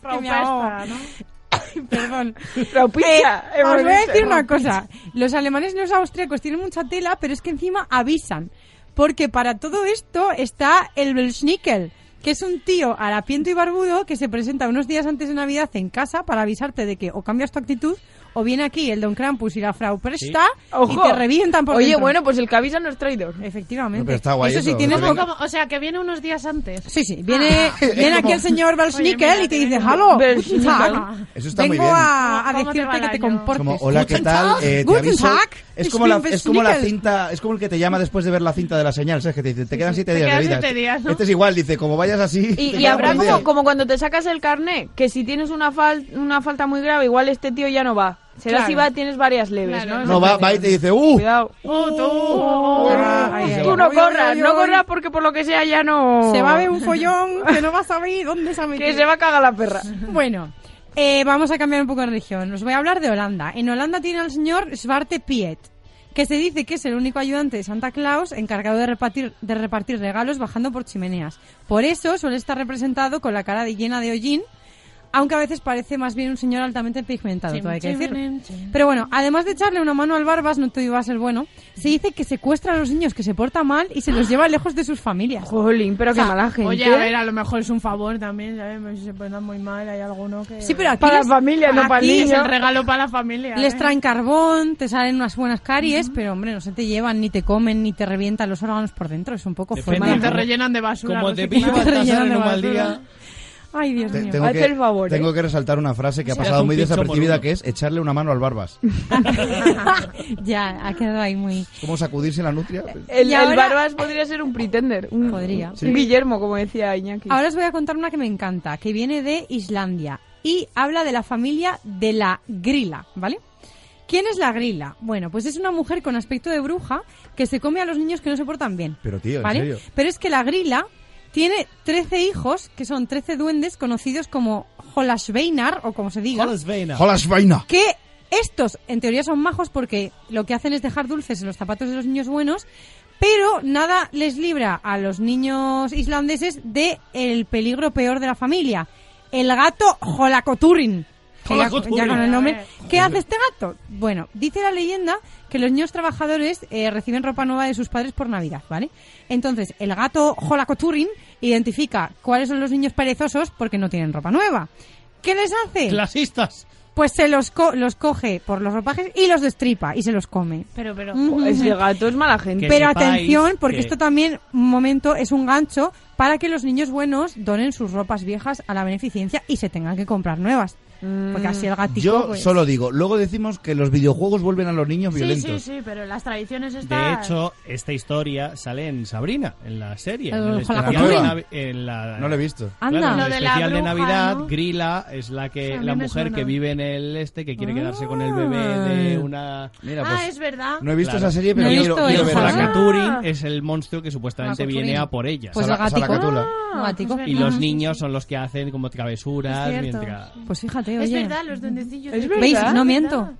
[SPEAKER 9] Frau
[SPEAKER 14] Que me
[SPEAKER 9] Pestas,
[SPEAKER 14] ahogo. Perdón.
[SPEAKER 9] Frau Pizza,
[SPEAKER 14] Eh,
[SPEAKER 9] hemos
[SPEAKER 14] os voy a
[SPEAKER 9] dicho,
[SPEAKER 14] decir una
[SPEAKER 9] Frau
[SPEAKER 14] cosa. Los alemanes y los austríacos tienen mucha tela, pero es que encima avisan. Porque para todo esto está el Belschnickel, que es un tío harapiento y barbudo que se presenta unos días antes de Navidad en casa para avisarte de que o cambias tu actitud o viene aquí el Don Krampus y la Frau Presta y
[SPEAKER 9] Ojo.
[SPEAKER 14] te revientan por
[SPEAKER 9] Oye,
[SPEAKER 14] dentro.
[SPEAKER 9] bueno, pues el que avisa no es traidor.
[SPEAKER 14] Efectivamente.
[SPEAKER 16] Pero está guay
[SPEAKER 14] eso sí
[SPEAKER 16] eso,
[SPEAKER 14] tienes
[SPEAKER 16] que venga.
[SPEAKER 14] poca-
[SPEAKER 17] O sea, que viene unos días antes.
[SPEAKER 14] Sí, sí. Viene, viene
[SPEAKER 17] como-
[SPEAKER 14] aquí el señor
[SPEAKER 17] Oye,
[SPEAKER 14] Balsnickel
[SPEAKER 17] mira,
[SPEAKER 14] y te dice, halo, guten Tag".
[SPEAKER 17] Balschnickel.
[SPEAKER 16] Eso está
[SPEAKER 14] Vengo
[SPEAKER 16] muy bien.
[SPEAKER 14] a,
[SPEAKER 17] ¿Cómo
[SPEAKER 14] a
[SPEAKER 17] te va
[SPEAKER 14] decirte
[SPEAKER 17] el
[SPEAKER 14] que
[SPEAKER 17] año?
[SPEAKER 14] te comportes.
[SPEAKER 16] Como, hola, ¿qué
[SPEAKER 14] Guten
[SPEAKER 16] tal? Eh,
[SPEAKER 14] Tag,
[SPEAKER 16] te
[SPEAKER 14] guten
[SPEAKER 16] aviso.
[SPEAKER 14] Tag,
[SPEAKER 16] Es
[SPEAKER 14] ich
[SPEAKER 16] como, la,
[SPEAKER 14] bin
[SPEAKER 16] es como la
[SPEAKER 14] Balschnickel.
[SPEAKER 16] cinta, es como el que te llama después de ver la cinta de la señal, ¿sabes? Que te dice, te quedan siete
[SPEAKER 13] te
[SPEAKER 16] días
[SPEAKER 13] quedan
[SPEAKER 16] de vida.
[SPEAKER 13] siete días, ¿no?
[SPEAKER 16] Este es igual, dice, como vayas así. te
[SPEAKER 9] Y, y
[SPEAKER 16] quedan
[SPEAKER 9] habrá
[SPEAKER 16] siete
[SPEAKER 9] como,
[SPEAKER 16] días.
[SPEAKER 9] como cuando te sacas el carné, que si tienes una, fal- una falta muy grave, igual este tío ya no va. Será
[SPEAKER 14] Claro.
[SPEAKER 9] si va, tienes varias leves, ¿no?
[SPEAKER 16] No, va, va y te dice, ¡uh!
[SPEAKER 9] Cuidado.
[SPEAKER 17] Oh,
[SPEAKER 14] Ah, ay, ay.
[SPEAKER 9] Tú no
[SPEAKER 14] Oy,
[SPEAKER 9] corras,
[SPEAKER 14] oy,
[SPEAKER 9] no
[SPEAKER 14] oy.
[SPEAKER 9] corras porque por lo que sea ya no...
[SPEAKER 14] Se va a ver un follón que no vas a ver dónde se ha metido.
[SPEAKER 9] Que se va a cagar la perra.
[SPEAKER 14] Bueno, eh, vamos a cambiar un poco de religión. Os voy a hablar de Holanda. En Holanda tiene al señor Svarte Piet, que se dice que es el único ayudante de Santa Claus encargado de repartir, de repartir regalos bajando por chimeneas. Por eso suele estar representado con la cara de llena de hollín, aunque a veces parece más bien un señor altamente pigmentado, todo hay que decirlo. Pero bueno, además de echarle una mano al Barbas, no te iba a ser bueno, se dice que secuestra a los niños que se porta mal y se los lleva lejos de sus familias.
[SPEAKER 9] Jolín, pero qué mala gente.
[SPEAKER 13] Oye, a ver, a lo mejor es un favor también,
[SPEAKER 9] Pues
[SPEAKER 13] ¿sabes? Si se ponen muy mal, hay alguno que...
[SPEAKER 14] Sí, pero aquí
[SPEAKER 9] Para
[SPEAKER 14] les-
[SPEAKER 9] la familia, no para el
[SPEAKER 14] aquí
[SPEAKER 13] Es
[SPEAKER 9] niño.
[SPEAKER 13] el regalo para la familia.
[SPEAKER 14] Les
[SPEAKER 13] ¿eh?
[SPEAKER 14] traen carbón, te salen unas buenas caries, pero hombre, no se te llevan, ni te comen, ni te revientan los órganos por dentro. Es un poco
[SPEAKER 13] Y
[SPEAKER 14] forma
[SPEAKER 13] te
[SPEAKER 14] de-
[SPEAKER 13] rellenan de basura.
[SPEAKER 11] Pues Como te pillo
[SPEAKER 13] recicladas.
[SPEAKER 11] Baltasar en
[SPEAKER 13] Rellenan
[SPEAKER 11] un
[SPEAKER 13] de
[SPEAKER 11] mal
[SPEAKER 13] basura.
[SPEAKER 11] día.
[SPEAKER 14] Ay, Dios
[SPEAKER 16] Te-
[SPEAKER 14] mío.
[SPEAKER 16] tengo, que,
[SPEAKER 9] Hazte el favor,
[SPEAKER 16] tengo
[SPEAKER 9] ¿eh?
[SPEAKER 16] que resaltar una frase que ha
[SPEAKER 11] Sí, haz
[SPEAKER 16] pasado
[SPEAKER 11] un
[SPEAKER 16] muy
[SPEAKER 11] pincho
[SPEAKER 16] desapercibida,
[SPEAKER 11] moruno.
[SPEAKER 16] que es echarle una mano al barbas.
[SPEAKER 14] ya, ha quedado ahí muy... Eh,
[SPEAKER 16] Como sacudirse la nutria.
[SPEAKER 9] El,
[SPEAKER 14] Y
[SPEAKER 9] el
[SPEAKER 14] ahora-
[SPEAKER 9] Barbas podría ser un pretender. Un,
[SPEAKER 14] Podría.
[SPEAKER 9] un Guillermo, como decía Iñaki.
[SPEAKER 14] Ahora os voy a contar una que me encanta, que viene de Islandia y habla de la familia de la grila, ¿vale? ¿Quién es la grila? Bueno, pues es una mujer con aspecto de bruja que se come a los niños que no se portan bien.
[SPEAKER 16] Pero tío, en
[SPEAKER 14] ¿vale?
[SPEAKER 16] serio.
[SPEAKER 14] Pero es que la grila tiene 13 hijos, que son 13 duendes conocidos como Holasveinar, o como se diga.
[SPEAKER 16] ¡Holas vaina!
[SPEAKER 14] Que estos, en teoría, son majos porque lo que hacen es dejar dulces en los zapatos de los niños buenos, pero nada les libra a los niños islandeses de el peligro peor de la familia. El gato Holakoturin. Que Ya,
[SPEAKER 11] Holakoturin.
[SPEAKER 14] ya con el nombre. ¿Qué hace este gato? Bueno, dice la leyenda que los niños trabajadores eh, reciben ropa nueva de sus padres por Navidad, ¿vale? Entonces, el gato Holakoturin identifica cuáles son los niños perezosos porque no tienen ropa nueva. ¿Qué les hace?
[SPEAKER 11] Clasistas.
[SPEAKER 14] Pues se los, co- los coge por los ropajes y los destripa y se los come.
[SPEAKER 17] Pero, pero.
[SPEAKER 14] Ujú.
[SPEAKER 9] Ese gato es mala gente.
[SPEAKER 14] Pero atención, porque esto también, un momento, es un gancho para que los niños buenos donen sus ropas viejas a la beneficencia y se tengan que comprar nuevas.
[SPEAKER 9] Mm.
[SPEAKER 14] Porque así el gatito...
[SPEAKER 16] Yo
[SPEAKER 14] pues-
[SPEAKER 16] solo digo, luego decimos que los videojuegos vuelven a los niños
[SPEAKER 17] Sí, sí,
[SPEAKER 16] violentos.
[SPEAKER 17] sí, pero las tradiciones
[SPEAKER 11] De
[SPEAKER 17] están...
[SPEAKER 11] hecho, esta historia sale en Sabrina, en la serie.
[SPEAKER 17] Eh,
[SPEAKER 11] en el
[SPEAKER 17] ojalá
[SPEAKER 11] especial
[SPEAKER 17] Coturín.
[SPEAKER 11] de Navi- en la-
[SPEAKER 16] No lo he visto.
[SPEAKER 11] Claro,
[SPEAKER 17] Anda.
[SPEAKER 11] en
[SPEAKER 17] Lo
[SPEAKER 11] el
[SPEAKER 17] de la
[SPEAKER 11] especial de
[SPEAKER 17] bruja,
[SPEAKER 11] Navidad,
[SPEAKER 17] ¿no?
[SPEAKER 11] Grila es la que
[SPEAKER 17] Sí, a mí
[SPEAKER 11] la
[SPEAKER 17] me
[SPEAKER 11] mujer
[SPEAKER 17] suena.
[SPEAKER 11] que vive en el este que quiere quedarse con el bebé de una.
[SPEAKER 16] Mira,
[SPEAKER 17] Ah, pues, es verdad.
[SPEAKER 16] no he visto esa serie, pero No he quiero- visto quiero esa. verla.
[SPEAKER 11] La Coturín es el monstruo que supuestamente
[SPEAKER 16] La Coturín.
[SPEAKER 11] viene a por ella.
[SPEAKER 14] Ah. Pues la gatico.
[SPEAKER 17] Ah,
[SPEAKER 14] Gatico.
[SPEAKER 11] Y los niños son los que hacen como travesuras
[SPEAKER 17] Es cierto.
[SPEAKER 11] mientras.
[SPEAKER 14] Pues fíjate,
[SPEAKER 17] Es
[SPEAKER 14] oye.
[SPEAKER 17] verdad, los duendecillos.
[SPEAKER 14] ¿Es
[SPEAKER 17] de-
[SPEAKER 14] verdad? ¿Veis? No miento.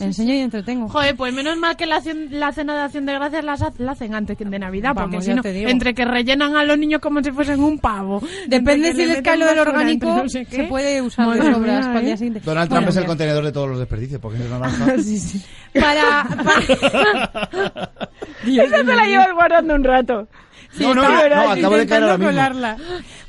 [SPEAKER 14] Enseño y entretengo.
[SPEAKER 17] Joder, pues menos mal que la, acción- la cena de acción de gracias las ha- la, hacen antes que de Navidad,
[SPEAKER 14] Vamos,
[SPEAKER 17] porque
[SPEAKER 14] ya
[SPEAKER 17] si no,
[SPEAKER 14] te digo.
[SPEAKER 17] entre que rellenan a los niños como si fuesen un pavo. entre
[SPEAKER 14] Depende
[SPEAKER 17] que
[SPEAKER 14] si les
[SPEAKER 17] meten
[SPEAKER 14] cae lo del
[SPEAKER 17] basura,
[SPEAKER 14] orgánico,
[SPEAKER 17] entre no sé qué.
[SPEAKER 14] se puede usar de
[SPEAKER 17] Madre
[SPEAKER 14] sobras
[SPEAKER 17] mía,
[SPEAKER 14] para el día
[SPEAKER 17] ¿eh?
[SPEAKER 14] siguiente.
[SPEAKER 16] Donald
[SPEAKER 14] Bueno,
[SPEAKER 16] Trump es el
[SPEAKER 14] mira.
[SPEAKER 16] contenedor de todos los desperdicios, porque es naranja.
[SPEAKER 14] Sí, sí. Para, para...
[SPEAKER 9] Esa se la llevas guardando un rato.
[SPEAKER 14] Sí,
[SPEAKER 16] No, no,
[SPEAKER 14] estaba
[SPEAKER 16] no,
[SPEAKER 14] ahora
[SPEAKER 16] no, acabo de caer
[SPEAKER 14] intentando
[SPEAKER 16] ahora mismo.
[SPEAKER 14] colarla.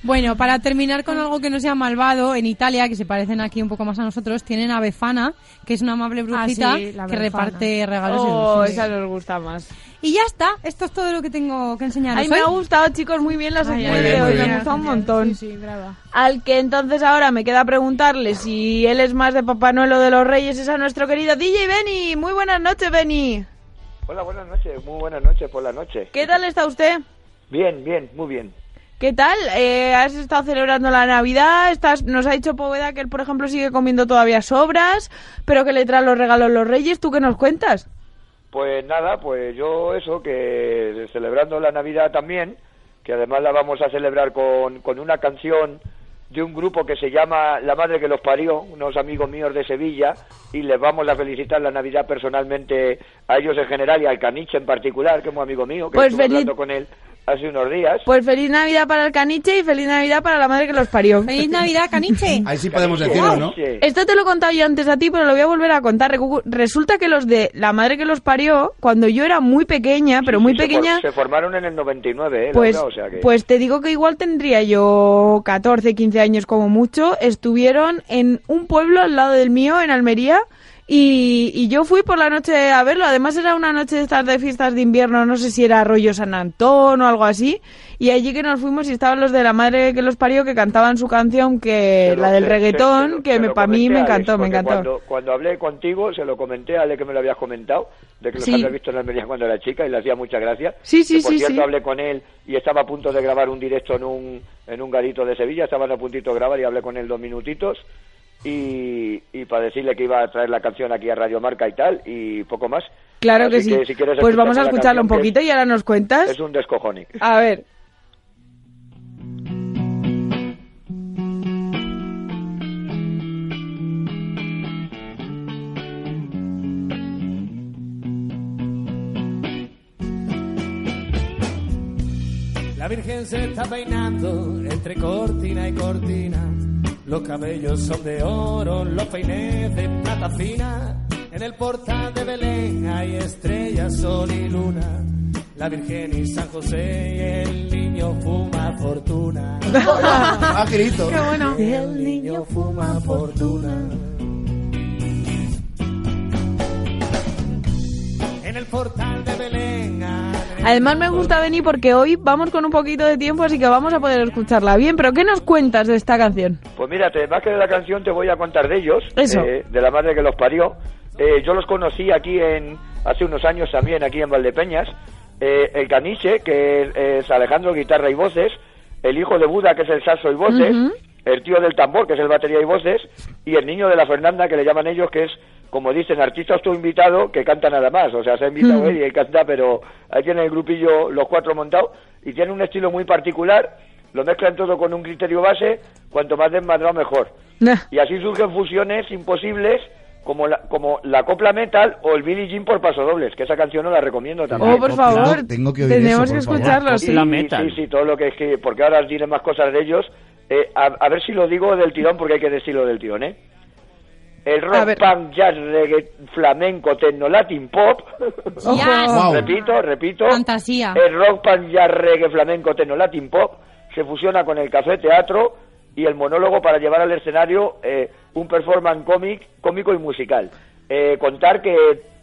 [SPEAKER 14] Bueno, para terminar con algo que no sea malvado, en Italia, que se parecen aquí un poco más a nosotros, tienen a Befana, que es una amable brujita
[SPEAKER 9] sí, la
[SPEAKER 14] que
[SPEAKER 9] Befana.
[SPEAKER 14] reparte regalos y
[SPEAKER 9] Oh,
[SPEAKER 14] dulces.
[SPEAKER 9] esa nos gusta más.
[SPEAKER 14] Y ya está, esto es todo lo que tengo que enseñaros
[SPEAKER 9] Ay, me
[SPEAKER 14] hoy.
[SPEAKER 9] ha gustado, chicos, muy bien la sección
[SPEAKER 14] ay,
[SPEAKER 9] de
[SPEAKER 14] ay,
[SPEAKER 9] hoy.
[SPEAKER 14] ay,
[SPEAKER 9] Me ha
[SPEAKER 14] ay,
[SPEAKER 9] gustado un
[SPEAKER 14] ay,
[SPEAKER 9] montón.
[SPEAKER 17] Sí, graba.
[SPEAKER 9] Al que entonces ahora me queda preguntarle si él es más de Papá Noel o de los Reyes, es a nuestro querido DJ Benny. Muy buenas noches, Benny.
[SPEAKER 18] Hola, buenas noches, muy buenas noches por la noche.
[SPEAKER 9] ¿Qué tal está usted?
[SPEAKER 18] Bien, bien, muy bien.
[SPEAKER 9] ¿Qué tal? Eh, ¿Has estado celebrando la Navidad? Estás, nos ha dicho Poveda que él, por ejemplo, sigue comiendo todavía sobras, pero que le traen los regalos los Reyes. ¿Tú qué nos cuentas?
[SPEAKER 18] Pues nada, pues yo eso, que celebrando la Navidad también, que además la vamos a celebrar con, con una canción de un grupo que se llama La Madre que los parió, unos amigos míos de Sevilla, y les vamos a felicitar la Navidad personalmente a ellos en general y al Caniche en particular, que es un amigo mío, que
[SPEAKER 9] Pues
[SPEAKER 18] estuve
[SPEAKER 9] feliz-
[SPEAKER 18] hablando con él hace unos días.
[SPEAKER 9] Pues feliz Navidad para el caniche y feliz Navidad para la madre que los parió. ¡Feliz Navidad, caniche!
[SPEAKER 16] Ahí sí podemos decirlo, ¿no?
[SPEAKER 18] Caniche.
[SPEAKER 9] Esto te lo he contado yo antes a ti, pero lo voy a volver a contar. Recu- Resulta que los de la madre que los parió, cuando yo era muy pequeña, pero muy
[SPEAKER 18] Se for-
[SPEAKER 9] pequeña,
[SPEAKER 18] Se, formaron en el 99, ¿eh?
[SPEAKER 9] pues,
[SPEAKER 18] Laura? O sea que-
[SPEAKER 9] pues te digo que igual tendría yo 14, 15 años como mucho. Estuvieron en un pueblo al lado del mío, en Almería. Y, y yo fui por la noche a verlo. Además era una noche de estas de fiestas de invierno, no sé si era rollo San Antón o algo así. Y allí que nos fuimos y estaban los de la madre que los parió que cantaban su canción, que
[SPEAKER 18] Te lo-
[SPEAKER 9] la del
[SPEAKER 18] te- te- te
[SPEAKER 9] reggaetón,
[SPEAKER 18] lo-
[SPEAKER 9] que
[SPEAKER 18] te
[SPEAKER 9] me,
[SPEAKER 18] lo
[SPEAKER 9] para mí
[SPEAKER 18] comenté
[SPEAKER 9] me
[SPEAKER 18] a Alex,
[SPEAKER 9] encantó, me
[SPEAKER 18] porque
[SPEAKER 9] encantó.
[SPEAKER 18] Cuando, cuando hablé contigo, se lo comenté a Ale que me lo habías comentado, de que los
[SPEAKER 9] Sí.
[SPEAKER 18] había visto en Almería cuando era chica y le hacía muchas gracias.
[SPEAKER 9] Sí, sí,
[SPEAKER 18] Que, por
[SPEAKER 9] sí,
[SPEAKER 18] cierto,
[SPEAKER 9] sí.
[SPEAKER 18] hablé con él y estaba a punto de grabar un directo en un, en un garito de Sevilla, estaban a puntito de grabar y hablé con él dos minutitos. Y, y para decirle que iba a traer la canción aquí a Radio Marca y tal, y poco más.
[SPEAKER 9] Claro
[SPEAKER 18] Así
[SPEAKER 9] que sí.
[SPEAKER 18] que si quieres
[SPEAKER 9] pues vamos a
[SPEAKER 18] escuchamos la
[SPEAKER 9] escucharlo un
[SPEAKER 18] canción,
[SPEAKER 9] poquito y ahora nos cuentas.
[SPEAKER 18] Es un descojone.
[SPEAKER 9] A ver.
[SPEAKER 19] La Virgen se está peinando entre cortina y cortina. Los cabellos son de oro, los peines de plata fina. En el portal de Belén hay estrellas, sol y luna. La Virgen y San José y el niño fuma fortuna.
[SPEAKER 16] Ah, grito. Qué bueno.
[SPEAKER 19] Y El niño fuma fortuna. En el portal de Belén
[SPEAKER 9] Además me gusta venir porque hoy vamos con un poquito de tiempo, así que vamos a poder escucharla bien. Pero ¿qué nos cuentas de esta canción?
[SPEAKER 18] Pues mira, te- más que de la canción te voy a contar de ellos,
[SPEAKER 9] Eso.
[SPEAKER 18] eh, de la madre que los parió. Eh, yo los conocí aquí en hace unos años también, aquí en Valdepeñas. Eh, el Caniche, que es, es Alejandro Guitarra y Voces, el hijo de Buda, que es el Saso y Voces,
[SPEAKER 20] Ujú.
[SPEAKER 18] el tío del tambor, que es el batería y voces, y el niño de la Fernanda, que le llaman ellos, que es, como dicen, artistas tu invitado, que canta nada más. O sea, se ha invitado
[SPEAKER 20] Mm.
[SPEAKER 18] él y él canta, pero ahí tiene el grupillo, los cuatro montados, y tiene un estilo muy particular, lo mezclan todo con un criterio base, cuanto más desmadrado mejor.
[SPEAKER 9] Oh,
[SPEAKER 18] Y así surgen fusiones imposibles, como la, como la copla metal o el Billie Jean por pasodobles, que esa canción no la recomiendo también.
[SPEAKER 9] Oh, por Copla. favor, Tengo que oír tenemos eso, por que favor. escucharlo, sí. Copla metal.
[SPEAKER 18] Sí, sí, todo lo que es que, porque ahora diré más cosas de ellos. Eh, a, a ver si lo digo del tirón, porque hay que decirlo del tirón, ¿eh? El rock, punk, jazz, reggae, flamenco, tecno, latin, pop.
[SPEAKER 14] Jazz. Wow.
[SPEAKER 18] Repito, repito.
[SPEAKER 14] Fantasía.
[SPEAKER 18] El rock, punk, jazz, reggae, flamenco, tecno, latin, pop se fusiona con el café teatro y el monólogo para llevar al escenario eh, un performance cómic, cómico y musical. Eh, contar que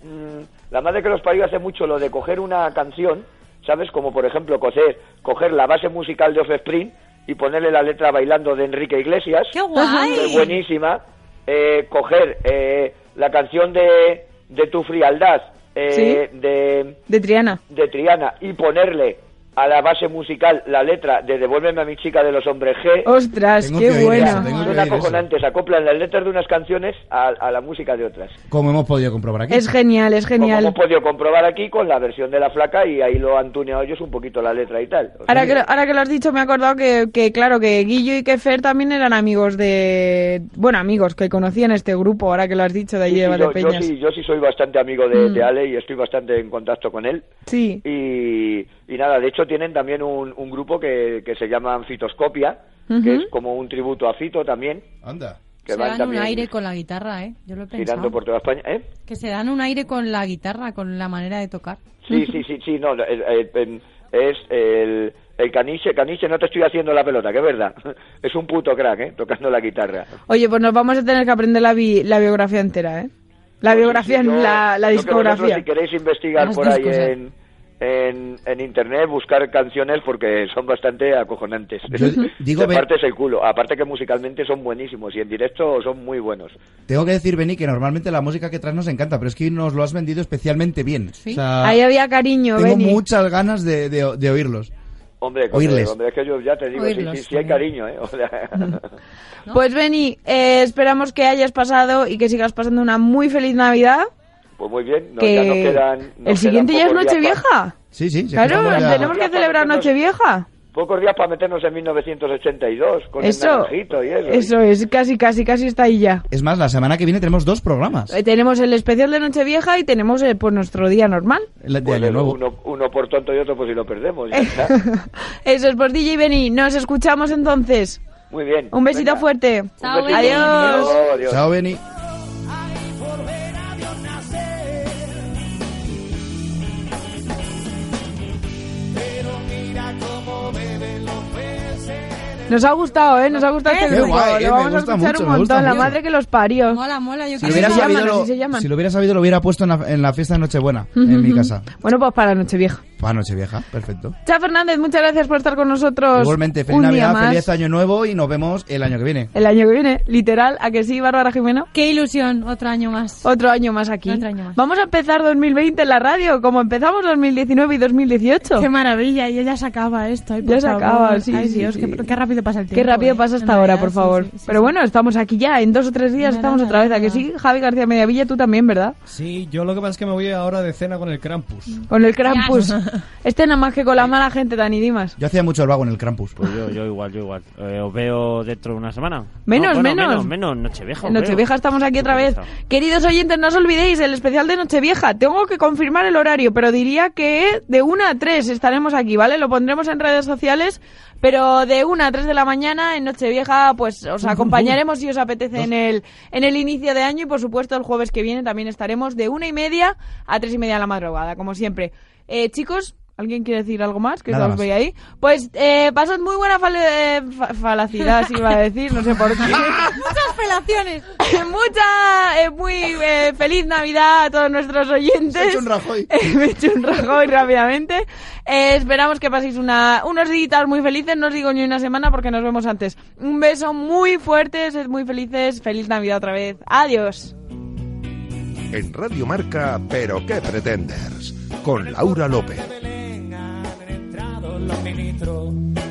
[SPEAKER 18] mm, la madre que los parió hace mucho lo de coger una canción ¿sabes? Como por ejemplo coger, coger la base musical de Offspring y ponerle la letra bailando de Enrique Iglesias. ¡Qué
[SPEAKER 14] guay!
[SPEAKER 18] Que es buenísima. Eh, coger eh, la canción de, de Tu Frialdad eh, de,
[SPEAKER 9] De Triana.
[SPEAKER 18] de Triana y ponerle a la base musical la letra de Devuélveme a mi chica de los hombres G.
[SPEAKER 9] Ostras, Tengo Pues qué que oír bueno. eso, tengo que
[SPEAKER 18] Son
[SPEAKER 9] oír eso.
[SPEAKER 18] acojonantes, acoplan las letras de unas canciones a, a la música de otras.
[SPEAKER 16] Como hemos podido comprobar aquí.
[SPEAKER 9] Es genial, es
[SPEAKER 18] Como
[SPEAKER 9] genial.
[SPEAKER 18] hemos podido comprobar aquí con la versión de la flaca y ahí lo han tuneado ellos un poquito la letra y tal. O sea
[SPEAKER 9] Ahora que,
[SPEAKER 18] que-
[SPEAKER 9] lo- ahora que lo has dicho, me he acordado que, que, claro, que Guillo y que Fer también eran amigos de. Bueno, amigos que conocían este grupo, ahora que lo has dicho, de
[SPEAKER 18] Sí,
[SPEAKER 9] allí de
[SPEAKER 18] sí, yo, yo
[SPEAKER 9] Valdepeñas.
[SPEAKER 18] sí, yo sí soy bastante amigo de,
[SPEAKER 9] Mm.
[SPEAKER 18] de Ale y estoy bastante en contacto con él.
[SPEAKER 9] Sí.
[SPEAKER 18] Y, y nada, de hecho tienen también un, un grupo que, que se llama Fitoscopia, que
[SPEAKER 14] Ujú.
[SPEAKER 18] es como un tributo a Fito también.
[SPEAKER 16] Anda.
[SPEAKER 18] Que
[SPEAKER 14] se
[SPEAKER 18] van
[SPEAKER 14] dan un
[SPEAKER 18] también
[SPEAKER 14] aire con la guitarra, ¿eh? Yo lo he
[SPEAKER 18] girando
[SPEAKER 14] pensado.
[SPEAKER 18] por toda España. ¿Eh?
[SPEAKER 14] Que se dan un aire con la guitarra, con la manera de tocar.
[SPEAKER 18] Sí, sí, sí, sí, no, el- el- el- es el, el caniche, caniche, no te estoy haciendo la pelota, que es verdad. Es un puto crack, ¿eh? Tocando la guitarra.
[SPEAKER 9] Oye, pues nos vamos a tener que aprender la, bi- la biografía entera, ¿eh? La biografía,
[SPEAKER 18] Yo-
[SPEAKER 9] la, la
[SPEAKER 18] yo que vosotros,
[SPEAKER 9] discografía.
[SPEAKER 18] si queréis investigar
[SPEAKER 9] Las ¿eh?
[SPEAKER 18] por
[SPEAKER 9] dos
[SPEAKER 18] ahí
[SPEAKER 9] cosas.
[SPEAKER 18] en, en, en internet, buscar canciones porque son bastante acojonantes.
[SPEAKER 16] Yo di- digo, ve-
[SPEAKER 18] aparte es el culo, aparte que musicalmente son buenísimos y en directo son muy buenos.
[SPEAKER 16] Tengo que decir, Beni, que normalmente la música que traes nos encanta, pero es que nos lo has vendido especialmente bien.
[SPEAKER 14] Sí.
[SPEAKER 16] O sea,
[SPEAKER 9] Ah. Ahí había cariño,
[SPEAKER 16] tengo
[SPEAKER 9] Beni.
[SPEAKER 16] muchas ganas de, de- de oírlos.
[SPEAKER 18] Hombre, coño,
[SPEAKER 16] Oírles.
[SPEAKER 18] hombre, es que yo ya te digo, sí,
[SPEAKER 16] Oírlos,
[SPEAKER 18] sí, sí hay cariño, ¿eh? O sea,
[SPEAKER 9] Pues Beni, eh, esperamos que hayas pasado y que sigas pasando una muy feliz Navidad.
[SPEAKER 18] pues muy bien, no,
[SPEAKER 9] que
[SPEAKER 18] ya nos quedan... nos
[SPEAKER 9] el
[SPEAKER 18] quedan
[SPEAKER 9] siguiente ya es
[SPEAKER 18] pocos días pa-
[SPEAKER 9] Nochevieja.
[SPEAKER 16] Sí, sí. sí,
[SPEAKER 9] Claro,
[SPEAKER 16] estamos ya-
[SPEAKER 9] tenemos que celebrar Nochevieja.
[SPEAKER 18] Pocos días para meternos en 1982 con
[SPEAKER 9] Eso-
[SPEAKER 18] el naranjito y eso.
[SPEAKER 9] Eso es, casi, casi, casi está ahí ya.
[SPEAKER 16] Es más, la semana que viene tenemos dos programas.
[SPEAKER 9] Eh, Tenemos el especial de Nochevieja y tenemos eh, pues, nuestro día normal.
[SPEAKER 16] El de Año Nuevo.
[SPEAKER 18] Uno, uno por tonto y otro por si lo perdemos. ya está.
[SPEAKER 9] Eso es por DJ Beni. Nos escuchamos entonces.
[SPEAKER 18] Muy bien.
[SPEAKER 9] Un besito
[SPEAKER 18] Venga.
[SPEAKER 9] fuerte.
[SPEAKER 18] Chao, Beni.
[SPEAKER 9] Adiós.
[SPEAKER 18] Adiós, adiós.
[SPEAKER 16] Chao, Beni.
[SPEAKER 19] Pero mira cómo beben los peces.
[SPEAKER 9] Nos ha gustado, ¿eh? Nos ha gustado
[SPEAKER 16] Qué
[SPEAKER 9] este grupo.
[SPEAKER 16] guay, eh,
[SPEAKER 9] lo
[SPEAKER 16] me
[SPEAKER 9] vamos a
[SPEAKER 16] gusta
[SPEAKER 9] escuchar
[SPEAKER 16] mucho,
[SPEAKER 9] un
[SPEAKER 16] me gusta
[SPEAKER 9] montón. La
[SPEAKER 16] mucho.
[SPEAKER 9] madre que los parió.
[SPEAKER 14] Mola, mola. Yo
[SPEAKER 16] Si
[SPEAKER 9] Así
[SPEAKER 16] lo, hubiera
[SPEAKER 9] se llaman,
[SPEAKER 16] sabido, lo-
[SPEAKER 9] así se llaman.
[SPEAKER 16] si lo hubiera sabido, lo hubiera puesto en la, en la fiesta de Nochebuena, en mi casa.
[SPEAKER 9] Bueno, pues para Nochevieja.
[SPEAKER 16] Para Nochevieja, perfecto.
[SPEAKER 9] Chao Fernández, muchas gracias por estar con nosotros.
[SPEAKER 16] Igualmente, feliz
[SPEAKER 9] Pues un día
[SPEAKER 16] Navidad,
[SPEAKER 9] más.
[SPEAKER 16] feliz Año Nuevo y nos vemos el año que viene.
[SPEAKER 9] El año que viene, literal, ¿a que sí, Bárbara Jimeno?
[SPEAKER 14] Qué ilusión, otro año más.
[SPEAKER 9] Otro año más aquí.
[SPEAKER 14] Otro año más.
[SPEAKER 9] Vamos a empezar 2020 en la radio, como empezamos 2019 y 2018.
[SPEAKER 17] Qué maravilla, y ya se acaba esto. Ay, por
[SPEAKER 9] Ya se
[SPEAKER 17] favor.
[SPEAKER 9] acaba, sí,
[SPEAKER 17] Ay,
[SPEAKER 9] sí,
[SPEAKER 17] Dios,
[SPEAKER 9] sí.
[SPEAKER 17] Qué, qué rápido pasa el
[SPEAKER 9] Qué
[SPEAKER 17] tiempo.
[SPEAKER 9] rápido
[SPEAKER 17] eh.
[SPEAKER 9] pasa hasta
[SPEAKER 17] En
[SPEAKER 9] ahora,
[SPEAKER 17] realidad,
[SPEAKER 9] por
[SPEAKER 17] sí,
[SPEAKER 9] favor.
[SPEAKER 17] sí, sí,
[SPEAKER 9] Pero
[SPEAKER 17] sí.
[SPEAKER 9] bueno, estamos aquí ya, en dos o tres días
[SPEAKER 17] Nada,
[SPEAKER 9] estamos otra vez, ¿a que sí? Javi García Mediavilla, tú también, ¿verdad?
[SPEAKER 11] Sí, yo lo que pasa es que me voy ahora de cena con el Krampus.
[SPEAKER 9] Con el Krampus. este nada más que con la mala gente, Dani Dimas.
[SPEAKER 16] Yo hacía mucho el vago en el Krampus.
[SPEAKER 10] Pues yo, yo igual, yo igual. Eh, os veo dentro de una semana.
[SPEAKER 9] Menos,
[SPEAKER 10] No, bueno,
[SPEAKER 9] menos.
[SPEAKER 10] menos. Menos, Nochevieja. os
[SPEAKER 9] En Nochevieja
[SPEAKER 10] veo.
[SPEAKER 9] estamos aquí otra vez.
[SPEAKER 10] Nochevieja.
[SPEAKER 9] Queridos oyentes, no os olvidéis el especial de Nochevieja. Tengo que confirmar el horario, pero diría que de 1 a 3 estaremos aquí, ¿vale? Lo pondremos en redes sociales, pero de 1 a 3 de la mañana en Nochevieja, pues os acompañaremos si os apetece en el, en el inicio de año y por supuesto el jueves que viene también estaremos de 1 y media a 3 y media de la madrugada, como siempre. Eh, chicos, ¿alguien quiere decir algo más? Que
[SPEAKER 14] Nada
[SPEAKER 9] os
[SPEAKER 14] más.
[SPEAKER 9] veía ahí. Pues eh, pasad muy buena fale- eh, fa- falacidad, si iba a decir, no sé por qué.
[SPEAKER 14] Muchas felaciones.
[SPEAKER 9] Mucha, eh, muy eh, feliz Navidad a todos nuestros oyentes.
[SPEAKER 14] Se ha hecho
[SPEAKER 9] un Rajoy. Me he hecho un Rajoy rápidamente. Eh, esperamos que paséis una, unos días muy felices. No os digo ni una semana porque nos vemos antes. Un beso muy fuerte, sed muy felices. Feliz Navidad otra vez. Adiós.
[SPEAKER 8] En Radio Marca, pero qué pretenders, con Laura López.
[SPEAKER 19] han entrado los ministros.